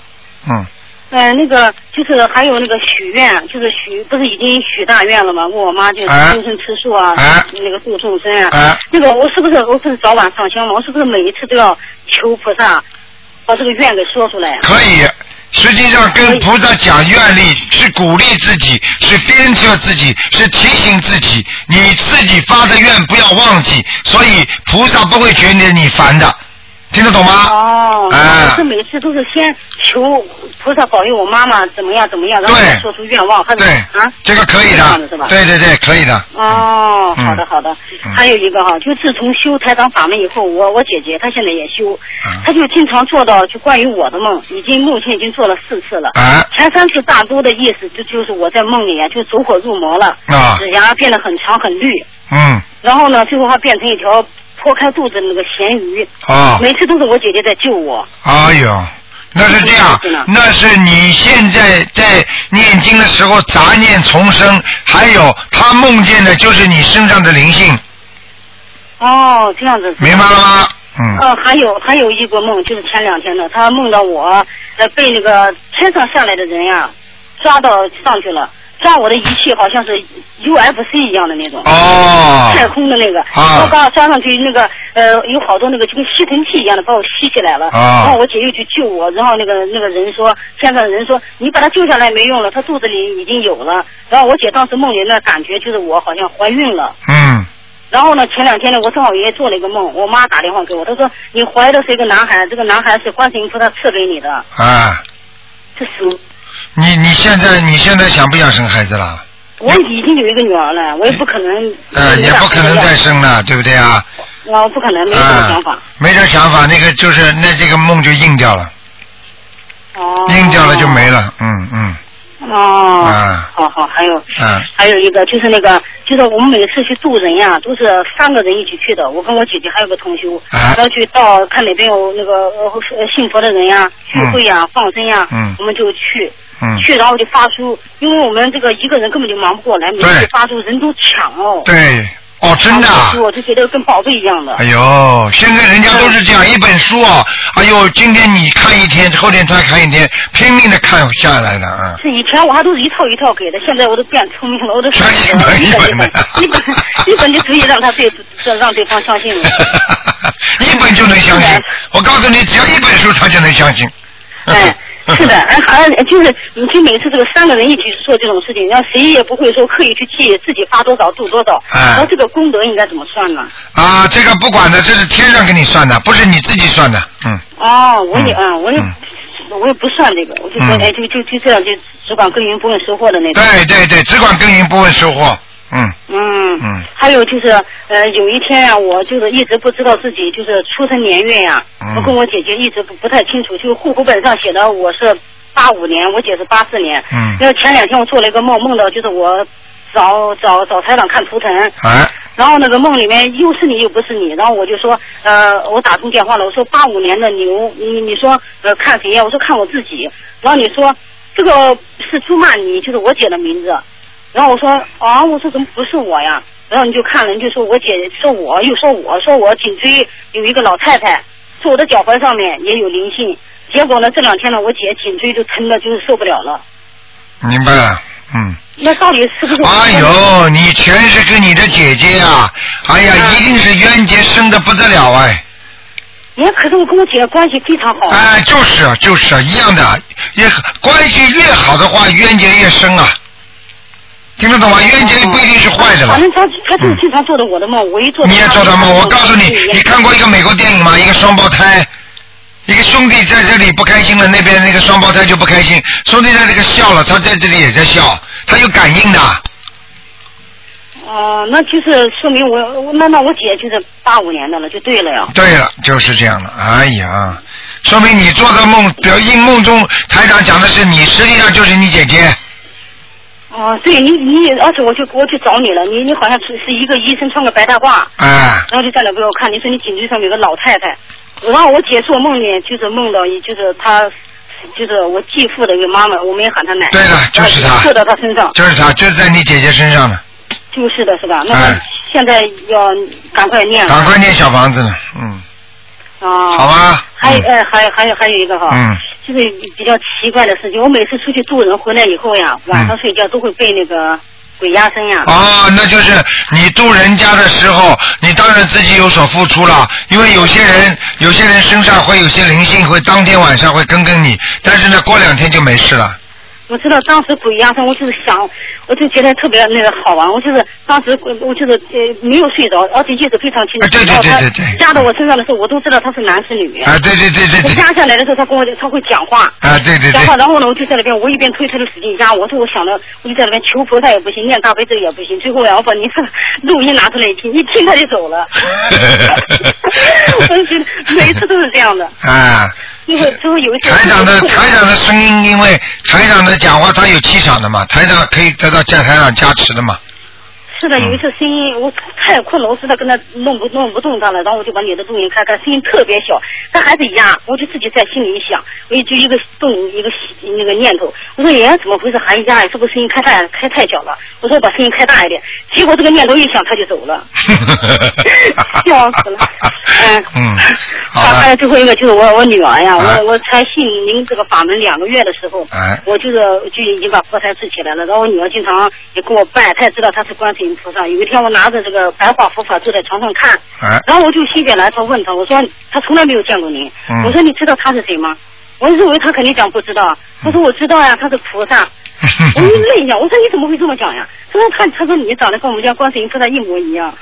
A: 嗯，
K: 呃，那个就是还有那个许愿，就是许不是已经许大愿了吗？问我妈就是
A: 哎
K: 终身吃素啊，那个度众生啊。
A: 哎
K: 那个我是不是我不是早晚上香吗？我是不是每一次都要求菩萨把这个愿给说出来啊？
A: 可以。实际上跟菩萨讲愿力是鼓励自己，是鞭策自己，是提醒自己，你自己发的愿不要忘记，所以菩萨不会觉得你烦的，听得懂吗？
K: 哦，
A: 哎
K: 我是每次都是先求菩萨保佑我妈妈怎么样怎么样，然后再说出愿望，还是啊？
A: 这个可以
K: 这样子
A: 的
K: 是吧，
A: 对对对，可以的。
K: 哦，
A: 嗯
K: 好的好的。
A: 嗯
K: 还有一个哈，就自从修台长法门以后，我我姐姐她现在也修，
A: 啊
K: 她就经常做到就关于我的梦，已经目前已经做了四次了。
A: 啊
K: 前三次大都的意思就就是我在梦里啊就走火入魔了，
A: 啊
K: 指甲变得很长很绿，
A: 嗯，
K: 然后呢最后还变成一条剖开肚子的那个咸鱼。
A: 哦
K: 每次都是我姐姐在救我。
A: 哎呦，那是这样，那是你现在在念经的时候杂念丛生，还有他梦见的就是你身上的灵性，
K: 哦，这样子。
A: 明白了吗？嗯。
K: 呃，还有还有一个梦，就是前两天的，他梦到我呃被那个天上下来的人呀、抓到上去了，抓我的仪器好像是 UFC 一样的那种。
A: 哦啊
K: 太空的那个，然后刚好抓上去那个呃有好多那个就跟吸尘器一样的把我吸起来了，
A: 啊
K: 然后我姐又去救我，然后那个那个人说天上的人说你把他救下来没用了，他肚子里已经有了，然后我姐当时梦里那感觉就是我好像怀孕了。
A: 嗯，
K: 然后呢，前两天呢，我正好也做了一个梦，我妈打电话给我，她说你怀的是一个男孩，这个男孩是观世音菩萨赐给你的，
A: 啊，
K: 是属。
A: 你你现在你现在想不想生孩子了？
K: 我已经有一个女儿了，我也不可能。
A: 呃，也不可能再嗯生了，对不对啊？
K: 我不可能没这个想法。
A: 没这想法，那个就是那这个梦就硬掉了，
K: 哦。
A: 硬掉了就没了，嗯嗯
K: 哦。
A: 啊
K: 好好，还有
A: 啊
K: 还有一个就是那个，就是我们每次去渡人呀、都是三个人一起去的。我跟我姐姐还有个同修，
A: 啊
K: 然后去到看哪边有那个呃呃信佛的人呀、聚会呀、放生呀、
A: 嗯
K: 我们就去。
A: 嗯，
K: 去，然后就发出，因为我们这个一个人根本就忙不过来，每次发出人都抢哦。
A: 对，哦，真的啊、
K: 发出我就觉得跟宝贝一样的。
A: 哎呦，现在人家都是这样，一本书啊，哎呦，今天你看一天，后天他看一天，拼命的看下来的啊。
K: 是以前我还都是一套一套给的，现在我都变聪明 了，我都舍
A: 啊
K: 不得一本一本一本一本就足以让他对让对方相信 了。
A: 一本就能相信。我告诉你，只要一本书，他就能相信。
K: 哎，是的，哎，还就是你就每次这个三个人一起做这种事情，然后谁也不会说刻意去记自己发多少度多少，
A: 哎
K: 然后这个功德应该怎么算呢？
A: 啊，这个不管的，这是天上给你算的，不是你自己算的。嗯，
K: 哦，我也嗯，我也我也不算这个，我就说
A: 嗯
K: 哎，就就就这样，就只管耕耘不问收获的那种。
A: 对对对，只管耕耘不问收获。嗯
K: 嗯，
A: 嗯
K: 还有就是，呃，有一天呀、我就是一直不知道自己就是出生年月呀、
A: 嗯
K: 我跟我姐姐一直不不太清楚，就户口本上写的我是八五年，我姐是八四年。
A: 嗯
K: 然后前两天我做了一个梦，梦到就是我找找找台长看图腾，
A: 哎
K: 然后那个梦里面又是你又不是你，然后我就说，呃，我打通电话了，我说八五年的牛，你你说呃看谁呀？我说看我自己，然后你说这个是朱曼妮，就是我姐的名字，然后我说啊，我说怎么不是我呀？然后你就看了，你就说我姐说我，又说我说我颈椎有一个老太太，说我的脚踝上面也有灵性，结果呢这两天呢我姐颈椎就疼的就是受不了了，
A: 明白了。嗯。
K: 那到底是不是？
A: 哎呦，你全是跟你的姐姐啊！哎呀，一定是冤结深的不得了哎！
K: 哎，可是我跟我姐关系非常好。
A: 哎，就是啊，就是啊，一样的，也关系越好的话，冤结越深啊。听得懂
K: 哦
A: 吗？冤结不一定是坏的了嗯
K: 反。正他他就是经常做的我的梦，我一做
A: 你也做到吗？
K: 梦，
A: 我告诉你，你看过一个美国电影吗？一个双胞胎，一个兄弟在这里不开心了，那边那个双胞胎就不开心，兄弟在这个笑了，他在这里也在笑，他有感应的。
K: 哦、那就是说明我我那那我姐就是八五年的了，就对了呀。
A: 对了，就是这样的。哎呀，说明你做的梦，表应梦中台长讲的是你，实际上就是你姐姐。
K: 哦、对你你，而且我去我去找你了，你你好像是是一个医生穿个白大褂，
A: 哎，
K: 然后就站那给我看，你说你颈椎上面有个老太太，然后我姐做梦里就是梦到一就是她就是我继父的一个妈妈，我们也喊她奶奶。对
A: 了，就是她
K: 射到她身上。
A: 就是他，就是在你姐姐身上的，
K: 就是的，是吧？那
A: 哎
K: 么现在要赶快念了。
A: 赶快念小房子呢，嗯，
K: 啊。
A: 好吧。
K: 还有，呃，还有还有还有一个哈，
A: 嗯
K: 就是比较奇怪的事情，我每次出去渡人回来以后呀，晚上睡觉都会被那个鬼压身呀。
A: 嗯哦，那就是你渡人家的时候，你当然自己有所付出了，因为有些人有些人身上会有些灵性，会当天晚上会跟跟你，但是呢，过两天就没事 了。
K: 我知道当时鬼压身，我就是想，我就觉得特别那个好玩，我就是当时我我就是呃没有睡着，而且意识非常清楚。对对对对对。压到我身上的时候，我都知道他是男是女。
A: 啊对对对对对
K: 我压下来的时候，他跟我他会讲话。
A: 啊，对对对
K: 然，后，然后呢，我就在那边，我一边推他就使劲压，我说我想着，我就在那边求菩萨也不行，念大悲咒也不行，最后然后把您这个 录音拿出来一听，一听他就走了。 我就觉得每次都是这样的，
A: 啊，
K: 因为之后有一些
A: 台长的台长的声音，因为台长的讲话他有气场的嘛，台长可以得到加台长加持的嘛。
K: 是的，有一次声音我太困了，我实在跟他弄不弄不动他了，然后我就把你的录音开开，声音特别小，他还是压，我就自己在心里一想，我就一个动一个那个念头，我说哎怎么回事还压呀？是不是声音开大开太小了？我说我把声音开大一点，结果这个念头一想他就走了，笑死了。 嗯，
A: 嗯，
K: 还还有最后一个就是我我女儿呀，我我才信您这个法门两个月的时候，
A: 啊哎
K: 我就是就已经把佛台支起来了，然后我女儿经常也跟我拜，她也知道她是观世音菩萨。有一天我拿着这个白话佛法坐在床上看，
A: 哎
K: 然后我就心血来潮问她，我说她从来没有见过您，
A: 嗯
K: 我说你知道她是谁吗？我认为她肯定讲不知道，她说我知道呀，她是 菩萨。我一愣一下，我说你怎么会这么讲呀？她说她她说你长得跟我们家观世音菩萨一模一样。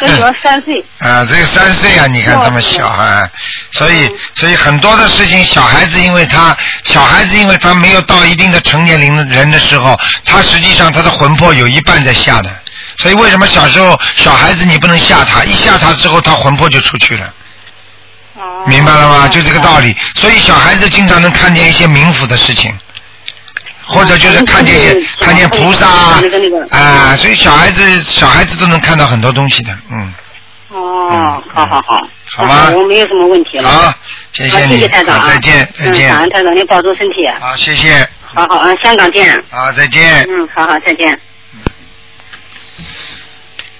K: 我女儿三岁，
A: 啊，只有三岁啊！你看他们小孩，所以所以很多的事情，小孩子因为他小孩子因为他没有到一定的成年龄的人的时候，他实际上他的魂魄有一半在下的，所以为什么小时候小孩子你不能吓他，一吓他之后他魂魄就出去了。明白了吗？就这个道理，所以小孩子经常能看见一些冥府的事情，或者就是看见一
K: 哦
A: 些 看见菩萨啊
K: 嗯那个那个，
A: 啊，所以小孩子小孩子都能看到很多东西的，嗯。
K: 哦，好好好，
A: 好吧
K: 我没有什么问题了。
A: 好，谢
K: 好
A: 谢你，
K: 谢台长啊，
A: 好再见，再
K: 嗯，感
A: 见
K: 恩，台长，您保重身体。
A: 好，谢谢，
K: 好好啊，香港见。
A: 好，再见。
K: 嗯，好好，再见。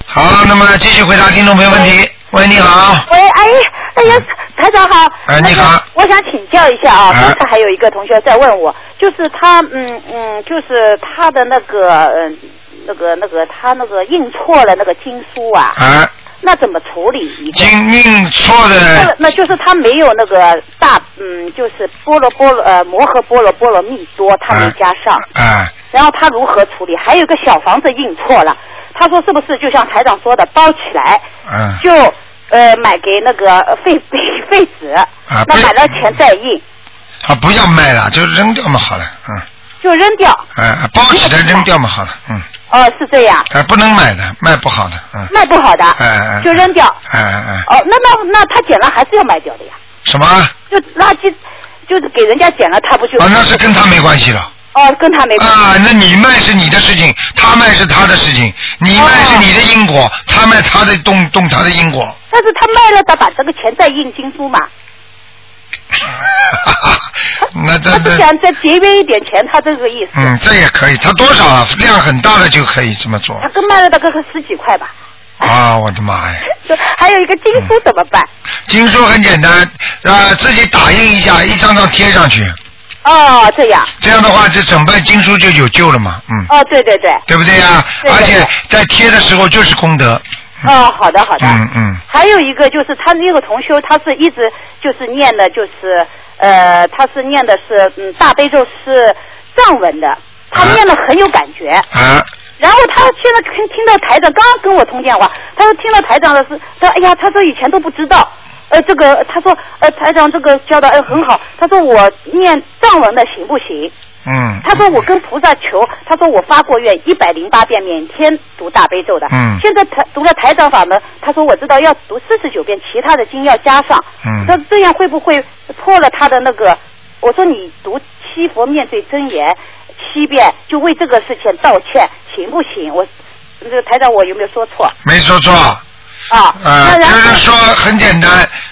A: 好，那么继续回答听众朋友问
G: 嗯
A: 题。喂，你好，
G: 喂，哎，哎呀，台长好。
A: 哎你好
G: 那个。我想请教一下啊，
A: 哎
G: 刚才还有一个同学在问我，就是他，嗯嗯，就是他的那个，嗯，那个那个，他那个印错了那个经书啊，
A: 啊，
G: 那怎么处理？
A: 经印错
G: 那
A: 的
G: 个那就是他没有那个大，嗯，就是菠萝菠萝呃摩诃菠萝菠萝蜜多，他没加上。
A: 啊，
G: 然后他如何处理？还有一个小房子印错了，他说是不是就像台长说的包起来，
A: 嗯，
G: 就呃买给那个呃废 废废纸，
A: 啊
G: 那
A: 不是
G: 买了钱再印，
A: 啊，不要卖了，就扔掉嘛好了，嗯，
G: 就扔掉。
A: 哎，包起来扔掉嘛好了，嗯，
G: 哦，是这样，
A: 哎，不能买的，卖不好的，嗯，
G: 卖不好的
A: 哎哎哎
G: 就扔掉。
A: 哎哎哎，
G: 哦，那那那他捡了还是要卖掉的呀？
A: 什么？啊，
G: 就垃圾，就是给人家捡了，他不就？
A: 那是跟他没关系了。
G: 哦，跟他没关系。
A: 啊，那你卖是你的事情，他卖是他的事情，你卖是你的因果，他卖他的动动他的因果。
G: 但是他卖了，他把这个钱再印经书嘛，
A: 那这
G: 他是
A: 这，
G: 想再节约一点钱，他这个意思。
A: 嗯，这也可以，他多少啊？量很大的就可以这么做
G: 他跟卖了大概是十几块吧。
A: 啊！我的妈呀，
G: 就还有一个经书怎么办？
A: 经书嗯很简单，啊，自己打印一下，一张张贴上去，
G: 哦，这样。
A: 这样的话，这整本经书就有救了嘛，嗯，
G: 哦，对对对。
A: 对不对呀、
G: 对对
A: 而
G: 对
A: 且在贴的时候就是功德，
G: 哦，好的好的。
A: 嗯嗯，
G: 还有一个就是他那个同修，他是一直就是念的，就是呃，他是念的是嗯大悲咒是藏文的，他念的很有感觉。
A: 啊。
G: 然后他现在听听到台长刚刚跟我通电话，他说听到台长的是，他说哎呀，他说以前都不知道，呃，这个他说呃台长这个教的呃很好，他说我念藏文的行不行？
A: 嗯
G: 他说我跟菩萨求，他说我发过愿一百零八遍，每天读大悲咒的。
A: 嗯
G: 现在台读了台长法门，他说我知道要读四十九遍，其他的经要加上。
A: 嗯
G: 那这样会不会破了他的那个？我说你读七佛面对真言七遍，就为这个事情道歉，行不行？我这个台长我有没有说错？
A: 没说错。
G: 啊，
A: 呃
G: 那，然
A: 就是
G: 后
A: 说很简单，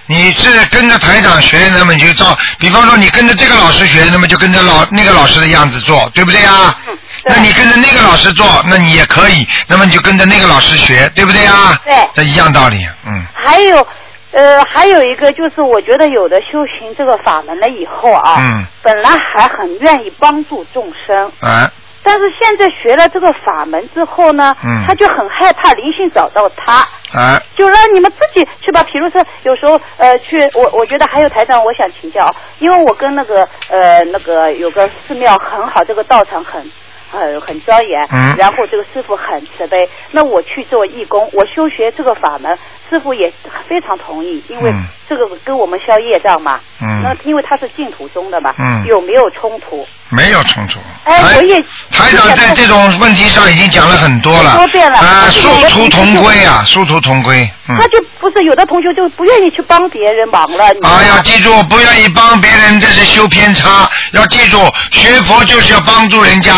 A: 你是跟着台长学，那么你就照，比方说你跟着这个老师学，那么就跟着老那个老师的样子做，对不对啊？
G: 嗯
A: 那你跟着那个老师做，那你也可以，那么你就跟着那个老师学，对不对啊？
G: 对
A: 这一样道理，嗯，
G: 还有，呃，还有一个就是，我觉得有的修行这个法门了以后啊，
A: 嗯
G: 本来还很愿意帮助众生，
A: 啊，
G: 但是现在学了这个法门之后呢，
A: 嗯
G: 他就很害怕灵性找到他，
A: 啊，
G: 就让你们自己去吧。比如说，有时候呃，去我我觉得还有台长，我想请教啊，因为我跟那个呃那个有个寺庙很好，这个道场很。很很庄严，
L: 嗯
G: 然后这个师傅很慈悲。那我去做义工，我修学这个法门，师傅也非常同意，因为
L: 嗯
G: 这个跟我们消业障嘛。
A: 嗯
G: 那因为他是净土宗的嘛，
A: 嗯
G: 有没有冲突？
A: 没有冲突。
G: 哎，我也
A: 台长在这种问题上已经讲了很多了，
G: 很多遍了
A: 啊，
G: 而且
A: 殊
G: 有的
A: 途
G: 同学
A: 同
G: 就
A: 归啊，殊途同归，嗯。
G: 他就不是有的同学就不愿意去帮别人忙了。你知道吗
A: 啊，要记住，不愿意帮别人，这是修偏差。要记住，学佛就是要帮助人家。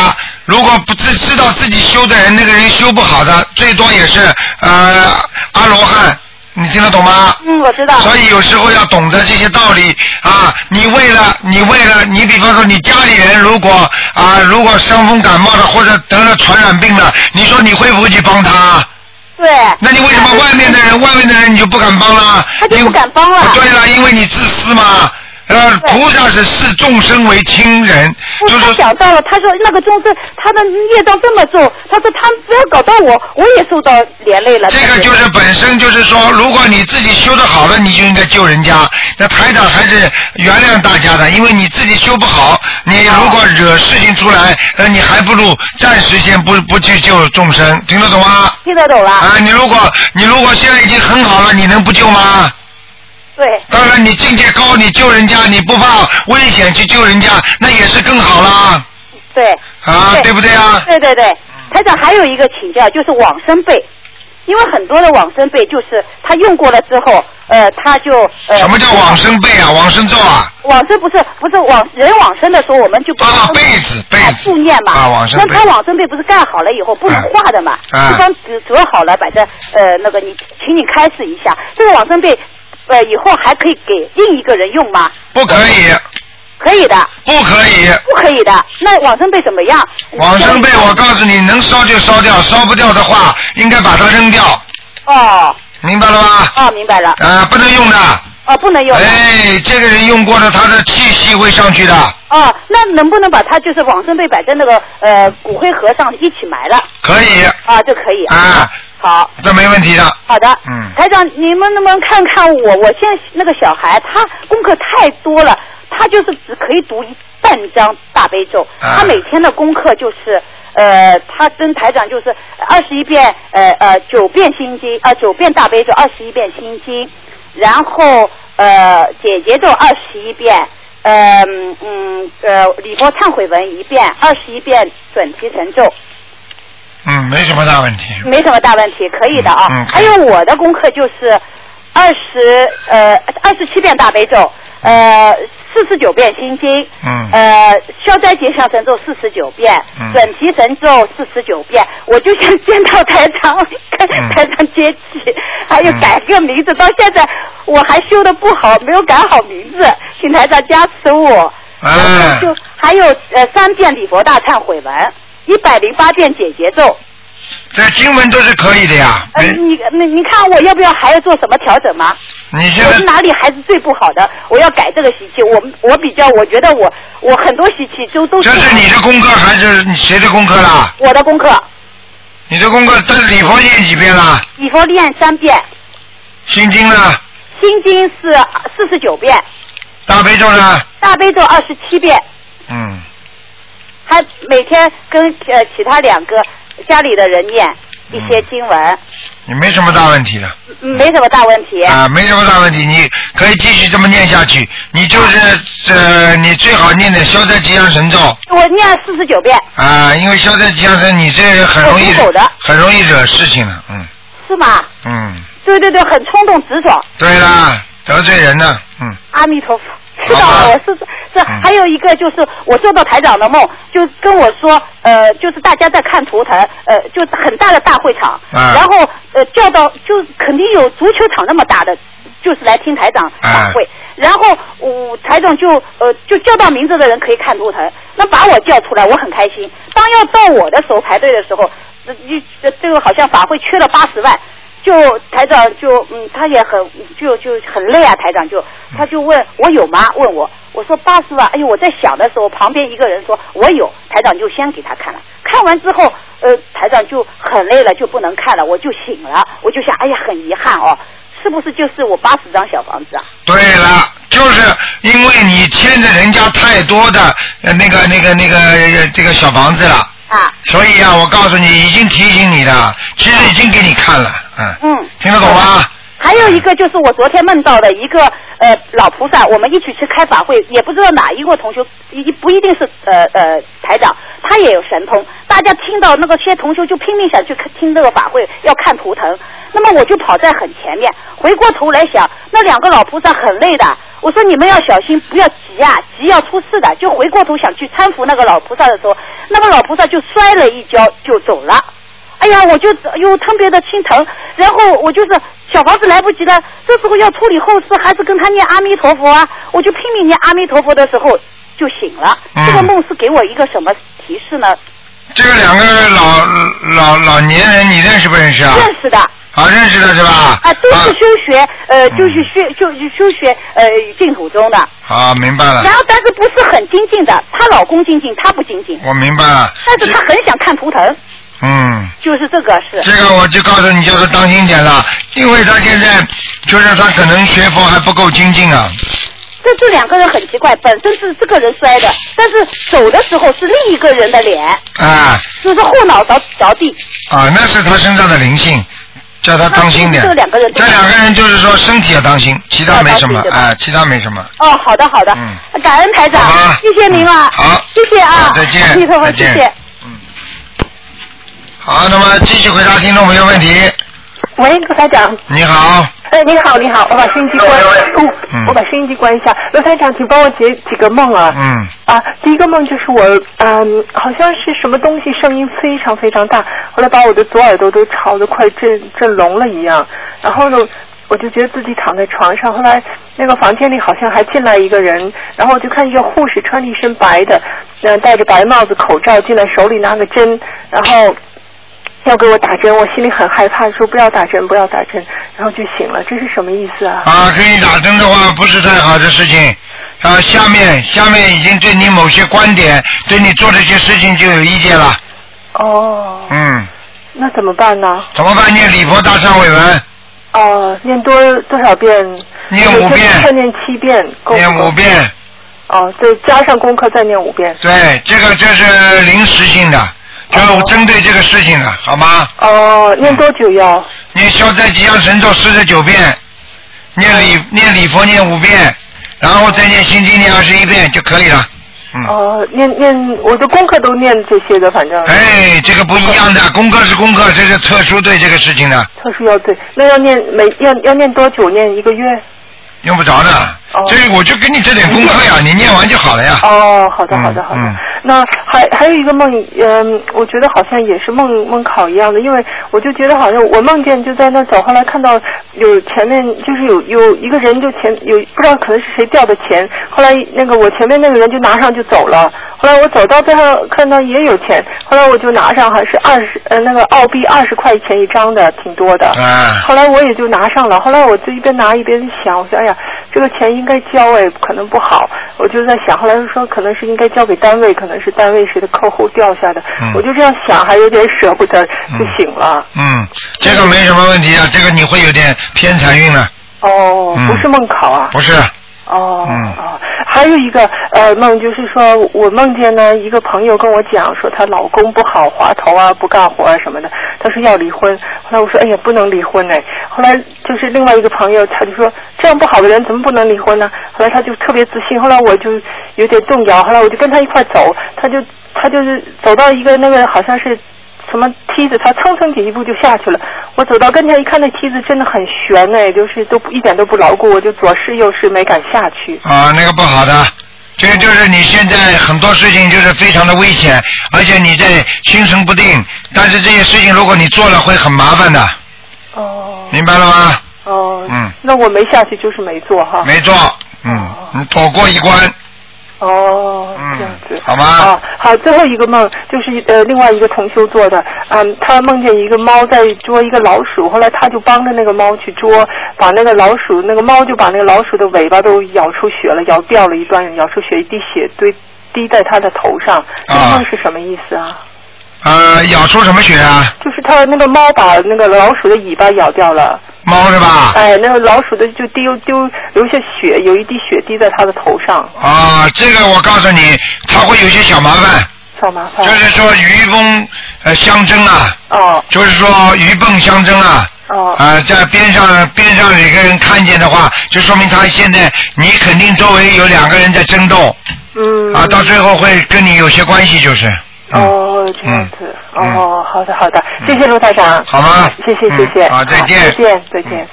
A: 如果不知知道自己修的人，那个人修不好的，最多也是呃阿罗汉。你听得懂吗？
G: 嗯，我知道。
A: 所以有时候要懂得这些道理啊！你为了你为了你，比方说你家里人如果啊如果伤风感冒了或者得了传染病了，你说你会不会去帮他？
G: 对。
A: 那你为什么外面的人，外面的人你就不敢帮啦？他就不敢
G: 帮
A: 了。对了，因为你自私嘛。呃，菩萨是视众生为亲人，
G: 不他想到了，他说那个众生他的业障这么重，他说他只要搞到我，我也受到连累了。
A: 这个就是本身就是说，如果你自己修得好了，你就应该救人家。那台长还是原谅大家的，因为你自己修不好，你
G: 啊
A: 如果惹事情出来，呃，你还不如暂时先不不去救众生，听得懂吗？
G: 听得懂了。
A: 啊，你如果你如果现在已经很好了，你能不救吗？
G: 对。
A: 当然，你境界高，你救人家，你不怕危险去救人家，那也是更好啦。
G: 对。
A: 啊对不对啊
G: 对对对，台长还有一个请教，就是往生被，因为很多的往生被就是他用过了之后，呃，他就呃。
A: 什么叫往生被啊？往生咒啊？
G: 往生不是不是往人往生的时候，我们就不啊被
A: 子
G: 被子助念嘛
A: 啊往生被
G: 那他往生被不是盖好了以后不能画的嘛？
A: 啊
G: 这张纸折好了，摆在呃那个你，请你开示一下，这个往生被呃以后还可以给另一个人用吗？
A: 不可以，
G: 可以的。
A: 不可以。
G: 不可以的，那往生被怎么样？
A: 往生被我告诉你，能烧就烧掉，烧不掉的话，应该把它扔掉，
G: 哦。
A: 明白了吗？
G: 哦，明白了。
A: 啊，不能用的。
G: 哦，不能用。
A: 哎，这个人用过的，他的气息会上去的，
G: 哦，那能不能把它就是往生被摆在那个呃骨灰盒上一起埋了？
A: 可以，
G: 啊，就可以。
A: 啊。
G: 好。
A: 这没问题的。
G: 好的。
A: 嗯。
G: 台长，你们能不能看看我？我现在那个小孩，他功课太多了，他就是只可以读一半张大悲咒。
L: 啊
G: 他每天的功课就是，呃，他跟台长就是二十一遍，呃呃，九遍心经，啊、九遍大悲咒，二十一遍心经，然后呃解结咒二十一遍。呃嗯嗯呃，礼佛忏悔文一遍，二十一遍准提神咒，
A: 嗯，没什么大问题。
G: 没什么大问题，可以的啊。
A: 嗯嗯可
G: 还
A: 以
G: 有我的功课就是二十呃二十七遍大悲咒，呃四十九遍心经，
L: 嗯
G: 呃消灾吉祥神咒四十九遍，
L: 嗯
G: 准提神咒四十九遍。我就想见到台长，跟
L: 嗯
G: 台长接气，还有改个名字，到现在我还修的不好，没有改好名字，请台长加持我。
A: 哎，
G: 就还有呃三遍礼佛大忏悔文，一百零八遍解结咒。
A: 这经文都是可以的呀。
G: 呃，你你你看我要不要还要做什么调整吗？
A: 你现
G: 我
A: 在
G: 是哪里孩子最不好的？我要改这个习气。我我比较，我觉得我我很多习气都都是。这是
A: 你的功课还是你谁的功课啦？
G: 我的功课，
A: 你的功课在礼佛念几遍啦？
G: 礼佛练三遍，
A: 心经呢？
G: 心经是四十九遍，
A: 大悲咒呢？
G: 大悲咒二十七遍，
A: 嗯。
G: 还每天跟呃其他两个家里的人念一些
A: 嗯
G: 经文，
A: 你没什么大问题的
G: 嗯没什么大问题。
A: 啊，没什么大问题，你可以继续这么念下去。你就是呃，你最好念点消灾吉祥神咒
G: 我念了四十九遍，
A: 啊，因为消灾吉祥神，你这人很容易
G: 我属狗的
A: 很容易惹事情的，嗯
G: 是吗？
A: 嗯，
G: 对对对，很冲动执着。
A: 对啦，得罪人了，嗯，
G: 阿弥陀佛，知道了，我是是还有一个就是我做到台长的梦，就跟我说，呃，就是大家在看图腾，呃，就很大的大会场，
L: 啊
G: 然后呃叫到就肯定有足球场那么大的，就是来听台长
L: 啊
G: 大会，然后我、台长就呃就叫到名字的人可以看图腾，那把我叫出来，我很开心。当要到我的时候排队的时候，呃这这个好像法会缺了八十万，就台长就嗯，他也很就就很累啊，台长就他就问我有吗？问我，我说八十万，哎呦，我在想的时候，旁边一个人说我有，台长就先给他看了，看完之后，呃，台长就很累了，就不能看了，我就醒了，我就想，哎呀，很遗憾哦，是不是就是我八十张小房子啊？
A: 对了，就是因为你欠着人家太多的呃那个那个那个、呃这个小房子了。
G: 啊。
A: 所以啊，我告诉你，已经提醒你了，其实已经给你看了，嗯。
G: 嗯，
A: 听得懂吗？
G: 还有一个就是我昨天梦到的一个呃老菩萨，我们一起去开法会，也不知道哪一位同学，一不一定是呃呃台长，他也有神通。大家听到那个些同学就拼命想去看听这个法会，要看图腾。那么我就跑在很前面，回过头来想，那两个老菩萨很累的，我说你们要小心，不要急啊，急要出事的。就回过头想去搀扶那个老菩萨的时候，那个老菩萨就摔了一跤就走了。哎呀，我就又特别的心疼，然后我就是小房子来不及了，这时候要处理后事，还是跟他念阿弥陀佛啊，我就拼命念阿弥陀佛的时候就醒了。
A: 嗯
G: 这个梦是给我一个什么提示呢？
A: 这个两个老老老年人，你认识不认识啊？
G: 认识的。
A: 啊，认识的是吧？
G: 啊，都是修学，呃，
A: 嗯
G: 就是修就是修学呃净土宗的，
A: 啊，明白了
G: 然，后但是不是很精进的，她老公精进，她不精进，
A: 我明白了，
G: 但是她很想看图腾，
A: 嗯。
G: 就是这个是。
A: 这个我就告诉你，就是当心点了，因为他现在就是他可能学佛还不够精进啊。
G: 这这两个人很奇怪，本身是这个人摔的，但是走的时候是另一个人的脸，
A: 啊
G: 就是后脑着着地。
A: 啊，那是他身上的灵性，叫他当心点。
G: 那是不是这两个人都
A: 这两个人就是说身体要当心，其他没什么
G: 要当心对，吧
A: 哎，其他没什么。
G: 哦，好的好的，感恩台长，谢谢您啊，
A: 嗯好，
G: 谢谢啊，
A: 再见
G: 阿弥陀佛
A: 再
G: 谢
A: 见
G: 谢。
A: 好，那么继续回答听众朋友问题。
M: 喂，卢台长。
A: 你好，
M: 哎，你好，你好，我把收音机关，哦，我把收音机关一下。卢台长，请帮我解几个梦啊。
A: 嗯。
M: 啊，第一个梦就是我，嗯，好像是什么东西声音非常非常大，后来把我的左耳朵都吵得快震震聋了一样。然后呢，我就觉得自己躺在床上，后来那个房间里好像还进来一个人，然后我就看一个护士穿着一身白的，嗯、戴着白帽子、口罩进来，手里拿个针，然后要给我打针，我心里很害怕，说不要打针，不要打针，然后就醒了，这是什么意思啊？
A: 啊，给你打针的话不是太好的事情。啊，下面下面已经对你某些观点，对你做这些事情就有意见了。
M: 哦，
A: 嗯，
M: 那怎么办呢？
A: 怎么办？念礼佛大忏悔文，
M: 哦，念多多少遍？
A: 念五遍
M: 再念七遍，够不够
A: 念五。遍。
M: 哦，对，加上功课再念五遍。
A: 对，这个这是临时性的，就是针对这个事情的，好吗？
M: 哦，念多久要？
A: 念消灾吉祥神咒四十九遍，念
M: 哦
A: 礼念礼佛念五遍，然后再念心经念二十一遍就可以了。嗯
M: 哦，念念我的功课都念这些的，反正
A: 哎，这个不一样的，功课是功课，这是特殊对这个事情的，
M: 特殊要对。那要念每要要念多久？念一个月？
A: 用不着的。这我就给你这点功课呀，你念完就好了呀。嗯
M: 嗯哦，好的，好的，
A: 好的。
M: 那还还有一个梦，嗯，我觉得好像也是梦梦考一样的，因为我就觉得好像我梦见就在那走，后来看到有前面就是有有一个人就前有不知道可能是谁掉的钱，后来那个我前面那个人就拿上就走了，后来我走到背后看到也有钱，后来我就拿上还是二十呃那个澳币二十块钱一张的，挺多的。
A: 啊
M: 后来我也就拿上了，后来我就一边拿一边想，我说哎呀，这个钱应该交哎，可能不好，我就在想，后来说可能是应该交给单位，可能是单位谁的客户掉下的，
A: 嗯
M: 我就这样想，还有点舍不得，就醒了。
A: 嗯，这个没什么问题啊，这个你会有点偏财运了，
M: 哦，
A: 嗯
M: 不是梦考啊。
A: 不是？
M: 哦，
A: 嗯
M: 哦，还有一个呃梦，就是说我梦见呢，一个朋友跟我讲说她老公不好，滑头啊，不干活啊什么的，她说要离婚。后来我说哎呀，不能离婚哎。后来就是另外一个朋友，他就说这样不好的人怎么不能离婚呢？后来他就特别自信，后来我就有点动摇，后来我就跟他一块走，他就他就是走到一个那个好像是。什么梯子，他蹭蹭几步就下去了。我走到跟前一看，那梯子真的很悬呢，就是都不一点都不牢固，我就左试右试没敢下去。
A: 啊，那个不好的。这个就是你现在很多事情就是非常的危险，而且你在心神不定。但是这些事情如果你做了会很麻烦的。哦。明白了吗？
M: 哦，
A: 嗯，
M: 那我没下去就是没做哈。
A: 没做。嗯，你躲过一关，
M: 哦，
A: 嗯
M: 这样子。
A: 好吗？
M: 啊，好，最后一个梦就是呃，另外一个同修做的，嗯，他梦见一个猫在捉一个老鼠，后来他就帮着那个猫去捉，把那个老鼠，那个猫就把那个老鼠的尾巴都咬出血了，咬掉了一段，咬出血一滴血堆滴在他的头上。
A: 嗯
M: 这个梦是什么意思啊？
A: 呃，咬出什么血啊？
M: 就是他那个猫把那个老鼠的尾巴咬掉了。
A: 猫是吧？
M: 哎，那个老鼠的就丢丢留下血，有一滴血滴在他的头上，
A: 啊，这个我告诉你，它会有些小麻烦，
M: 小麻烦。
A: 就是说鱼翁呃相争啊，
M: 哦，
A: 就是说鱼蚌相争啊，
M: 哦，
A: 啊，在边上边上有一个人看见的话，就说明他现在你肯定周围有两个人在争斗，
M: 嗯，
A: 啊，到最后会跟你有些关系，就是，嗯
M: 哦，这样子，哦，好的好的，谢谢卢台长，
A: 好吗？
M: 谢谢谢谢，
A: 嗯好再见
M: 再见再见。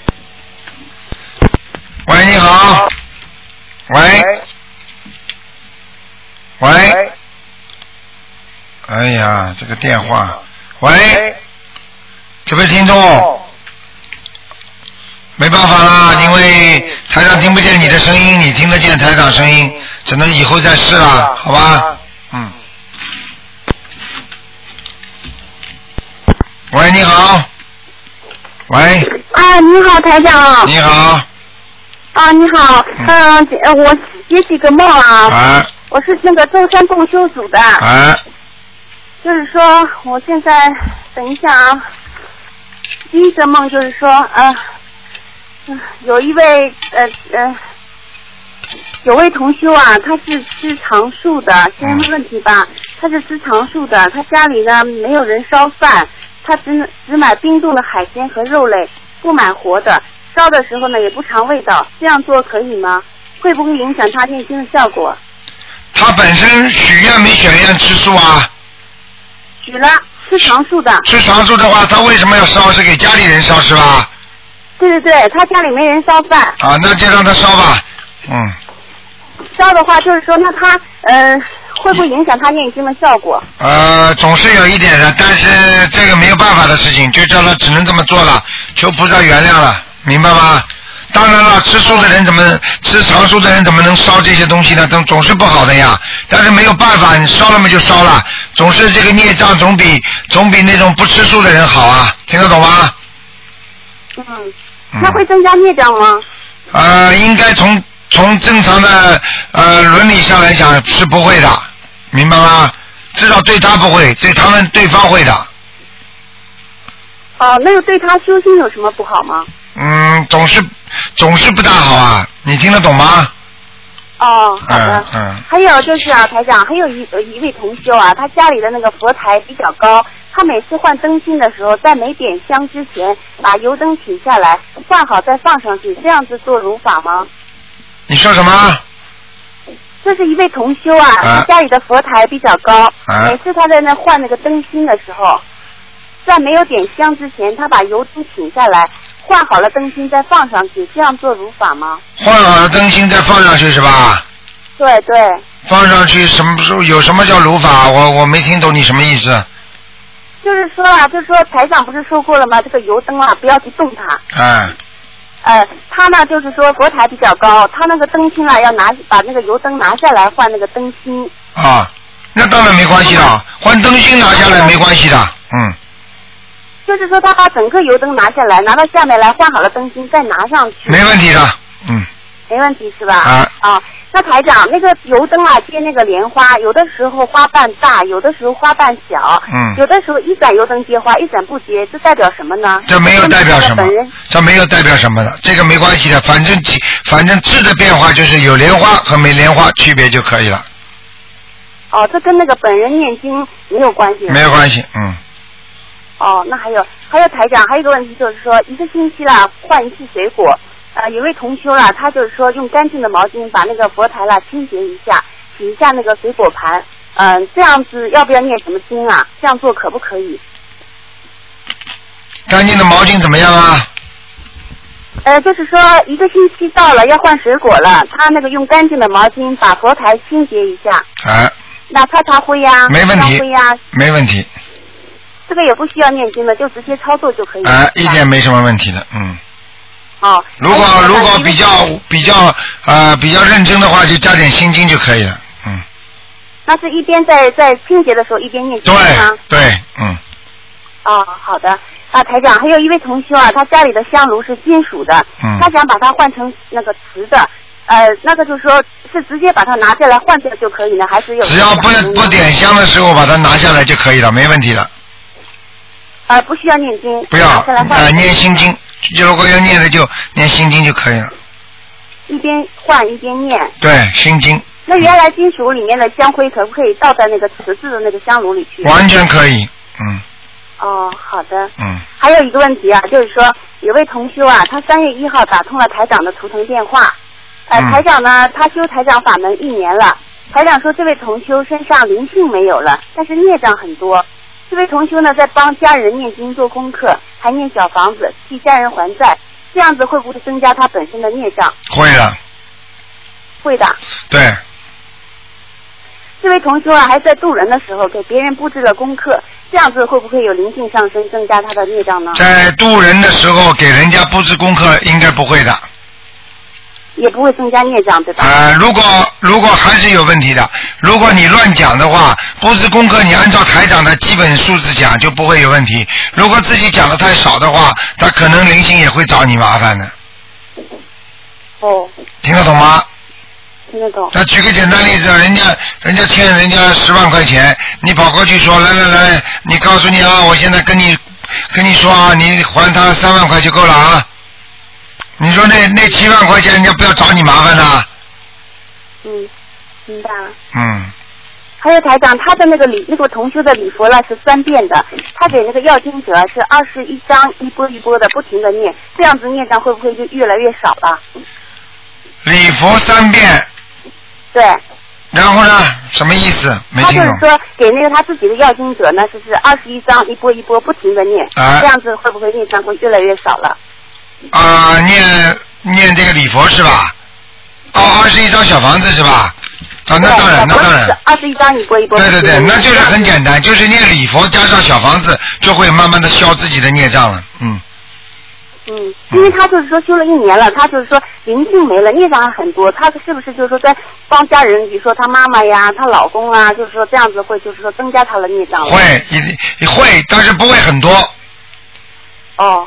A: 嗯喂，你好，喂，喂，哎呀，这个电话，喂，哦这位听众，没办法啦，因为台长听不见你的声音，你听得见台长声音，只能以后再试了，好吧？嗯。喂，你好，喂，
G: 啊，你好，台长。
A: 你好，
G: 啊，你好，嗯，呃我也几个梦啊。
A: 啊。
G: 我是那个舟山共修组的，
A: 哎，
G: 就是说我现在等一下啊，第一个梦就是说，呃，嗯有一位呃呃，有位同修啊，他是吃长素的，先问问题吧，他是吃长素的，他家里呢没有人烧饭，他只只买冰冻的海鲜和肉类，不买活的，烧的时候呢也不尝味道，这样做可以吗？会不会影响他念经的效果？
A: 他本身许愿没许愿吃素啊？
G: 许了吃长素的。
A: 吃长素的话，他为什么要烧？是给家里人烧是吧？
G: 对对对，他家里没人烧饭，
A: 啊，那就让他烧吧。嗯，
G: 烧的话就是说，那他呃会不会影响他念经的效果？
A: 呃，总是有一点的，但是这个没有办法的事情，就叫他只能这么做了，求菩萨原谅了，明白吗？当然了，吃素的人怎么吃长素的人怎么能烧这些东西呢？总总是不好的呀。但是没有办法，你烧了嘛就烧了，总是这个孽障总比总比那种不吃素的人好啊，听得懂吗？
G: 嗯，那会增加孽障吗？
A: 呃，应该从从正常的呃伦理上来讲是不会的，明白吗？至少对他不会，对他们对方会的。
G: 哦、那个对他修心有什么不好吗？
A: 嗯，总是总是不大好啊，你听得懂吗？
G: 哦，好的。
A: 嗯嗯
G: 还有就是啊，台长，还有一呃一位同修啊，他家里的那个佛台比较高，他每次换灯芯的时候，在没点香之前，把油灯取下来，换好再放上去，这样子做如法吗？
A: 你说什么？
G: 这是一位同修啊，
A: 啊
G: 他家里的佛台比较高，
A: 啊
G: 每次他在那换那个灯芯的时候，在没有点香之前，他把油灯请下来，换好了灯芯再放上去，这样做如法吗？
A: 换好了灯芯再放上去是吧？
G: 对对，
A: 放上去什么时候有什么叫如法？我我没听懂你什么意思啊、
G: 就是说啊，就是说台长不是说过了吗？这个油灯啊，不要去动它。
A: 嗯
G: 呃，他呢就是说佛台比较高，他那个灯芯啊要拿把那个油灯拿下来换那个灯芯。
A: 啊，那当然没关系了，换灯芯拿下来没关系的，嗯，
G: 就是说，他把整个油灯拿下来，拿到下面来换好了灯芯，再拿上去。
A: 没问题的，
G: 没问题是吧？
A: 啊。
G: 啊，那台长，那个油灯啊，接那个莲花，有的时候花瓣大，有的时候花瓣小，
A: 嗯
G: 有的时候一盏油灯接花，一盏不接，这代表什么呢？
A: 这没有代表什么
G: 本人，
A: 这没有代表什么的，这个没关系的，反正其反正质的变化就是有莲花和没莲花区别就可以了，
G: 哦，这跟那个本人念经没有关系。
A: 没有关系，嗯，
G: 哦，那还有还有台长，还有一个问题就是说，一个星期啦换一次水果。啊、有位同修啦，他就是说用干净的毛巾把那个佛台啦清洁一下，洗一下那个水果盘。啊、嗯、这样子要不要念什么经啊？这样做可不可以？
A: 干净的毛巾怎么样啊？
G: 呃，就是说一个星期到了要换水果了，他那个用干净的毛巾把佛台清洁一下，
A: 啊，
G: 那擦擦灰呀、
A: 没问
G: 烧
A: 题
G: 灰呀、，
A: 没问题，
G: 这个也不需要念经的，就直接操作就可以了。
A: 啊，一点没什么问题的，嗯。
G: 哦，
A: 如果如果比较比较呃比较认真的话，就加点心经就可以了。
G: 那是一边在在清洁的时候一边念经吗？
A: 对，嗯，
G: 哦，好的。啊，台长，还有一位同修啊，他家里的香炉是金属的，
A: 嗯
G: 他想把它换成那个瓷的，呃，那个就是说是直接把它拿下来换掉就可以呢，还是有
A: 只要不不点香的时候把它拿下来就可以了，没问题的。
G: 呃不需要念经，啊
A: 不要
G: 拿下来换、嗯
A: 呃念心经，就如果要念的就念心经就可以了。
G: 一边换一边念。
A: 对，心经
G: 那原来金属里面的香灰可不可以倒在那个瓷质的那个香炉里去？
A: 完全可以，嗯
G: 哦，好的。
A: 嗯，
G: 还有一个问题啊，就是说有位同修啊，他三月一号打通了台长的图腾电话，呃，
N: 嗯
G: 台长呢，他修台长法门一年了，台长说这位同修身上灵性没有了，但是孽障很多。这位同修呢，在帮家人念经做功课，还念小房子替家人还债，这样子会不会增加他本身的孽障？
A: 会了，
G: 会的。
A: 对，
G: 这位同修啊，还在渡人的时候给别人布置了功课，这样子会不会有灵性上升，增加他的孽障呢？
A: 在渡人的时候给人家布置功课应该不会的。
G: 也不会增加孽障，对吧？
A: 呃，如果如果还是有问题的，如果你乱讲的话，布置功课你按照台长的基本数字讲就不会有问题。如果自己讲的太少的话，他可能灵性也会找你麻烦的，
I: 嗯
G: 哦，
A: 听得懂吗？
G: 听得懂。
A: 那举个简单例子，啊人家人家欠人家十万块钱，你跑过去说来来来，你告诉你啊，我现在跟你跟你说啊，你还他三万块就够了啊。你说那那七万块钱人家不要找你麻烦呐、
G: 嗯，明白了。
A: 嗯，
G: 还有台长，他的那个礼，那个同修的礼佛呢是三遍的，他给那个要经者啊是二十一章，一波一波的不停的念，这样子念障会不会就越来越少了？
A: 礼佛三遍，
G: 对，
A: 然后呢，什么意思？没
G: 他就
A: 听
G: 是
A: 懂。
G: 说给那个他自己的要经者呢，就是二十一章，一波一波不停的念，
A: 啊
G: 这样子会不会念障会越来越少了？
A: 啊、念念这个礼佛是吧？哦，二十一张小房子是吧？啊，那当然，那当然。
G: 二十一章一波一波。
A: 对对对，那就是很简单，就是念礼佛加上小房子，就会慢慢的消自己的孽障了。嗯，
G: 嗯，因为他就是说修了一年了，他就是说灵性没了，孽障还很多。他是不是就是说在帮家人，比如说他妈妈呀、她老公啊，就是说这样子会就是说增加他的孽障了？
A: 会一定会，但是不会很多，
G: 哦，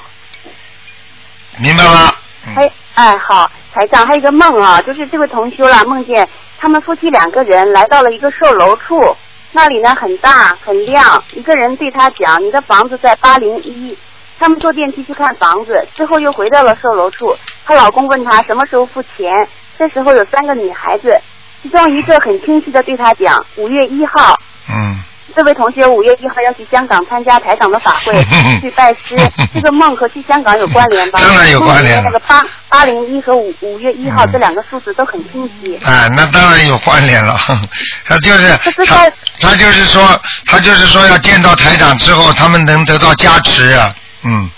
A: 明白吗？
G: 还哎好，台长还有一个梦啊，就是这位同修啦，梦见他们夫妻两个人来到了一个售楼处，那里呢很大很亮，一个人对他讲：“你的房子在八零一。”他们坐电梯去看房子，之后又回到了售楼处。她老公问她什么时候付钱，这时候有三个女孩子，其中一个很清晰的对她讲：“五月一号，
A: 嗯，
G: 这位同学五月一号要去香港参加台长的法 会，去拜师。这个梦和去香港有关联吧？
A: 当然有关联嗯
G: 梦里面那个八八零一和五五月一号这两个数字都很清晰。
A: 啊，那当然有关联了。 他就是他，他就是说，他就是说要见到台长之后，他们能得到加持啊。嗯，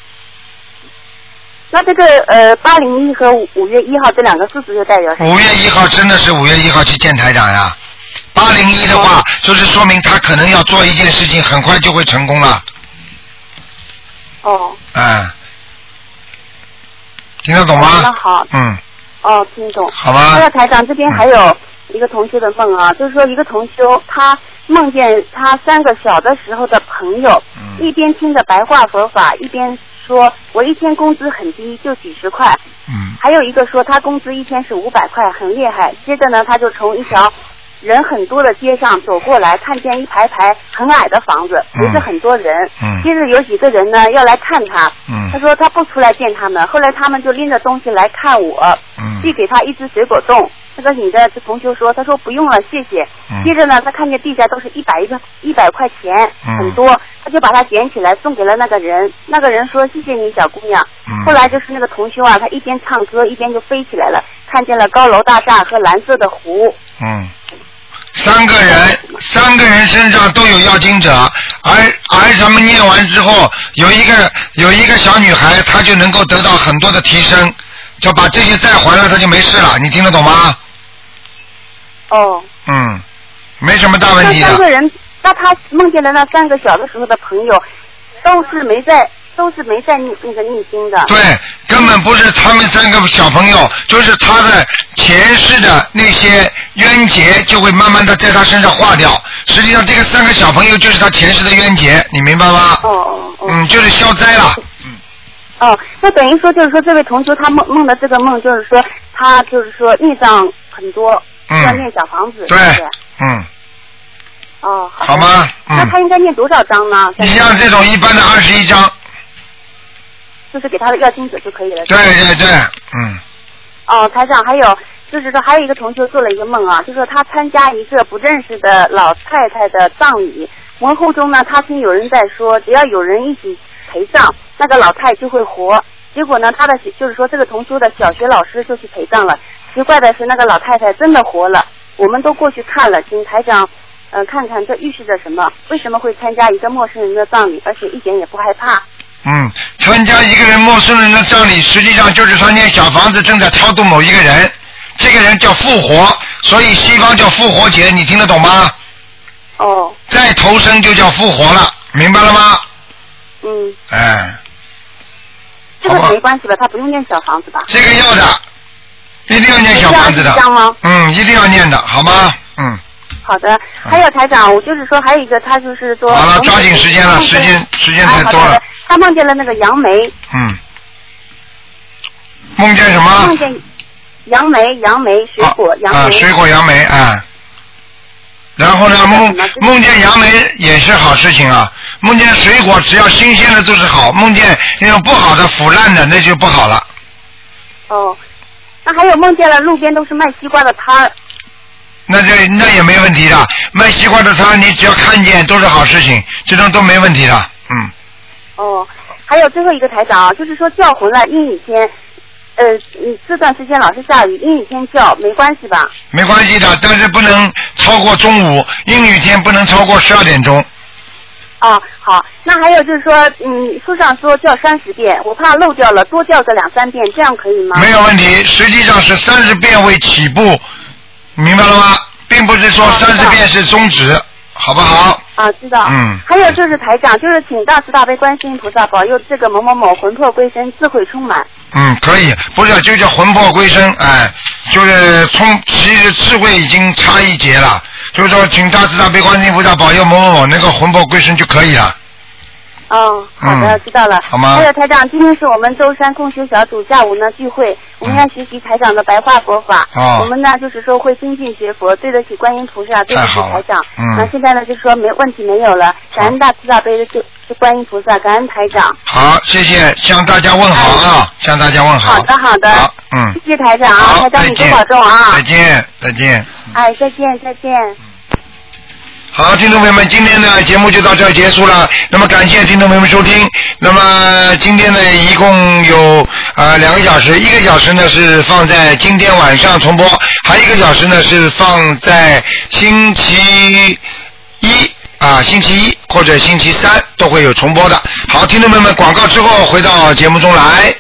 G: 那这个呃八零一和五五月一号这两个数字就代表什么？
A: 五月一号真的是五月一号去见台长呀。八零一的
G: 哦
A: 话，就是说明他可能要做一件事情，很快就会成功了。
G: 哦，
A: 啊，听得懂吗？
G: 那好
A: 嗯，
G: 哦，听懂。
A: 好吧嗯
G: 还有台长这边还有一个同修的梦啊，就是说一个同修他梦见他三个小的时候的朋友，
A: 嗯
G: 一边听着白话佛法，一边说我一天工资很低，就几十块。
A: 嗯。
G: 还有一个说他工资一天是五百块，很厉害。接着呢，他就从一条人很多的街上走过来，看见一排排很矮的房子，围着很多人。
A: 嗯
G: 接着有几个人呢要来看他，
A: 嗯
G: 他说他不出来见他们，后来他们就拎着东西来看我，
A: 嗯
G: 递给他一只水果冻。那个女的同学说，她说不用了，谢谢。
A: 嗯
G: 接着呢，她看见地下都是一百一个一百块钱，
A: 嗯
G: 很多，她就把它捡起来送给了那个人。那个人说谢谢你，小姑娘。
A: 嗯
G: 后来就是那个同修啊，他一边唱歌一边就飞起来了，看见了高楼大厦和蓝色的湖。
A: 嗯，三个人，三个人身上都有要经者，而而咱们念完之后，有一个有一个小女孩，她就能够得到很多的提升，就把这些债还了，她就没事了。你听得懂吗？
G: 哦，
A: 嗯，没什么大问题啊
G: 那三
A: 的。
G: 个人，那他梦见的那三个小的时候的朋友，都是没在，都是没在那那个念经的。
A: 对，根本不是他们三个小朋友，就是他的前世的那些冤结，就会慢慢的在他身上化掉。实际上，这个三个小朋友就是他前世的冤结，你明白吗？
G: 哦哦。
A: 嗯，就是消灾了。
G: 哦，那等于说就是说，这位同学他梦梦的这个梦，就是说他就是说孽障很多，
A: 嗯
G: 要念小房子，
A: 对
G: 是不是？
A: 嗯，
G: 哦，好的
A: 好吗？
G: 那
A: 嗯，
G: 他应该念多少章呢？
A: 你像这种一般的二十一章，
G: 就是给他的要经者就可以了。
A: 对对对，嗯，
G: 哦，台长，还有就是说，还有一个同学做了一个梦啊，就说他参加一个不认识的老太太的葬礼，模糊中呢，他听有人在说，只要有人一起陪葬，那个老太就会活。结果呢，他的就是说这个同修的小学老师就去陪葬了。奇怪的是，那个老太太真的活了，我们都过去看了，请台长。嗯、看看这预示着什么？为什么会参加一个陌生人的葬礼，而且一点也不害怕？
A: 嗯，参加一个人陌生人的葬礼，实际上就是他念小房子正在超度某一个人，这个人叫复活，所以西方叫复活节，你听得懂吗？
G: 哦。
A: 再投生就叫复活了，明白了吗？
G: 嗯，
A: 哎，
G: 这个没关系吧？他不用念小房子吧？
A: 这个要的，一定要念小房子的
G: 需要一张吗，
A: 嗯，一定要念的，好吗？嗯，
G: 好的，还有台长，我就是说还有一个，他就是说
A: 好了，抓紧时间了，
G: 嗯
A: 时间时间太多了，。
G: 啊他梦见了那个杨梅，
A: 嗯。梦见什么？
G: 梦见杨梅，杨梅水果，杨
A: 啊，
G: 梅
A: 水果杨梅啊。然后呢，梦梦见杨梅也是好事情啊。梦见水果只要新鲜的都是好，梦见那种不好的腐烂的那就不好了。
G: 哦。那还有梦见了路边都是卖西瓜的摊儿，
A: 那这那也没问题的，卖西瓜的摊你只要看见都是好事情，这种都没问题的。嗯，
G: 哦。还有最后一个台长啊，就是说叫魂了，阴雨天，呃，嗯，这段时间老是下雨，阴雨天叫没关系吧？
A: 没关系的，但是不能超过中午，阴雨天不能超过十二点钟。
G: 啊，好，那还有就是说，嗯，书上说叫三十遍，我怕漏掉了，多叫个两三遍，这样可以吗？
A: 没有问题，实际上是三十遍为起步，明白了吗？并不是说三十遍是终止，好不好？
G: 啊，知道。
A: 嗯
G: 还有就是台长，就是请大慈大悲观世音菩萨保佑这个某某某魂魄归身，智慧充满。
A: 嗯，可以，不是就叫魂魄归身，哎，就是从其实智慧已经差一截了，就是说请大慈大悲观世音菩萨保佑某某某能够魂魄归身就可以了。
G: 哦，好的，
A: 嗯
G: 知道了。
A: 好吗
G: 还有台长，今天是我们舟山共修小组下午呢聚会，我们要学习台长的白话佛法。
A: 嗯哦
G: 我们呢就是说会精进学佛，对得起观音菩萨，对得
A: 太
G: 起
A: 好了
G: 台长。
A: 嗯
G: 那现在呢就是说没问题没有了，感恩大慈大悲的就就观音菩萨，感恩台长。
A: 好，谢谢，向大家问好啊，向大家问好。
G: 好的好的，
A: 嗯，
G: 谢谢台长啊，
A: 好，
G: 台长
A: 再
G: 你多
A: 见
G: 保重啊。
A: 再。见，再见。
G: 哎，再见再见。
A: 好，听众朋友们，今天的节目就到这儿结束了。那么感谢听众朋友们收听。那么今天呢，一共有呃两个小时，一个小时呢是放在今天晚上重播，还有一个小时呢是放在星期一啊，星期一或者星期三都会有重播的。好，听众朋友们，广告之后回到节目中来。